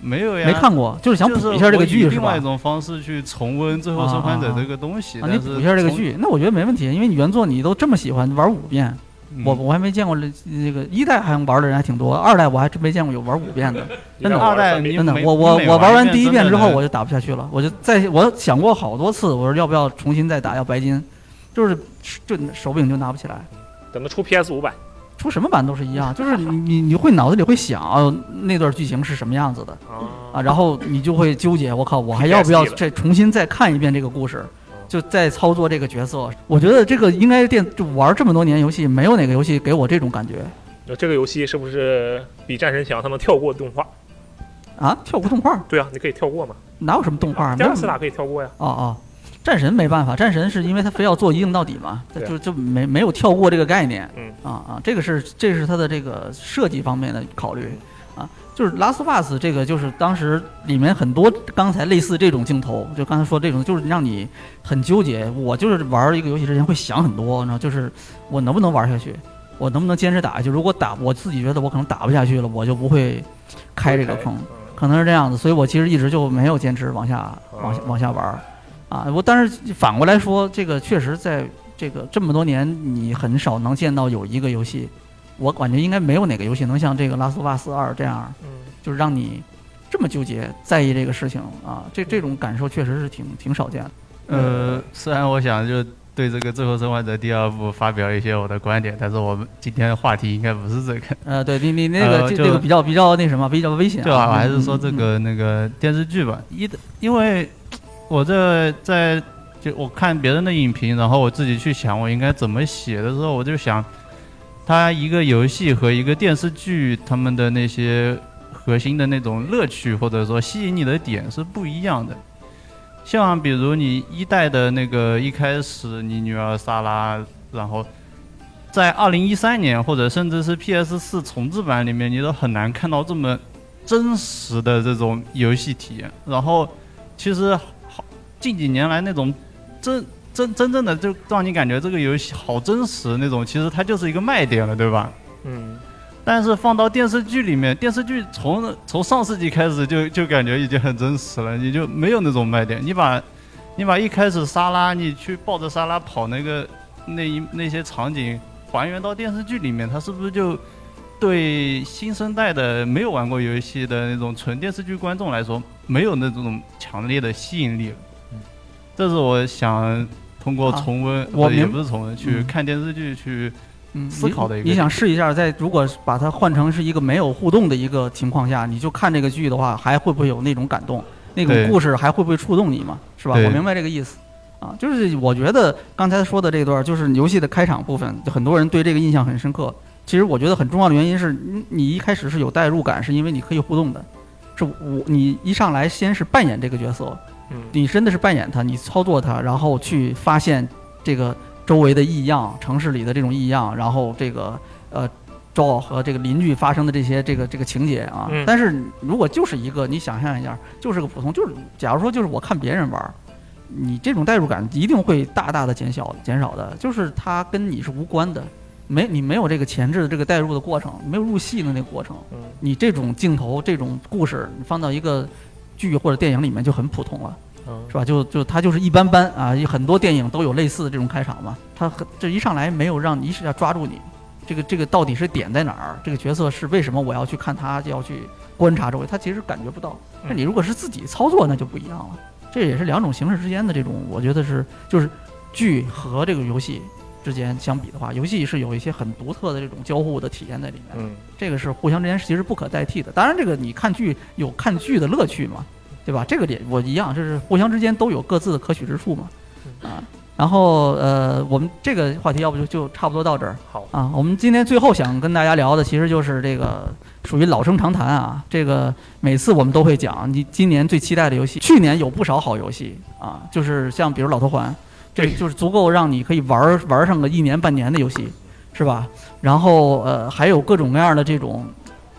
K: 没有呀？
A: 没看过，就是想
K: 就是
A: 补一下这个
K: 我
A: 剧
K: 以另外
A: 吧
K: 一？种方式去重温《最后生还者》这个东西，
A: 啊，
K: 但
A: 你
K: 是
A: 补一下这个剧，那我觉得没问题，因为你原作你都这么喜欢，玩五遍，
K: 从。
A: 我我还没见过这这个一代还玩的人还挺多，二代我还真没见过有玩五遍的。 真的
K: 二代你
A: 真的
K: 每，
A: 我我
K: 每
A: 我玩
K: 玩
A: 完第一遍之后，
K: 真的
A: 我就打不下去了，我就再我想过好多次，我说要不要重新再打，要白金，就是就手柄就拿不起来，
B: 等它出 PS 五版，
A: 出什么版都是一样， 就是你你你会脑子里会想、哦、那段剧情是什么样子的啊，
B: 啊，
A: 然后你就会纠结，我靠，我还要不要再重新再看一遍这个故事，就再操作这个角色？我觉得这个应该电就玩这么多年游戏，没有哪个游戏给我这种感觉
B: 这个游戏是不是比战神强？它能跳过动画？
A: 啊！跳过动画啊
B: 对啊，你可以跳过嘛。
A: 哪有什么动画？没
B: 加
A: 有
B: 尔斯塔可以跳过呀。
A: 哦哦，战神没办法，战神是因为他非要做一硬到底嘛，他就就没没有跳过这个概念。
B: 嗯
A: 啊啊，这个是这是他的这个设计方面的考虑啊，就是《Last of Us》这个就是当时里面很多刚才类似这种镜头，就刚才说这种就是让你很纠结。我就是玩一个游戏之前会想很多，然后就是我能不能玩下去。我能不能坚持打下去？如果打，我自己觉得我可能打不下去了，我就不会开这个坑。
B: 嗯
A: 可能是这样子，所以我其实一直就没有坚持往下往下
B: 啊
A: 往下玩儿，啊，我但是反过来说，这个确实在这个这么多年，你很少能见到有一个游戏，我感觉应该没有哪个游戏能像这个《拉斯瓦斯二》这样，
B: 嗯，
A: 就是让你这么纠结在意这个事情啊，这这种感受确实是挺挺少见的。
K: 呃，虽然我想就对这个《最后生还者》第二部发表一些我的观点，但是我们今天的话题应该不是这个，
A: 呃，对你你那个、
K: 呃
A: 这
K: 就
A: 这个比较比较那什么，比较危险、啊。
K: 对吧？我还是
A: 嗯
K: 说这。
A: 嗯嗯
K: 个那个电视剧吧，一的，因为我这在就我看别人的影评，然后我自己去想我应该怎么写的时候，我就想，它一个游戏和一个电视剧，他们的那些核心的那种乐趣或者说吸引你的点是不一样的。像比如你一代的那个一开始，你女儿莎拉，然后在二零一三年或者甚至是 PS 四重置版里面，你都很难看到这么真实的这种游戏体验。然后其实好近几年来那种真真真正的就让你感觉这个游戏好真实那种，其实它就是一个卖点了，对吧？
B: 嗯，
K: 但是放到电视剧里面，电视剧从从上世纪开始就就感觉已经很真实了，你就没有那种卖点。你把，你把一开始莎拉，你去抱着莎拉跑那个那一那些场景还原到电视剧里面，它是不是就对新生代的没有玩过游戏的那种纯电视剧观众来说，没有那种强烈的吸引力了？这是我想通过
A: 嗯啊
K: 重温，
A: 我
K: 呃也
A: 明
K: 不是重温，去
A: 嗯
K: 看电视剧去
A: 嗯
K: 思考的一个
A: 你。你
K: 点
A: 想试一下，在如果把它换成是一个没有互动的一个情况下，你就看这个剧的话，还会不会有那种感动？那种
K: 对
A: 故事还会不会触动你嘛？是吧？
K: 对
A: 我明白这个意思。啊，就是我觉得刚才说的这段，就是游戏的开场部分，很多人对这个印象很深刻。其实我觉得很重要的原因是你你一开始是有代入感，是因为你可以互动的，是我你一上来先是扮演这个角色，
B: 嗯
A: 你真的是扮演它，你操作它，然后去发现这个周围的异样，城市里的这种异样，然后这个呃。赵和这个邻居发生的这些这个这个情节啊，
B: 嗯
A: 但是如果就是一个你想象一下，就是个普通，就是假如说就是我看别人玩儿，你这种代入感一定会大大的减小减少的，就是它跟你是无关的，没你没有这个前置的这个代入的过程，没有入戏的那个过程，
B: 嗯
A: 你这种镜头这种故事，你放到一个剧或者电影里面就很普通了。
B: 嗯
A: 是吧？就就它就是一般般啊，有很多电影都有类似的这种开场嘛。它很这一上来没有让你一下抓住你，这个这个到底是点在哪儿？这个角色是为什么我要去看他，就要去观察周围？他其实感觉不到。那你如果是自己操作，那就不一样了。这也是两种形式之间的这种，我觉得是就是剧和这个游戏之间相比的话，游戏是有一些很独特的这种交互的体验在里面。
B: 嗯，
A: 这个是互相之间其实不可代替的。当然，这个你看剧有看剧的乐趣嘛，对吧？这个点我一样，就是互相之间都有各自的可取之处嘛，啊。然后呃，我们这个话题要不就就差不多到这儿
B: 好，
A: 啊。我们今天最后想跟大家聊的，其实就是这个属于老生常谈啊。这个每次我们都会讲，你今年最期待的游戏，去年有不少好游戏啊，就是像比如老头环，这
B: 对
A: 就是足够让你可以玩儿玩上个一年半年的游戏，是吧？然后呃，还有各种各样的这种，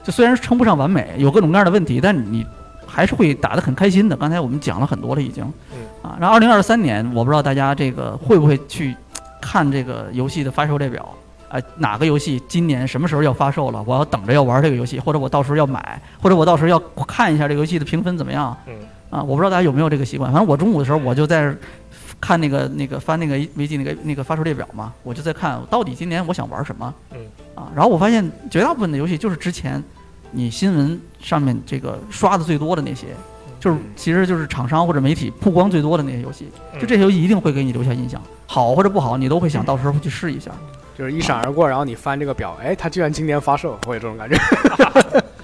A: 就虽然称不上完美，有各种各样的问题，但你还是会打得很开心的。刚才我们讲了很多了，已经。
B: 嗯
A: 啊，然后二零二三年，我不知道大家这个会不会去看这个游戏的发售列表。哎，哪个游戏今年什么时候要发售了？我要等着要玩这个游戏，或者我到时候要买，或者我到时候要看一下这个游戏的评分怎么样。
B: 嗯，
A: 啊，我不知道大家有没有这个习惯，反正我中午的时候我就在这儿看那个那个翻那个微信那个那个发售列表嘛，我就在看到底今年我想玩什么。
B: 嗯，
A: 啊，然后我发现绝大部分的游戏就是之前你新闻上面这个刷的最多的那些，
B: 嗯
A: 就是其实就是厂商或者媒体曝光最多的那些游戏，就这些游戏一定会给你留下印象，好或者不好你都会想到时候去试一下。
B: 嗯
D: 就是一闪而过，然后你翻这个表，哎，它居然今年发售，会有这种感觉。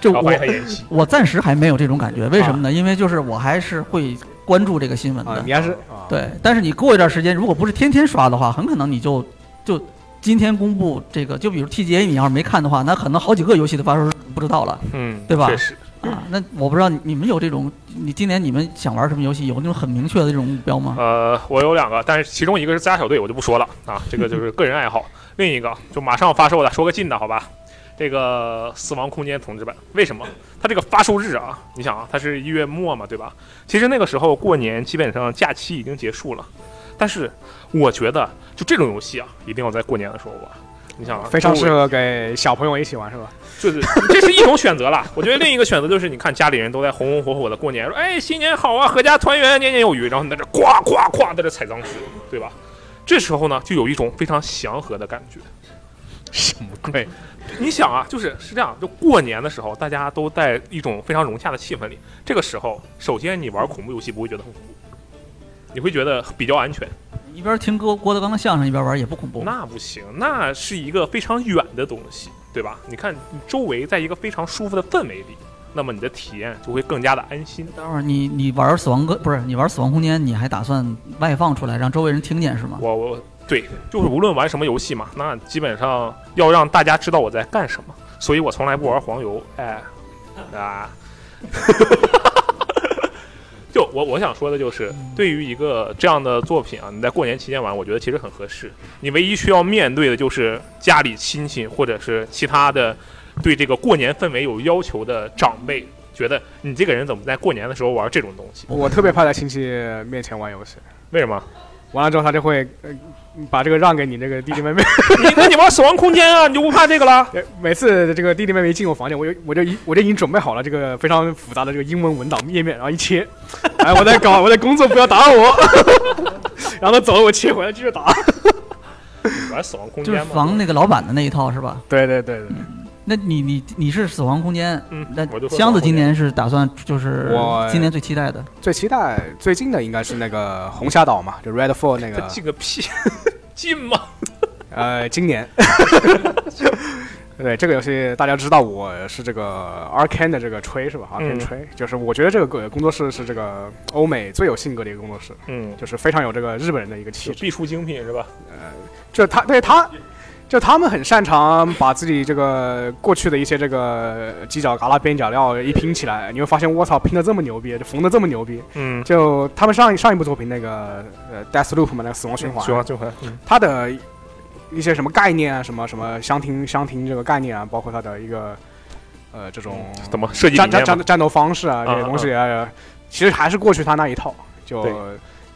A: 就
B: 然后
A: 我
B: 发现它延期，
A: 我暂时还没有这种感觉，为什
B: 啊
A: 么呢？因为就是我还是会关注这个新闻
D: 啊
A: 的，
D: 你。还是啊，
A: 对，但是你过一段时间，如果不是天天刷的话，很可能你就就今天公布这个，就比如 TGA，你要是没看的话，那可能好几个游戏的发售日不知道了。
B: 嗯，
A: 对吧
B: 确实，
A: 啊，那我不知道你们有这种，你今年你们想玩什么游戏，有那种很明确的这种目标吗？
B: 呃，我有两个，但是其中一个是自家小队，我就不说了啊，这个就是个人爱好。另一个就马上发售的，说个近的好吧？这个《死亡空间》同志版，为什么？它这个发售日啊，你想啊，它是一月末嘛，对吧？其实那个时候过年基本上假期已经结束了，但是我觉得就这种游戏啊，一定要在过年的时候玩。你想啊，
D: 非常
B: 周围
D: 适合给小朋友一起玩，是吧？
B: 就是这是一种选择啦。我觉得另一个选择就是，你看家里人都在红红火火的过年，说哎新年好啊，阖家团圆，年年有余，然后你在这呱呱呱在这踩脏屎，对吧？这时候呢，就有一种非常祥和的感觉。
D: 什么鬼？
B: 你想啊，就是是这样，就过年的时候，大家都在一种非常融洽的气氛里。这个时候，首先你玩恐怖游戏不会觉得很恐怖，你会觉得比较安全。
A: 一边听郭郭德纲的相声一边玩也不恐怖。
B: 那不行，那是一个非常远的东西，对吧？你看你周围在一个非常舒服的氛围里，那么你的体验就会更加的安心。
A: 等会儿你你玩死亡哥不是你玩死亡空间，你还打算外放出来让周围人听见是吗？
B: 我我对，就是无论玩什么游戏嘛，那基本上要让大家知道我在干什么，所以我从来不玩黄油，哎，啊， 就我我想说的就是，
A: 嗯
B: 对于一个这样的作品啊，你在过年期间玩，我觉得其实很合适。你唯一需要面对的就是家里亲戚或者是其他的对这个过年氛围有要求的长辈，觉得你这个人怎么在过年的时候玩这种东西？
D: 我特 别怕在亲戚面前玩游戏，
B: 为什么？
D: 完了之后他就会、呃、把这个让给你这个弟弟妹妹。
B: 你那你玩《死亡空间》啊，你就不怕这个了？
D: 每次这个弟弟妹妹一进我房间，我就我就已我就已经准备好了这个非常复杂的这个英文文档页面，然后一切， 哎，我在搞我在工作，不要打扰我。 然后他走 了，我切回来继续打。
B: 玩《死亡空
A: 就
B: 间
A: 是》
B: 吗？
A: 防那个老板的那一套是吧？嗯
D: 对对对对，
A: 那你你你是死亡空间，
B: 嗯
A: 那
B: 我就说
A: 箱子
B: 死亡空
A: 今
B: 间
A: 年是打算就是
D: 我
A: 今年最期待的，
D: 最期待最近的应该是那个红霞岛嘛，就 Redfall 那
B: 他
D: 个，
B: 进个屁，进吗？
D: 呃，今年。对这个游戏，大家知道我是这个 Arcane 的这个吹是吧？Arcane
B: 嗯
D: 吹、就是我觉得这个工工作室是这个欧美最有性格的一个工作室，
B: 嗯，
D: 就是非常有这个日本人的一个气
B: 就
D: 质。
B: 必出精品是吧？
D: 呃就他对他，就他们很擅长把自己这个过去的一些这个犄角旮旯边角料一拼起来，你会发现我操拼的这么牛逼，就缝的这么牛逼。
B: 嗯，
D: 就他们上一上一部作品那个呃 Death Loop 嘛，那个死亡循环，
B: 循环循环，嗯
D: 它的一些什么概念啊，什么什么相庭相庭这个概念啊，包括它的一个呃这种
B: 嗯怎么设计理
D: 战战
B: 念
D: 战
B: 嘛？
D: 战斗方式啊，这些
B: 啊
D: 东西、呃其实还是过去他那一套，就
B: 对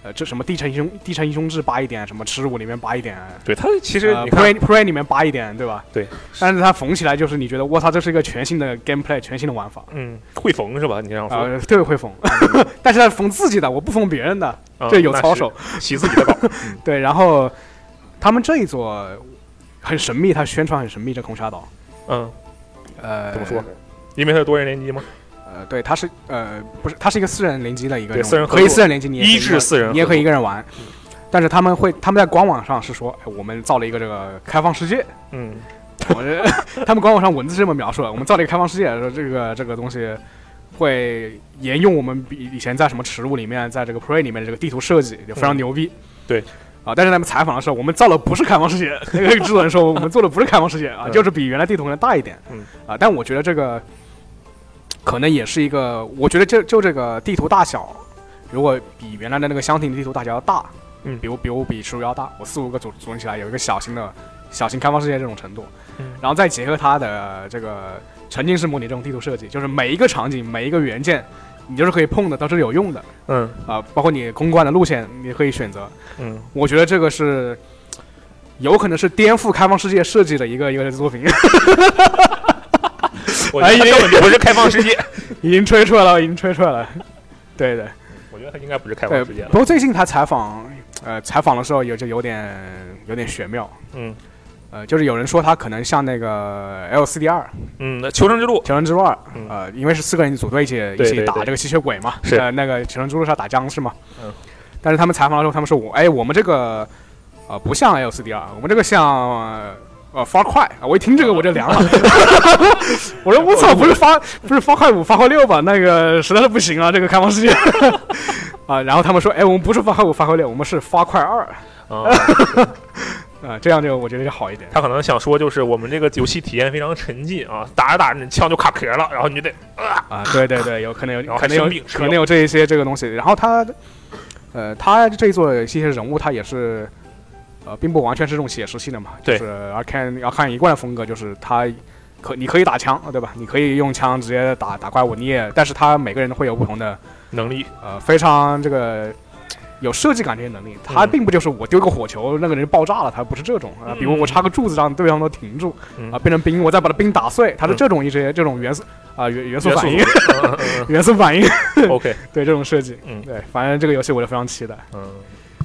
D: 呃这什么地城英雄地城英雄志扒一点，什么耻辱里面扒一点，
B: 对他其实
D: 呃
B: 你看
D: pray pray 里面扒一点，对吧？
B: 对。
D: 但是它缝起来就是你觉得我操，这是一个全新的 gameplay，全新的玩法。
B: 嗯，会缝是吧？你这样说，
D: 啊，特别会缝， 但是他缝自己的，我不缝别人的，
B: 啊
D: 这有操守。，
B: 那是 洗自己的稿。
D: 对，然后他们这一座很神秘，它宣传很神秘，这空沙岛。
B: 嗯，
D: 呃，
B: 怎么说？因为它有多人联机吗？
D: 呃，对，它是呃，不是，它是一个四人联机的一个
B: 对
D: 任务
B: 四人合
D: 可以
B: 作
D: 四人联机，你也可以
B: 一至四人
D: 你也可
B: 合
D: 以
B: 作
D: 一个人玩。但是他们会，他们在官网上是说，哎，我们造了一个这个开放世界。
B: 嗯，
D: 我这他们官网上文字是这么描述的，我们造了一个开放世界，说这个这个东西会沿用我们比以前在什么耻辱里面，在这个 Prey 里面的这个地图设计，就非常
B: 嗯
D: 牛逼。
B: 对。
D: 啊！但是他们采访的时候，我们造的不是开放世界。 那个制作人说，我们做的不是开放世界啊，
B: 嗯
D: 就是比原来地图上大一点。
B: 嗯。
D: 啊，但我觉得这个可能也是一个，我觉得就就这个地图大小，如果比原来的那个箱庭的地图大小要大，
B: 嗯
D: 比如比如比耻辱要大，我四五个组组成起来有一个小型的小型开放世界这种程度，
B: 嗯
D: 然后再结合它的这个沉浸式模拟这种地图设计，就是每一个场景每一个元件，你都是可以碰的，都是有用的
B: 嗯
D: 啊、包括你公关的路线，你可以选择。
B: 嗯，
D: 我觉得这个是 有可能是颠覆开放世界设计的一个一个作品，
B: 我觉得它根本就不是开放世界。
D: 已经吹出来了，已经吹出来了。对对
B: 我 觉得它应该不是开
D: 对，
B: 放世界
D: 不
B: 了。
D: 过最近他采访，呃，采访的时候也就有点有点玄妙。
B: 嗯
D: 呃，就是有人说他可能像那个 LCD 二
B: 嗯，那求生之路
D: 《求生之路二》
B: 嗯
D: 呃，因为是四个人组队一起一
B: 对
D: 起
B: 对
D: 打
B: 对
D: 这个吸血鬼嘛，
B: 是
D: 呃那个《求生之路》是要打僵尸嘛。
B: 嗯。
D: 但是他们采访的时候，他们说我哎，我们这个呃不像 LCD 二，我们这个像呃呃 Far Cry 啊。我一听这个我就 凉了，我说我操，不是发不是 Far Cry 五、Far Cry 六吧？那个实在是不行啊，这个开放世界。 啊，然后他们说，哎，我们不是 Far Cry 五、Far Cry 六，我们是 Far Cry 二
B: 啊，
D: 啊，这样就我觉得就好一点。
B: 他可能想说就是我们这个游戏体验非常沉浸啊，打着打着你枪就卡壳了，然后你就得
D: 啊，对对对，有可能
B: 然
D: 有，
B: 后
D: 可
B: 还
D: 能有
B: 生病，吃
D: 可能
B: 药
D: 有这一些这个东西。然后他，呃，他这一座一些人物，他也是，呃，并不完全是这种写实性的嘛，就
B: 对
D: 是要看要看一贯的风格，就是他可你可以打枪，对吧？你可以用枪直接打打怪物，你也，但是他每个人会有不同的，
B: 能力。
D: 呃，非常这个。有设计感这些能力，他
B: 嗯
D: 并不就是我丢个火球，那个人就爆炸了，他不是这种啊。比如我插个柱子让对方都停住，
B: 嗯
D: 啊，变成冰，我再把它冰打碎，它是
B: 嗯
D: 这种一些这种元素啊元元素
B: 元素
D: 反应，
B: 嗯嗯
D: 元素反应，
B: 嗯 OK，
D: 对这种设计，
B: 嗯
D: 对，反正这个游戏我就非常期待。
B: 嗯，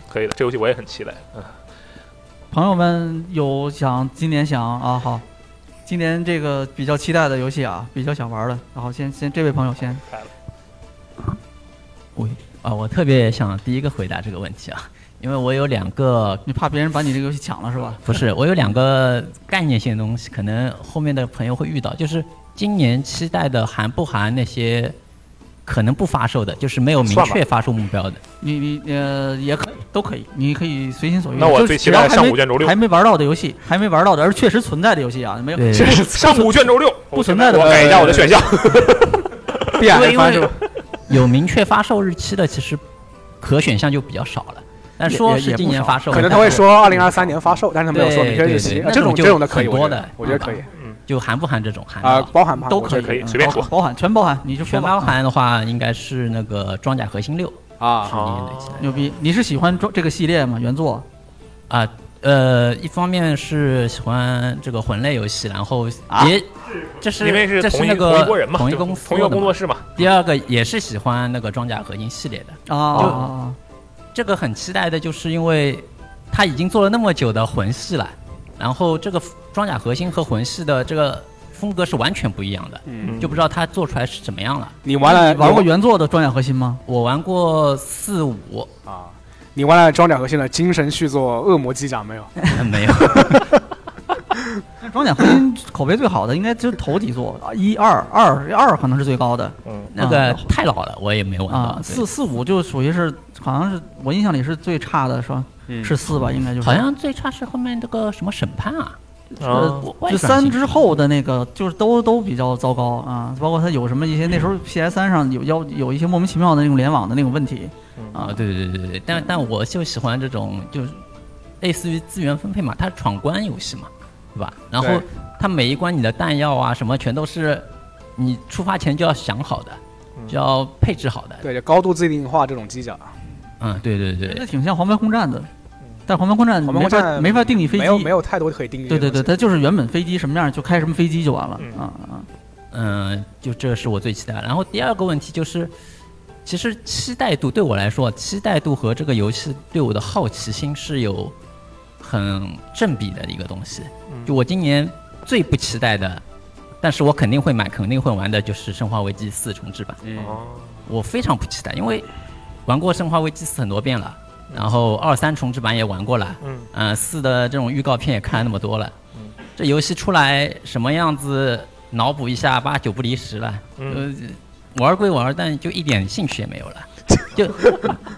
B: 可以的，这游戏我也很期待。嗯
A: 朋友们有想今年想啊好，今年这个比较期待的游戏啊，比较想玩的，然后先先这位朋友先，
I: 啊，我特别想第一个回答这个问题啊，因为我有两个
A: 你怕别人把你这个游戏抢了是吧？
I: 不是，我有两个概念性的东西，可能后面的朋友会遇到，就是今年期待的含不含那些可能不发售的，就是没有明
B: 算吧
I: 确发售目标的。
A: 你你呃也可以都可以，你可以随心所欲。
B: 那我
A: 就
B: 最期
A: 只要
B: 待
A: 还
B: 上
A: 没
B: 古卷轴六
A: 还没玩到的游戏，还没玩到的，而确实存在的游戏啊，没有
I: 对
D: 确实
B: 上古卷轴六
A: 不存在的呃
B: 我改一下我的选项。
D: 必然
I: 对因
D: 发
I: 为
D: 生。
I: 有明确发售日期的，其实可选项就比较少了。但
A: 也
I: 说
A: 也
I: 是
A: 也
I: 今
A: 不
I: 年
A: 少
I: 发售，
D: 可能他
I: 但
D: 会
I: 是
D: 说二零二三年发售，但是他没有说明确日
I: 对对
D: 期。
I: 对
D: 啊
I: 那
D: 这种
I: 种就
D: 这种的可以，
I: 很
D: 我觉
I: 多
D: 得
I: 的
D: 我觉得
I: 嗯
D: 可以
I: 就含不含这种含不
D: 啊，
I: 含
D: 包含吧
A: 都
D: 我
A: 可
D: 觉
A: 以，
D: 得
B: 可以
A: 嗯
B: 随便
A: 包
B: 说
A: 包含全包含，你就说
I: 全
A: 吧
I: 包
A: 嗯
I: 含的话，应该是那个《装甲核心六》
D: 啊。
I: 是年的期待
A: 牛逼！你是喜欢这这个系列吗？原作
I: 啊。呃，一方面是喜欢这个魂类游戏，然后
A: 啊
I: 也这是
B: 因为是
I: 这
B: 同
I: 是
B: 一
I: 那个
B: 同一国人嘛，
I: 同一
B: 就
I: 公
B: 是
I: 司
B: 同一
I: 的
B: 个工
I: 嘛
B: 作室嘛，
I: 第二个也是喜欢那个装甲合金系列的，
A: 啊，
I: 这个很期待的，就是因为他已经做了那么久的魂系了，然后这个装甲核心和魂系的这个风格是完全不一样的，
D: 嗯
I: 就不知道他做出来是怎么样了。
D: 你玩了
A: 你玩过原作的《装甲核心》吗？
I: 我玩过四五，
D: 啊？你玩了《装甲核心》的精神续作《恶魔机甲》没有？
I: 呃 没 有，
A: 《装甲核心》口碑最好的应该就是头几座，啊一二二二可能是最高的
B: 嗯，
I: 那个太老了，我也没玩到
A: 啊，。
I: 对
A: 四四五就属于是好像是我印象里是最差的，是吧？
D: 嗯
A: 是四吧？应该就是
I: 好像最差是后面那个什么审判啊，
B: 啊
D: 哦
I: 呃外
A: 就
I: 传
A: 哦三
I: 型
A: 之后的那个，就是都都比较糟糕啊，包括它有什么一些那
D: 嗯
A: 时候 PS 三上有要有一些莫名其妙的那种联网的那种问题
D: 嗯
I: 啊，对对对对对，但但我就喜欢这种就是类似于资源分配嘛，它是闯关游戏嘛，对吧？然后
D: 对
I: 它每一关你的弹药啊什么全都是你出发前就要想好的，就要配置好的。
D: 对，就高度自定义化这种机甲，
I: 嗯，对对对
A: 那挺像黄牌空战的，
D: 嗯
A: 但黄牌空战
D: 我们
A: 没
D: 会
A: 法
D: 看
A: 没法定义飞
D: 没有
A: 机
D: 没，有太多可以定义。
A: 对对对，，它就是原本飞机什么样就开什么飞机就完了
B: 嗯
A: 啊啊！
I: 嗯，就这是我最期待的。然后第二个问题就是，其实期待度对我来说，期待度和这个游戏对我的好奇心是有很正比的一个东西。
B: 嗯
I: 就我今年最不期待的，但是我肯定会买、肯定会玩的，就是《生化危机四重置版》。
B: 哦
I: 我非常不期待，因为玩过《生化危机四》很多遍了，然后二三重置版也玩过了，
B: 嗯，
I: 呃，四的这种预告片也看了那么多了，这游戏出来什么样子，脑补一下八九不离十了，
B: 嗯
I: 呃，玩归玩，但就一点兴趣也没有 了，就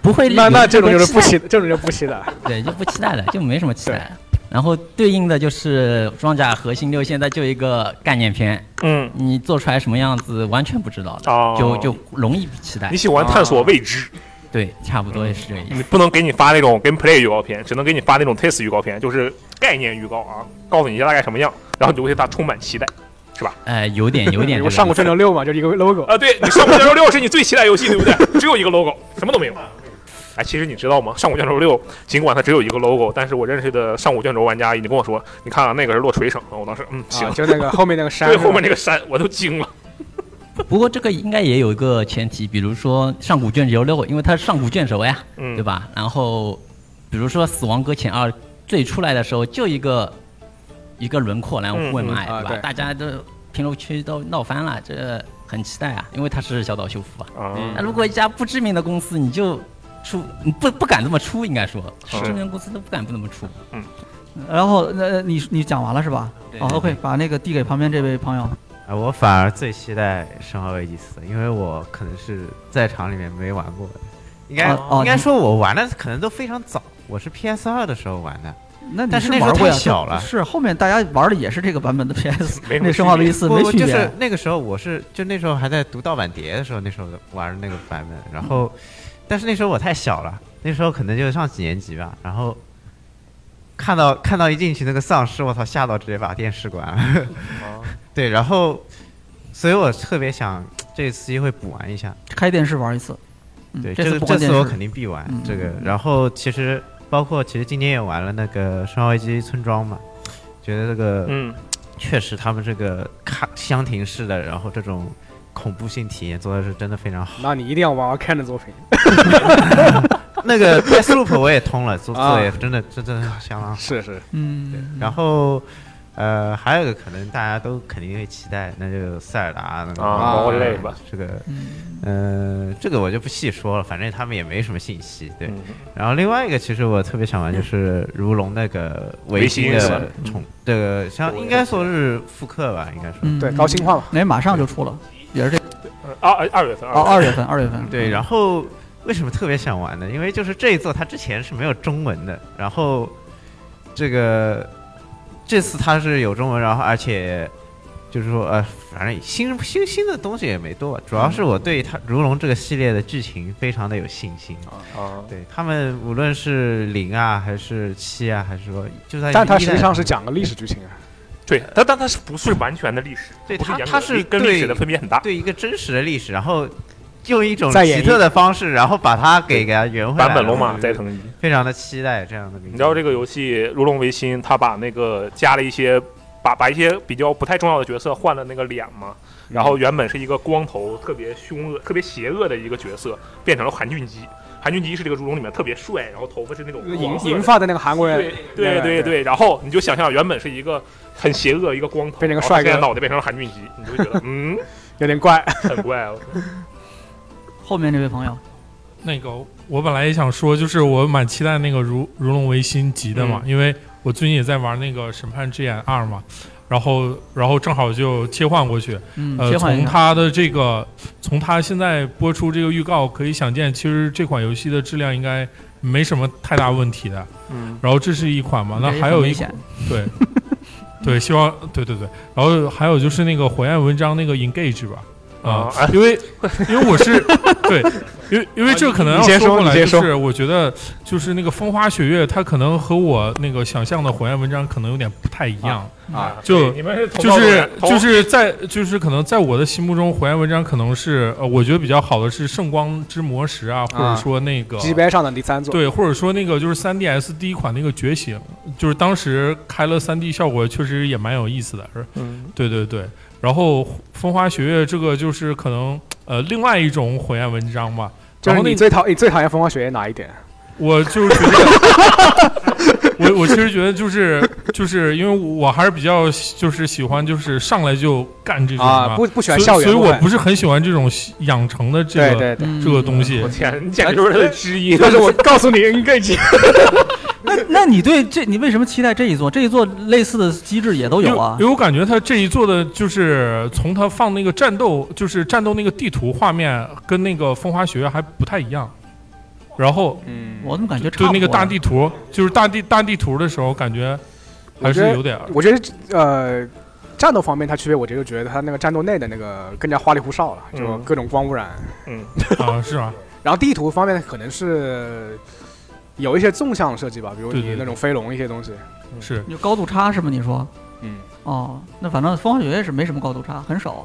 I: 不会
D: 那那
I: 有
D: 这种就是
I: 期
D: 不
I: 待
D: 期，这种就不期待。
I: 对，就不期待了，就没什么期待了。然后对应的就是装甲核心六，现在就一个概念片，
B: 嗯，
I: 你做出来什么样子完全不知道的，
B: 哦
I: 就就容易期待哦
B: 你。喜欢探索嗯未知，
I: 对，差不多也是这个意思。
B: 你不能给你发那种跟 play 预告片，只能给你发那种 test 预告片，就是概念预告啊，告诉你一下大概什么样，然后你就会对它充满期待。
I: 哎，有点有
D: 比
I: 点这
D: 如
I: 个
D: 上过
I: 意思
D: 卷轴六嘛，就一个 logo，
B: 啊，对你上古卷轴 六是你最期待游戏，对不对？只有一个 logo，什么都没有。哎，其实你知道吗？上古卷轴六尽管它只有一个 logo，但是我认识的上古卷轴玩家已经跟我说，你看啊，那个是落锤省的。我当时嗯行
D: 啊，，就那个后面那个山
B: 对
D: 是吧，
B: 后面那个山我都惊了。
I: 不过这个应该也有一个前提，比如说上古卷轴六，因为它是上古卷轴呀，
B: 嗯
I: 对吧？然后比如说死亡搁浅二最出来的时候，就一个一个轮廓来
B: 嗯
I: 混嘛，
D: 嗯啊
I: 对吧？
D: 对
I: 大家都评论区都闹翻了，这很期待啊，因为它是小岛秀夫啊。
B: 啊，
F: 嗯
I: 那如果一家不知名的公司，你就出你不不敢这么出，应该说
B: 是
I: 知名的公司都不敢不这么出。
A: 然后那、呃你你讲完了是吧？
F: 对
A: 啊，OK，把那个递给旁边这位朋友。
F: 啊，我反而最期待《生化危机四》，因为我可能是在场里面没玩过的，应该、
A: 哦哦
F: 应该
A: 你
F: 说我玩的可能都非常早，我是 PS 二的时候玩的。
A: 那你
F: 但是那时候
A: 玩过呀？
F: 太小了
A: 是后面大家玩的也是这个版本的 PS，
B: 没什么
A: 那生化
B: 区别
A: 危机四
F: 不
A: 没
F: 不
A: 区
F: 就
A: 别啊
F: 是那个时候我是就那时候还在读盗版碟的时候，那时候玩那个版本，然后、
A: 嗯
F: 但是那时候我太小了，那时候可能就上几年级吧，然后。看到看到一进去那个丧尸，我操，吓到直接把电视关了。
B: 哦
F: 对，然后，所以我特别想这次机会补玩一下，
A: 开电视玩一次。嗯
F: 对，
A: 这
F: 这
A: 次
F: 个
A: 不
F: 这
A: 关
F: 次
A: 电
F: 我
A: 视
F: 肯。定必玩
A: 嗯
F: 这个
A: 嗯。嗯
F: 然后其实包括其实今年也玩了那个《生化危机村庄》嘛，觉得这个
B: 嗯，
F: 确实他们这个卡箱庭式的，然后这种恐怖性体验做的是真的非常好。
D: 那你一定要玩玩看 的作品。
F: 那 个 d e a t h l o o p 我也通了，做
D: 啊
F: 做也真的这真的相当好。
D: 是是，
A: 嗯，
F: 然后。呃，还有一个可能大家都肯定会期待，那就塞尔达那个
B: 啊
D: 王国之
B: 泪吧
F: 这个，嗯、这个我就不细说了，反正他们也没什么信息，对。
B: 嗯
F: 然后另外一个，其实我特别想玩就是如龙那个维
B: 嗯维
F: 新
B: 新是吧嗯
F: 的重，这个像应该说是复刻吧，应该说。
A: 嗯
D: 对，高清化嘛。
A: 哎，马上就出了，也是这
B: 嗯二二月份，
A: 哦，二
B: 月份
A: 月份，二月份。
F: 嗯对，然后为什么特别想玩呢？因为就是这一座它之前是没有中文的，然后这个这次它是有中文，然后而且就是说呃，反正新新新的东西也没多吧，主要是我对它《如龙》这个系列的剧情非常的有信心。
B: 哦
D: 啊，
F: 对他们无论是零啊，还是七啊，还是说就算
D: 但它
F: 一
D: 实
F: 代
D: 际上是讲个历史剧情啊。
B: 对，但但它是不是完全的历史？
F: 对
B: 不是
F: 它
B: 严格
F: 它
B: 的
F: 是
B: 跟历史
F: 对
B: 的分别很大。
F: 对一个真实的历史，然后用一种
D: 再演
F: 奇
D: 绎
F: 特的方式，然后把它给给它圆回来。
B: 版本龙马
F: 我
B: 再腾一，
F: 非常的期待这样的名字。
B: 你知道这个游戏《如龙维新》，它把那个加了一些，把把一些比较不太重要的角色换了那个脸嘛，
D: 嗯
B: 然后原本是一个光头、特别凶恶、特别邪恶的一个角色，变成了韩俊基。韩俊基是这个《如龙》里面特别帅，然后头发是那种
D: 银
B: 黄色的
D: 银发的那个韩国人
B: 对，对对对，然 后你就想象原本是一个很邪恶一个光头，
D: 变成
B: 然
D: 个
B: 后
D: 帅哥
B: 现在脑袋变成了韩俊基，你就会觉得嗯，
D: 有点怪。
B: 很怪哦。
A: 嗯后面这位朋友，
H: 那个，我本来也想说，就是我蛮期待那个如《如龙维新》集的
A: 嗯
H: 嘛，因为我最近也在玩那个《审判之眼二》嘛，然后然后正好就切换过去，
A: 嗯，
H: 呃，
A: 切换一
H: 从
A: 下，
H: 它的这个，从它现在播出这个预告可以想见，其实这款游戏的质量应该没什么太大问题的。
B: 嗯，
H: 然后这是一款嘛，那
A: 这也
H: 还
A: 很
H: 有
A: 危
H: 一
A: 险，
H: 对，对，希望对对对，然后还有就是那个火焰文章那个 engage 吧，啊、
D: 哎
B: 啊
H: 因为因为我 是对，因为因为这可能要
D: 啊你先说
H: 过来，
D: 你先
H: 就
D: 说
H: 是我觉得就是那个风花雪月，它可能和我那个想象的火焰文章可能有点不太一样，
D: 啊
H: 就
B: 你们是同
H: 就
B: 道中
H: 是
B: 人
H: 就是在就是可能在我的心目中，火焰文章可能是呃，我觉得比较好的是圣光之魔石啊，或
D: 啊
H: 者说那个、
D: ，GB 上的第三座，
H: 对，或者说那个就是 3DS 第一款那个觉醒，就是当时开了 3D 效果，确实也蛮有意思的，是吧
B: 嗯
H: 对对对。然后风花雪月这个就是可能呃另外一种火焰文章吧，
D: 就
H: 然
D: 是
H: 后那
D: 你最讨你最讨厌风花雪月哪一点？
H: 我就是觉得，我我其实觉得就是就是因为我还是比较喜就是喜欢就是上来就干这种
D: 啊，
H: 嘛，
D: 不不喜
H: 所
D: 欢
H: 以
D: 校
H: 所
D: 园
H: 以
D: 部
H: 我
D: 分。
H: 不是很喜欢这种养成的这
D: 对
H: 个
D: 对对，
A: 嗯
H: 这个东西
B: 我。天， 你简直就是他的之一。
D: 就是我告 诉你，NGG
A: 那那你对这你为什么期待这一座？这一座类似的机制也都有啊
H: 因为因。为我感觉他这一做的就是从他放那个战斗，就是战斗那个地图画面跟那个风花雪月还不太一样。然后
D: 嗯
A: 我怎么感觉差不
H: 对
A: 多
H: 那个大地图，就是大地大地图的时候，感觉还是有 点儿
D: 我觉得呃，战斗方面它区别，我就觉得它那个战斗内的那个更加花里胡哨了，就
B: 嗯
D: 各种光污染。
B: 嗯，
H: 啊，是吧？
D: 然后地图方面可能是有一些纵向设计吧，比如
H: 对
D: 你
H: 对
D: 那
H: 对嗯
D: 种飞龙一些东西。
H: 是
A: 有高度差是吗？你说？
D: 嗯，
A: 哦，那反正风花雪月是没什么高度差，很少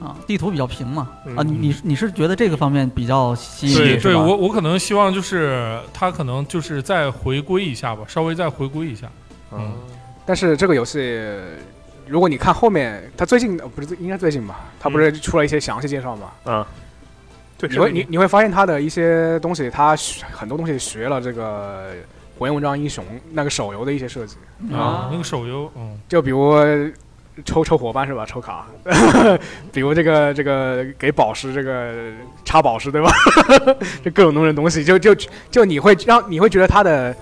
A: 啊，地图比较平嘛。啊，
D: 嗯
A: 你你你是觉得这个方面比较吸引
H: 对
A: 你是
H: 对，
A: 吧？
H: 我我可能希望就是他可能就是再回归一下吧，稍微再回归一下。嗯
D: 但是这个游戏，如果你看后面，它最近呃不是应该最近吧？它
H: 嗯
D: 不是出了一些详细介绍嘛？
B: 啊对，
D: 你会你你会发现它的一些东西，它学很多东西学了这个《火焰文章英雄》那个手游的一些设计，
H: 啊，那个手游，嗯，
D: 就比如抽抽伙伴是吧？抽卡， 比如这个这个给宝石这个插宝石对吧？ 就各种东西东西，就就就你会让你会觉得它的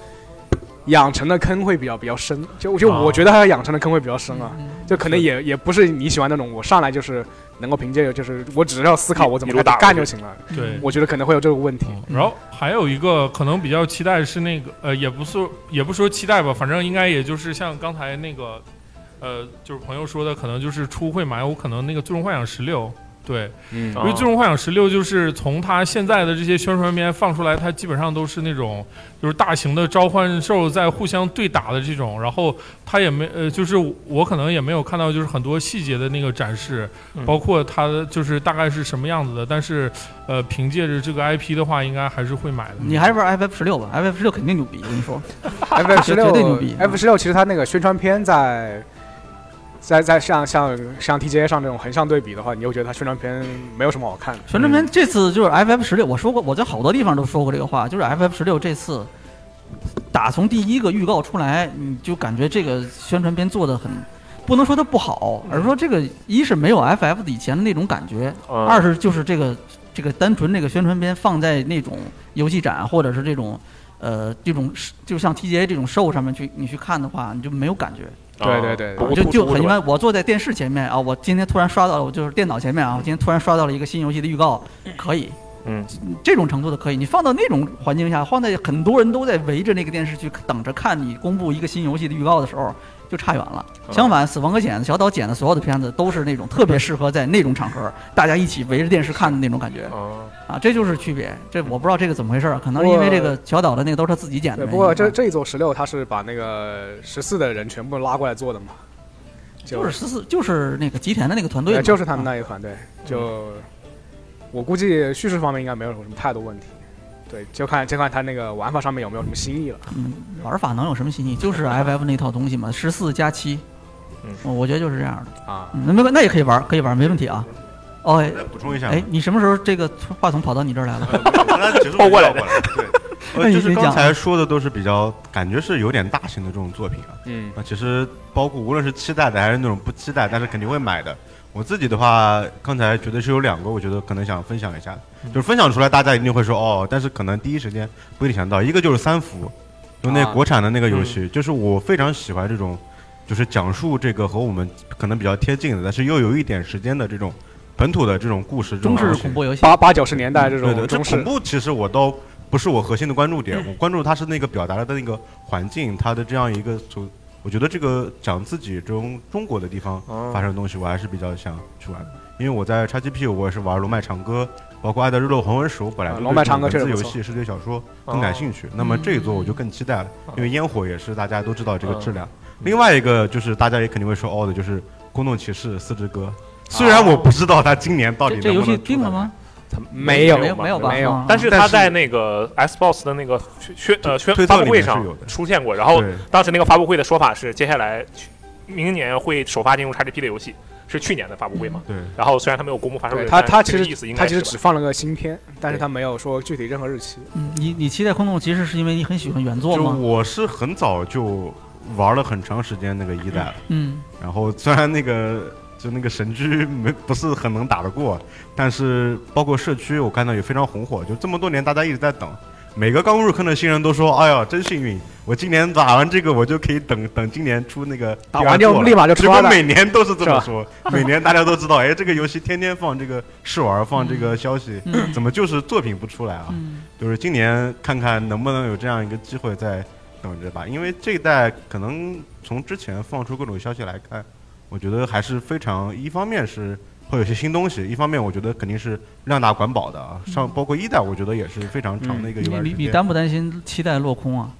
D: 养成的坑会比较比较深，就就
H: 啊
D: 我觉得它的养成的坑会比较深啊。
A: 嗯
D: 就可能也也不是你喜欢那种，我上来就是能够凭借，就是我只要思考我怎么
B: 一路
D: 开
B: 打
D: 始干
B: 过
D: 就
B: 去
D: 行了。嗯
H: 对。
D: 我觉得可能会有这个问题。
H: 嗯，然后还有一个可能比较期待是那个呃，也不是也不说期待吧，反正应该也就是像刚才那个呃，就是朋友说的，可能就是出会买，我可能那个《最终幻想十六》对，
D: 嗯
H: 因为《最终幻想十六》就是从它现在的这些宣传片放出来，它基本上都是那种就是大型的召唤兽在互相对打的这种，然后它也没呃，就是我可能也没有看到就是很多细节的那个展示，
B: 嗯
H: 包括它的就是大概是什么样子的，但是呃，凭借着这个 IP 的话，应该还是会买的。
A: 你还是玩 FF 十六吧，FF 十六肯定牛逼，我跟你 说。
D: F
A: 绝
D: 十
A: 对牛
D: 六
A: 逼嗯
D: ，F 十六其实它那个宣传片在在在像像像 TGA 上这种横向对比的话，你又觉得它宣传片没有什么好看的。
A: 全真篇这次就是 FF 十六，我说过，我在好多地方都说过这个话，就是 FF 十六这次，打从第一个预告出来，你就感觉这个宣传片做的很，不能说它不好，而是说这个一是没有 FF 以前的那种感觉，二是就是这个这个单纯这个宣传片放在那种游戏展或者是这种。呃，这种就像 TGA 这种 show 上面去，你去看的话，你就没有感觉，
D: 对对对
B: 啊不
D: 对
B: 过
A: 就
B: 突
A: 就
B: 出
A: 很
B: 是
A: 一
B: 吧
A: 般。我坐在电视前面啊，我今天突然刷到了，我就是电脑前面啊，我今天突然刷到了一个新游戏的预告，可以，
B: 嗯，
A: 这种程度的可以。你放到那种环境下，放在很多人都在围着那个电视剧等着看你公布一个新游戏的预告的时候，就差远了。相反，死亡搁浅、小岛剪的所有的片子都是那种特别适合在那种场合大家一起围着电视看的那种感觉
B: 哦，
A: 啊，这就是区别。这我不知道这个怎么回事儿，可能是因为这个小岛的那个都是他自己剪的
D: 对，
A: 原因吧。
D: 不过这这一座十六，他是把那个十四的人全部拉过来做的嘛，
A: 就是十四，就是那个吉田的那个团队嘛，
D: 呃就是他们
A: 啊
D: 那一团队，就我估计叙事方面应该没有什么太多问题，对，就看就看他那个玩法上面有没有什么新意了。
A: 嗯，玩法能有什么新意？就是 FF 那套东西嘛，十四加七，
B: 嗯
A: 我我觉得就是这样的
D: 啊
A: 嗯那个那也可以玩，可以玩，没问题啊。哦，哎
E: 补充一下吧，
A: 哎，你什么时候这个话筒跑到你这 儿来了？
E: 倒过来的。对，
A: 那
E: 呃，
A: 你
E: 就是
A: 先
E: 刚
A: 讲
E: 才说的都是比较感觉是有点大型的这种作品啊。
D: 嗯，
E: 那其实包括无论是期待的还是那种不期待，但是肯定会买的。我自己的话，刚才觉得是有两个，我觉得可能想分享一下，就是分享出来大家一定会说哦，但是可能第一时间不一定想到。一个就是三伏，就那
D: 啊
E: 国产的那个游戏，就是我非常喜欢这种，就是讲述这个和我们可能比较贴近的，但是又有一点时间的这种本土的这种故事。这种
A: 中式
E: 东西
A: 恐怖游戏，
D: 嗯八八九十年代这
E: 对
B: 嗯
D: 种
E: 对，这
D: 中
E: 恐
D: 式，
E: 怖其实我都不是我核心的关注 点，我关注它是那个表达的那个环境，它的这样一个所，我觉得这个讲自己中中国的地方
B: 哦
E: 发生的东西，我还是比较想去玩的。因为我在 XGP 我也是玩《龙脉长歌》，包括《爱的日落魂纹石》，我本来
D: 啊
E: 就
D: 龙脉
E: 对这种
D: 长歌确实
E: 文字
D: 不
E: 游
D: 错嗯
E: 戏、视觉小说
B: 哦
E: 更感兴趣。那么这一座我就更期待了，
D: 哦
E: 因为烟火也是大家都知道这个质
D: 嗯
E: 量。另外一个就是大家也肯定会说哦的，就是《空洞骑士》《四之
D: 哦
E: 歌》。虽然我不知道它今年到底
A: 这这
E: 能
A: 游
E: 不
A: 戏
E: 能出
A: 定了
E: 来
A: 吗？
D: 没有
A: 没有没有吧？
D: 没有
A: 啊
B: 但是
D: 但
B: 他
D: 是
B: 在那个 Xbox 的那个宣宣呃宣
E: 推
B: 发
E: 特
B: 布
E: 里
B: 会
E: 面是
B: 上
E: 有的
B: 出现过，然后
E: 对
B: 当时那个发布会的说法是，接下来去明年会首发进入 XGP 的游戏，是去年的发布会嘛？
E: 对，
B: 然后虽然他没有公布发售
D: 对
B: 日，
D: 他
B: 但
D: 他
B: 这
D: 其
B: 个
D: 实
B: 意思应该
D: 他其实
B: 是
D: 只
B: 吧
D: 放了个新片，但是
B: 对
D: 他没有说具体任何日期。
A: 嗯你你期待空洞骑士是因为你很喜欢原作
E: 就
A: 吗？
E: 我是很早就玩了很长时间那个一代了，
A: 嗯，
E: 然后虽然那个就那个神驹没不是很能打得过，但是包括社区我看到也非常红火，就这么多年大家一直在等。每个刚入坑的新人都说：“哎呀，真幸运！我今年打完这个，我就可以等等今年出那个
D: 打
E: 第二
D: 完就
E: 座了
D: 立马就出
E: 结果
D: 来了
E: 每年都是这么
D: 是
E: 说，每年大家都知道，哎，这个游戏天天放这个试玩，放这个消息，
A: 嗯
E: 怎么就是作品不出来啊？
A: 嗯
E: 就是今年看看能不能有这样一个机会再等着吧，因为这一代可能从之前放出各种消息来看，我觉得还是非常，一方面是会有些新东西，一方面我觉得肯定是量大管饱的啊，上包括一代我觉得也是非常长的一个
A: 嗯你
E: 游玩
A: 你
E: 时
A: 你
E: 间，
A: 担不担心期待落空啊？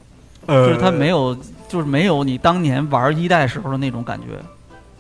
A: 就
E: 呃，
A: 是它没有，就是没有你当年玩一代时候的那种感觉，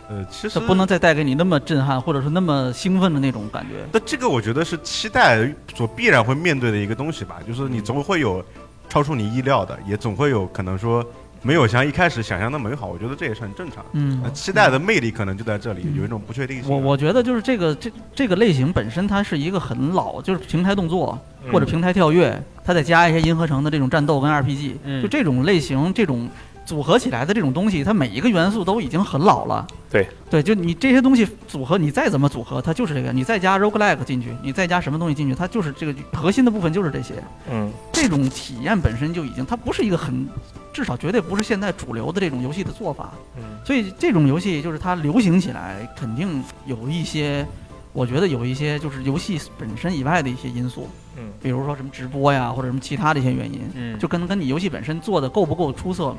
E: 呃，其实
A: 它不能再带给你那么震撼，或者说那么兴奋的那种感觉。
E: 那这个我觉得是期待所必然会面对的一个东西吧，就是你总会有超出你意料的，也总会有可能说没有像一开始想象的美好，我觉得这也是很正常。
A: 嗯
E: 那，期待的魅力可能就在这里，
A: 嗯
E: 有一种不确定性。啊
A: 我我觉得就是这个这这个类型本身，它是一个很老，就是平台动作或者平台跳跃，它再加一些银河城的这种战斗跟 RPG，、
B: 嗯嗯
A: 就这种类型这种组合起来的这种东西，它每一个元素都已经很老了。
B: 对
A: 对，就你这些东西组合，你再怎么组合，它就是这个。你再加 roguelike 进去，你再加什么东西进去，它就是这个核心的部分就是这些。
B: 嗯
A: 这种体验本身就已经，它不是一个很，至少绝对不是现在主流的这种游戏的做法。
B: 嗯
A: 所以这种游戏就是它流行起来，肯定有一些，我觉得有一些就是游戏本身以外的一些因素，
B: 嗯，
A: 比如说什么直播呀，或者什么其他的一些原因，
B: 嗯
A: 就跟跟你游戏本身做的够不够出色，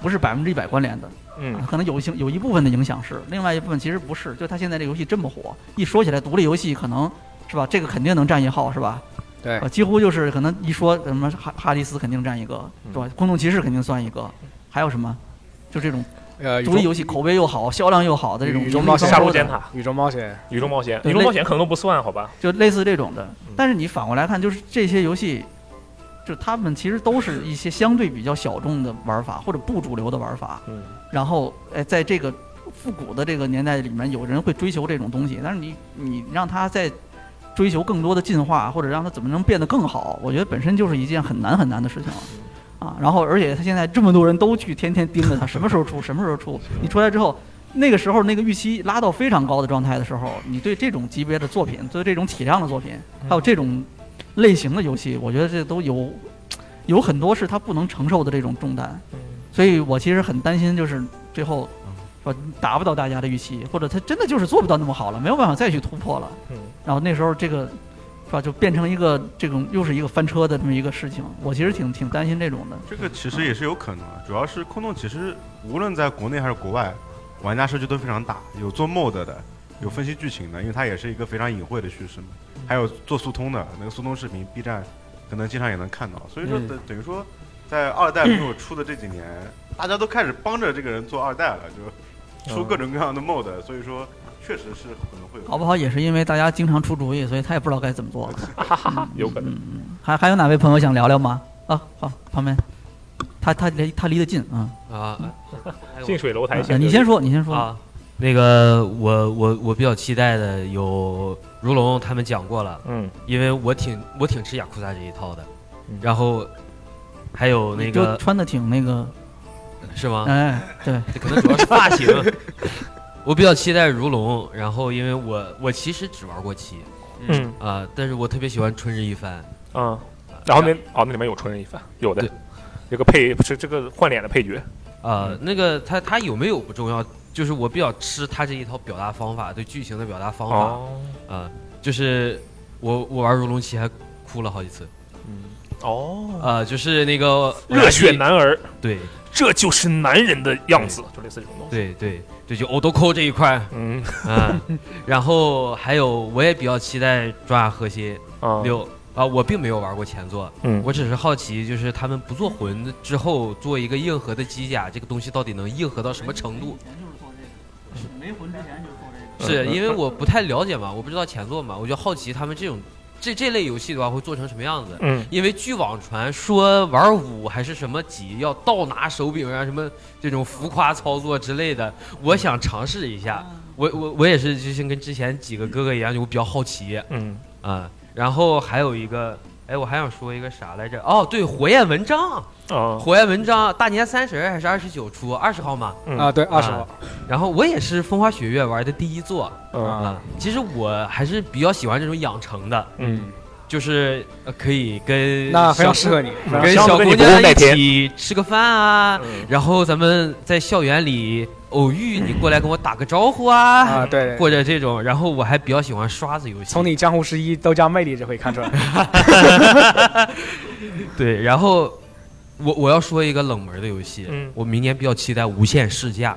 A: 不是百分之一百关联的。
B: 嗯
A: 啊可能有一些有一部分的影响是，另外一部分其实不是。就它现在这游戏这么火，一说起来独立游戏，可能是吧，这个肯定能占一号是吧？
D: 对
G: 哦
A: 呃，几乎就是可能一说什么哈哈迪斯肯定占一个
B: 嗯
A: 是吧？空洞骑士肯定算一个，还有什么？就这种
D: 呃，
A: 独立游戏口碑又好、销量又好的这种
D: 宇
A: 盈利
D: 宙
A: 双
D: 冒险
A: 收
B: 杀
A: 的
B: 戮尖塔、
D: 宇宙冒险，
B: 宇宙冒险、
A: 对
B: 宇宙
A: 类
B: 冒险可能都不算，好吧？
A: 就类似这种的。
B: 嗯
A: 但是你反过来看，就是这些游戏，就他们其实都是一些相对比较小众的玩法或者不主流的玩法。
B: 嗯
A: 然后，哎，在这个复古的这个年代里面，有人会追求这种东西，但是你你让他在追求更多的进化，或者让他怎么能变得更好，我觉得本身就是一件很难很难的事情了。啊，然后而且他现在这么多人都去天天盯着他，什么时候出，什么时候出，你出来之后，那个时候那个预期拉到非常高的状态的时候，你对这种级别的作品，对这种体量的作品，还有这种类型的游戏，我觉得这都有有很多是他不能承受的这种重担，所以我其实很担心，就是最后
G: 嗯
A: 说达不到大家的预期，或者他真的就是做不到那么好了，没有办法再去突破了，
B: 嗯
A: 然后那时候这个是吧？就变成一个这种又是一个翻车的这么一个事情，我其实挺挺担心这种的。
E: 这个其实也是有可能啊，主要是空洞，其实无论在国内还是国外，玩家社区都非常大，有做 MOD 的，有分析剧情的，因为它也是一个非常隐晦的叙事嘛，
A: 嗯
E: 还有做速通的，那个速通视频 B 站可能经常也能看到，所以说
B: 嗯
E: 等等于说，在二代没有出的这几年，大家都开始帮着这个人做二代了，就出各种各样的 MOD，所以说确实是可能会有
A: 搞嗯不好也是因为大家经常出主意，所以他也不知道该怎么做了。
B: 有可
A: 嗯
B: 能。
A: 还还有哪位朋友想聊聊吗？啊，好，旁边，他他离他离得近啊。
G: 啊，
B: 近水楼台
A: 啊
B: 先
A: 你
B: 得
A: 先
B: 月
A: 说，你先说。
G: 啊，那个我我我比较期待的有如龙他们讲过了，
B: 嗯，
G: 因为我挺我挺吃雅库萨这一套的
B: 嗯，
G: 然后还有
A: 你
G: 那
A: 就
G: 个
A: 穿的挺那个，
G: 是吗？
A: 哎，对，
G: 这可能主要是发型。 我比较期待如龙，然后因为我我其实只玩过七
B: 嗯
G: 啊、但是我特别喜欢春日一番。
B: 嗯，然后那哦那里面有春人一番，有的
G: 对，
B: 这个配不是这个换脸的配角，嗯
G: 呃，那个他他有没有不重要，就是我比较吃他这一套表达方法，对剧情的表达方法啊、
B: 哦，
G: 就是我我玩如龙七还哭了好几次
B: 嗯，哦，
G: 啊、就是那个
B: 热血，男儿，
G: 对
B: 这就是男人的样子，就类似这种东西。
G: 对对对，就欧多扣这一块啊、
B: 嗯
G: 然后还有我也比较期待抓核心
B: 啊，
G: 六啊、我并没有玩过前作，
B: 嗯
G: 我只是好奇，就是他们不做魂之后做一个硬核的机甲，这个东西到底能硬核到什么程度？
A: 没魂之前就是做这个。
G: 是
B: 嗯
G: 因为我不太了解嘛，我不知道前作嘛，我就好奇他们这种这这类游戏的话会做成什么样子。
B: 嗯
G: 因为据网传说玩五还是什么几要倒拿手柄啊，什么这种浮夸操作之类的，我想尝试一下。我我我也是，就像跟之前几个哥哥一样，就我比较好奇啊、
B: 嗯，
G: 然后还有一个，哎，我还想说一个啥来着？哦，对，火焰文章。
B: 啊，
G: 火焰文章大年三十儿还是二十九出，二十号嘛。
B: 嗯
D: 啊，对，二十
G: 啊
D: 号，
G: 然后我也是风花雪月玩的第一座
B: 嗯
G: 啊。其实我还是比较喜欢这种养成的，
B: 嗯，
G: 就是呃可以跟
D: 那
G: 小
D: 非常适合你。
G: 跟
B: 箱子
G: 小
B: 跟
G: 姑
B: 你不用
G: 娘
B: 带
G: 一
B: 天嗯
G: 起吃个饭啊，然后咱们在校园里偶遇，你过来跟我打个招呼啊
D: 啊，，对，
G: 或者这种。然后我还比较喜欢刷子游戏，
D: 从你江湖十一都加魅力就可以看出来。
G: 对，然后我我要说一个冷门的游戏，
B: 嗯
G: 我明年比较期待《无限试驾》。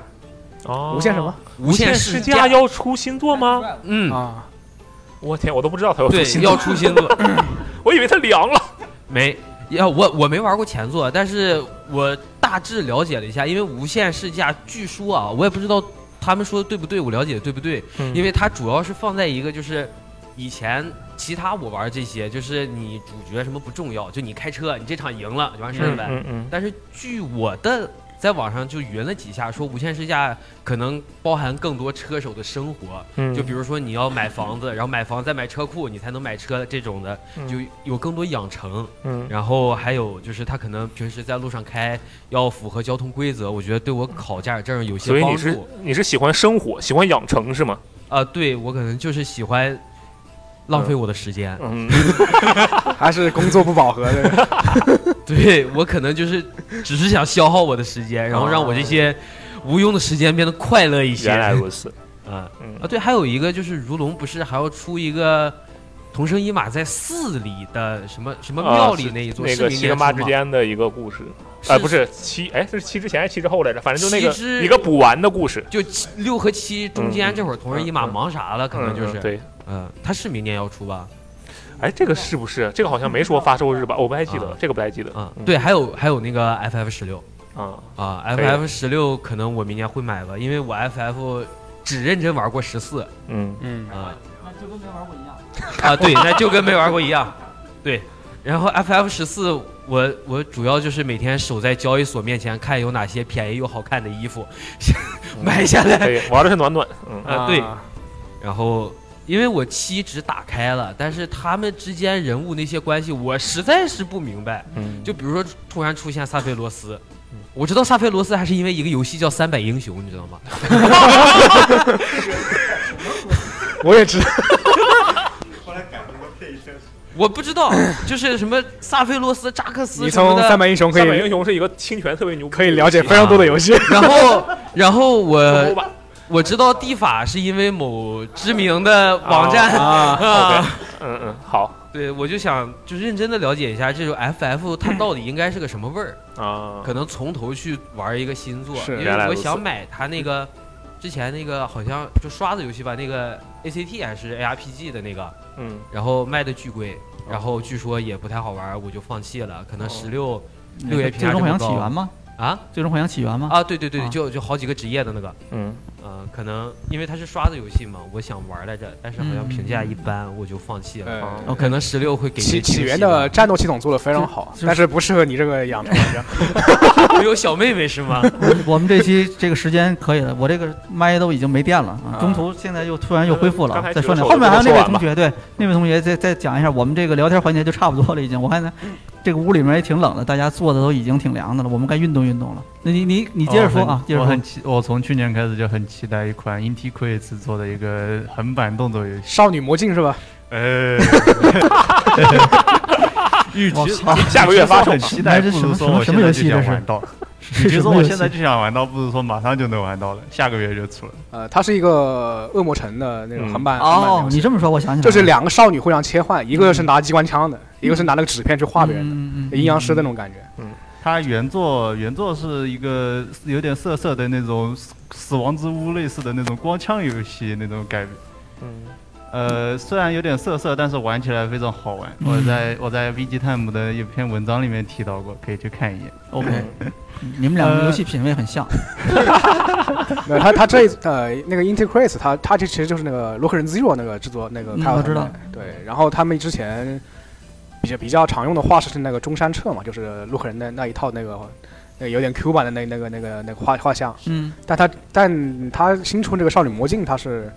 B: 哦，
D: 无限什么？
G: 无
B: 无限
G: 试
B: 世家要出新作吗？
G: 嗯，
D: 啊？
B: 我天，我都不知道他要出
G: 对
B: 新，作，
G: 要出新作，
B: 我以为他凉了。
G: 没要我我没玩过前作，但是我大致了解了一下，因为无限试驾，据说啊，我也不知道他们说的对不对，我了解的对不对，
B: 嗯
G: 因为它主要是放在一个就是以前其他我玩这些，就是你主角什么不重要，就你开车，你这场赢了就完事儿了呗。
B: 嗯嗯
G: 但是据我的在网上就云了几下，说无限试驾可能包含更多车手的生活，
B: 嗯，
G: 就比如说你要买房子，然后买房再买车库，你才能买车这种的，
B: 嗯
G: 就有更多养成。
B: 嗯
G: 然后还有就是他可能平时在路上开要符合交通规则，我觉得对我考驾驶证有
B: 所
G: 些
B: 以你
G: 帮
B: 是
G: 助。
B: 你是喜欢生活，喜欢养成是吗？
G: 啊、对我可能就是喜欢浪费我的时间，
B: 嗯，
D: 还是工作不饱和的？
G: 对我可能就是只是想消耗我的时间，然后让我这些无用的时间变得快乐一些。
B: 原来
G: 啊、
B: 如 此。嗯
G: 啊，对，还有一个就是如龙不是还要出一个。同生一马在寺里的什么什么
B: 啊
G: 庙里
B: 是
G: 那一座，
B: 那
G: 是
B: 个
G: 明
B: 七
G: 年
B: 跟八
G: 出
B: 之
G: 吗，
B: 间的一个故事，哎，不
G: 是
B: 是七，哎，这是七之前还是七之后来着？反正就那
G: 七之
B: 个一个补完的故事，
G: 就七六和七中
B: 嗯
G: 间
B: 嗯
G: 这会儿，同生一马
B: 嗯嗯
G: 忙啥了？可能就
B: 嗯嗯
G: 是，
B: 对。
G: 嗯，他是明年要出吧？
B: 哎，这个是不是？这个好像没说发售日吧？我不太记得
G: 啊，
B: 这个不太记得。
G: 啊
B: 嗯，
G: 对，还有还有那个 FF 十六
B: 啊，
G: 啊
B: 可以的
G: ，FF 十六可能我明年会买吧，因为我 FF 只认真玩过十四
B: 嗯
D: 嗯，
G: 啊
A: 那就跟没玩过一样。
G: 啊，对，那就跟 没玩过一样，对。然后 FF 十四，我我主要就是每天守在交易所面前，看有哪些便宜又好看的衣服， 买下来
B: 可以玩的是暖暖，嗯
G: 啊，对。然后因为我七只打开了，但是他们之间人物那些关系，我实在是不明白。
B: 嗯，
G: 就比如说突然出现萨菲罗斯，我知道萨菲罗斯还是因为一个游戏叫《三百英雄》，你知道吗？
D: 我也知道。
G: 我不知 道，就是什么萨菲罗斯、扎克斯
D: 你
G: 什么
D: 从
G: 的。
D: 三百英雄可
B: 三百英
D: 以
B: 雄是一个侵权特别牛逼的
D: 可以
B: 游戏
D: 了解非常多的游戏。
G: 然后，然后
B: 中欧
G: 我
B: 吧
G: 我知道地法是因为某知名的网站
D: 啊，
G: 啊，
B: 嗯嗯，好，
G: 对，我就想就认真的了解一下这种 FF 它到底应该是个什么味儿
B: 啊？
G: 可能从头去玩一个新作，
B: 是
G: 因
B: 原来
G: 为
B: 如
G: 我
B: 此
G: 想买它那个之前那个好像就刷子游戏吧，那个 ACT 还是 ARPG 的那个，
B: 嗯，哦
G: 然后卖的巨贵，然后据说也不太好玩，我就放弃了。可能十六六
A: 那
G: 月
A: 哎个
G: 评
A: 最
G: 价这
A: 终
G: 么
A: 幻想
G: 高
A: 起源吗？
G: 啊，
A: 最终幻想起源吗？
G: 啊，对对对，
A: 啊
G: 就就好几个职业的那个，
B: 嗯，
G: 呃，可能因为它是刷子游戏嘛，我想玩来着，但是好像
A: 嗯
G: 评价一般，我就放弃
B: 哎
G: 了。
D: 呃
G: 哦可能十六会给一
D: 起
G: 些惊
D: 起
G: 喜
D: 源
G: 吧
D: 的战斗系统做的非常好，但是不适合你这个养成玩家。
G: 我有小妹妹是吗？
A: 我们这期这个时间可以了，我这个麦都已经没电了啊，中途现在又突然又恢复了
B: 刚
A: 啊，
B: 才
A: 再
B: 举
A: 说
B: 个
A: 两
B: 手
A: 后面还有那
B: 说
A: 位
B: 完吧
A: 同学，对那位同学再再讲一下，我们这个聊天环节就差不多了，已经。我 看呢，这个屋里面也挺冷的，大家坐的都已经挺凉的了，我们该运动运动了。那你你你接着说
K: 我
A: 啊
K: 哦很，
A: 接着
K: 我
A: 说
K: 很。期，我从去年开始就很期待一款 Inti Quiz 做的一个横版动作游戏。
D: 少女魔镜是吧？
K: 呃，与
A: 我
K: 其
A: 操，
B: 下个月发售
K: 很期待，
A: 这
K: 不
A: 什
K: 如
A: 么
K: 说我
A: 什
K: 现
A: 么
K: 在
A: 游
K: 就
A: 戏
K: 想
A: 这是
K: 玩到。
A: 是
K: 与其
A: 什
K: 说
A: 么
K: 我
A: 游
K: 现在
A: 戏
K: 就想玩到，不如说马上就能玩到了，下个月就出了。
A: 啊
D: 呃，它是一个恶魔城的
B: 嗯
D: 那种横版。横版
A: 哦
D: 游，戏
A: 你这么说，我想起来了，嗯
D: 就是两个少女互相切换，一个是拿机关枪的，一个是拿那个纸片去画别人的，
A: 嗯嗯嗯
D: 阴阳师那种感觉。
K: 它原作原作是一个有点涩涩的那种死死亡之屋类似的那种光枪游戏那种改，嗯，呃，虽然有点涩涩，但是玩起来非常好玩。
A: 嗯
K: 我在我在 VG Time 的一篇文章里面提到过，可以去看一眼。
A: OK，你嗯们两
K: 呃
A: 个游戏品味很像。
D: 那它它这一呃那个 Integrates，它它这其实就是那个洛克人 Zero 那个制作那个
A: 嗯
D: 开发
A: 我
D: 团队
A: 知道
D: 对，然后他们之前比较比较常用的画师是那个中山彻嘛，就是洛克人的那一套那个
B: 哎
D: 那个有点 Q 版的那那个那个那个画画像，
A: 嗯，
D: 但他但他新出这个少女魔镜，他是。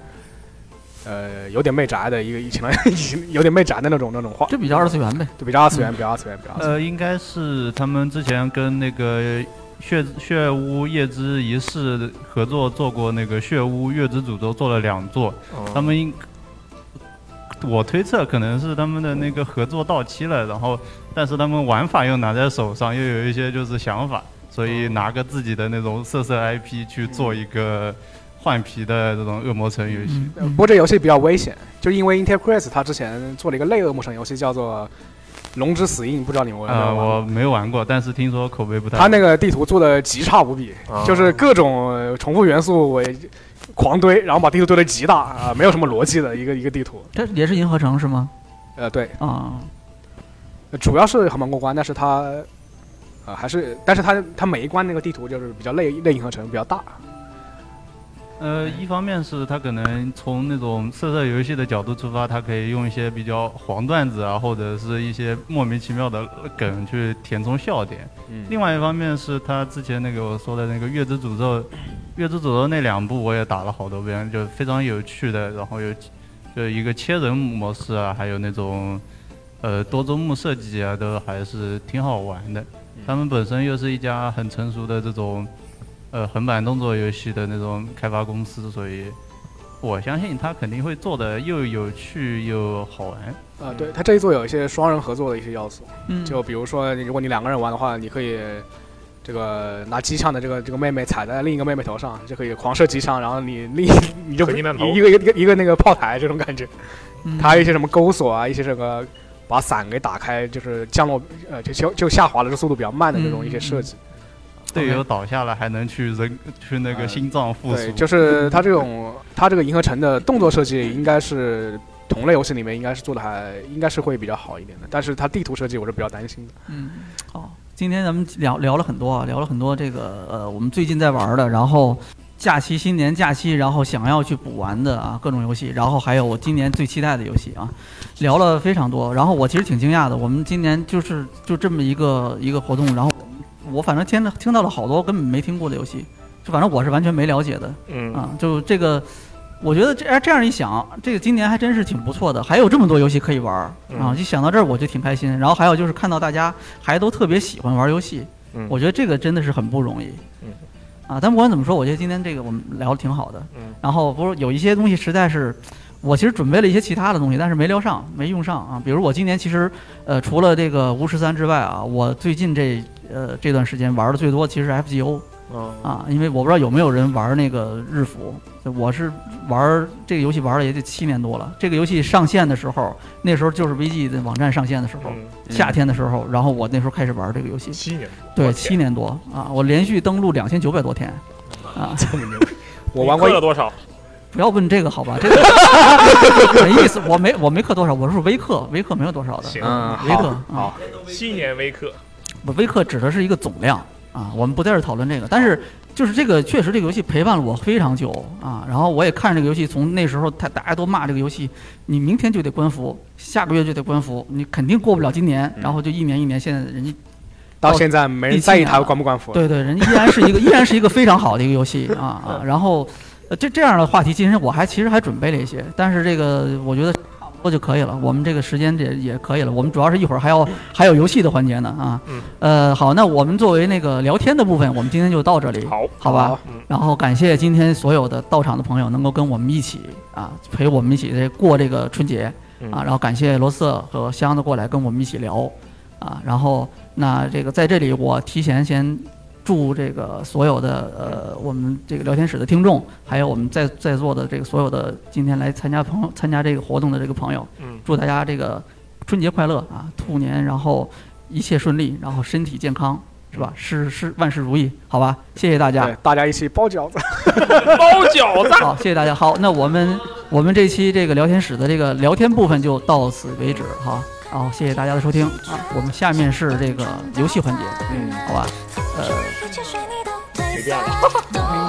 D: 呃，有点媚宅的一个，以前 以前有点媚宅的那种那种画，
A: 这比较二次元呗。
D: 对比较二次元，比较二次元，比较二次元。
K: 嗯呃，应该是他们之前跟那个血血屋夜之仪式合作做过那个血屋月之诅咒做了两座，
D: 哦
K: 他们应我推测可能是他们的那个合作到期了，然后但是他们玩法又拿在手上，又有一些就是想法，所
D: 哦
K: 以拿个自己的那种色色 IP
D: 嗯
K: 去做一个换皮的这种恶魔城游戏。
A: 嗯
D: 呃不过这游戏比较危险，就因为 Intercrase 它之前做了一个类恶魔城游戏，叫做《龙之死印》，不知道你们有没有
K: 呃，
D: 玩过？
K: 我没玩过，但是听说口碑不太好。
D: 它嗯那个地图做的极差无比，就是各种呃重复元素我狂堆，然后把地图堆的极大啊、没有什么逻辑的一个一个地图。
A: 这也是银河城是吗？
D: 呃，对，
A: 啊，
D: 主要是很难过关，但是它呃还是，但是它它每一关那个地图就是比较类类银河城比较大，
K: 呃，一方面是他可能从那种色色游戏的角度出发，他可以用一些比较黄段子啊，或者是一些莫名其妙的梗去填充笑点。
D: 嗯
K: 另外一方面是他之前那个我说的那个《月之诅咒》，《月之诅咒》那两部我也打了好多遍，就非常有趣的，然后有就一个切人模式啊，还有那种呃多周目设计啊，都还是挺好玩的。他们本身又是一家很成熟的这种呃横版动作游戏的那种开发公司，所以我相信他肯定会做的又有趣又好玩。
D: 呃，对，它这一座有一些双人合作的一些要素。
A: 嗯，
D: 就比如说，如果你两个人玩的话，你可以这个拿机枪的这个这个妹妹踩在另一个妹妹头上，就可以狂射机枪，然后你另你就
B: 合金弹头
D: 一一个一个一个那个炮台这种感觉。
A: 嗯
D: 它还有一些什么钩索啊，一些这个把伞给打开，就是降落呃就就就下滑的这速度比较慢的这种
A: 嗯
D: 一些设计。
K: 队友倒下了还能去人去那个心脏复苏，
D: 呃对，就是它这种它这个银河城的动作设计应该是。同类游戏里面应该是做的还应该是会比较好一点的，但是它地图设计我是比较担心的。
A: 嗯，好，今天咱们聊聊了很多啊，聊了很多这个呃，我们最近在玩的，然后假期新年假期，然后想要去补完的啊，各种游戏，然后还有我今年最期待的游戏啊，聊了非常多。然后我其实挺惊讶的，我们今年就是就这么一个一个活动，然后我反正听了听到了好多根本没听过的游戏，就反正我是完全没了解的。
B: 嗯
A: 啊，就这个，我觉得这哎这样一想，这个今年还真是挺不错的，还有这么多游戏可以玩儿啊！
B: 嗯
A: 一想到这儿我就挺开心。然后还有就是看到大家还都特别喜欢玩游戏，
B: 嗯
A: 我觉得这个真的是很不容易。
B: 嗯
A: 啊，但不管怎么说，我觉得今天这个我们聊的挺好的。
B: 嗯
A: 然后不是有一些东西实在是，我其实准备了一些其他的东西，但是没聊上，没用上啊。比如我今年其实呃，除了这个巫师三之外啊，我最近这呃这段时间玩的最多其实是 FGO。
B: 嗯
A: 啊，因为我不知道有没有人玩那个日服，对我是玩儿这个游戏玩儿了也得七年多了。这个游戏上线的时候，那时候就是 VG 的网站上线的时候，夏天的时候，然后我那时候开始玩这个游戏，
B: 嗯七年多我
A: 对，
B: 天
A: 七年多啊，我连续登录两千九百多天，
B: 嗯
A: 啊，
D: 我玩过
B: 你氪了多少？
A: 不要问这个好吧，这个没意思，我没我没氪多少，我是微氪，微氪没有多少的，
B: 行
D: 嗯，
A: 微氪
D: 好，
A: 啊，
D: 好，
B: 七年微氪，
A: 不微氪指的是一个总量啊，我们不在这儿讨论这个，但是。就是这个，确实这个游戏陪伴了我非常久啊。然后我也看这个游戏，从那时候他大家都骂这个游戏，你明天就得官服，下个月就得官服，你肯定过不了今年。然后就一年一年，现在人家
D: 嗯到现在没人在意他
A: 第七年了
D: 官不官服。
A: 对对，人家依然是一个依然是一个非常好的一个游戏啊 啊。然后，呃这这样的话题，其实我还其实还准备了一些，但是这个我觉得差不多就可以了。我们这个时间也也可以了。我们主要是一会儿还要还有游戏的环节呢啊。
B: 嗯。
A: 呃，好，那我们作为那个聊天的部分，我们今天就到这里。
B: 好，
A: 好吧
D: 好，
B: 嗯
A: 然后感谢今天所有的到场的朋友能够跟我们一起啊，陪我们一起这过这个春节
B: 嗯
A: 啊，然后感谢罗瑟和箱子过来跟我们一起聊啊，然后那这个在这里我提前先祝这个所有的呃我们这个聊天室的听众，还有我们在在座的这个所有的今天来参加朋友参加这个活动的这个朋友，
B: 嗯，
A: 祝大家这个春节快乐啊，兔年然后一切顺利，然后身体健康。是吧？事事万事如意，好吧？谢谢大家
D: 对，。大家一起包饺子。
B: 包饺子。
A: 好，谢谢大家。好，那我们我们这期这个聊天室的这个聊天部分就到此为止哈。好，谢谢大家的收听啊。我们下面是这个游戏环节，
D: 嗯
A: 好吧？呃
C: 一切水你都对
B: 随便
C: 了。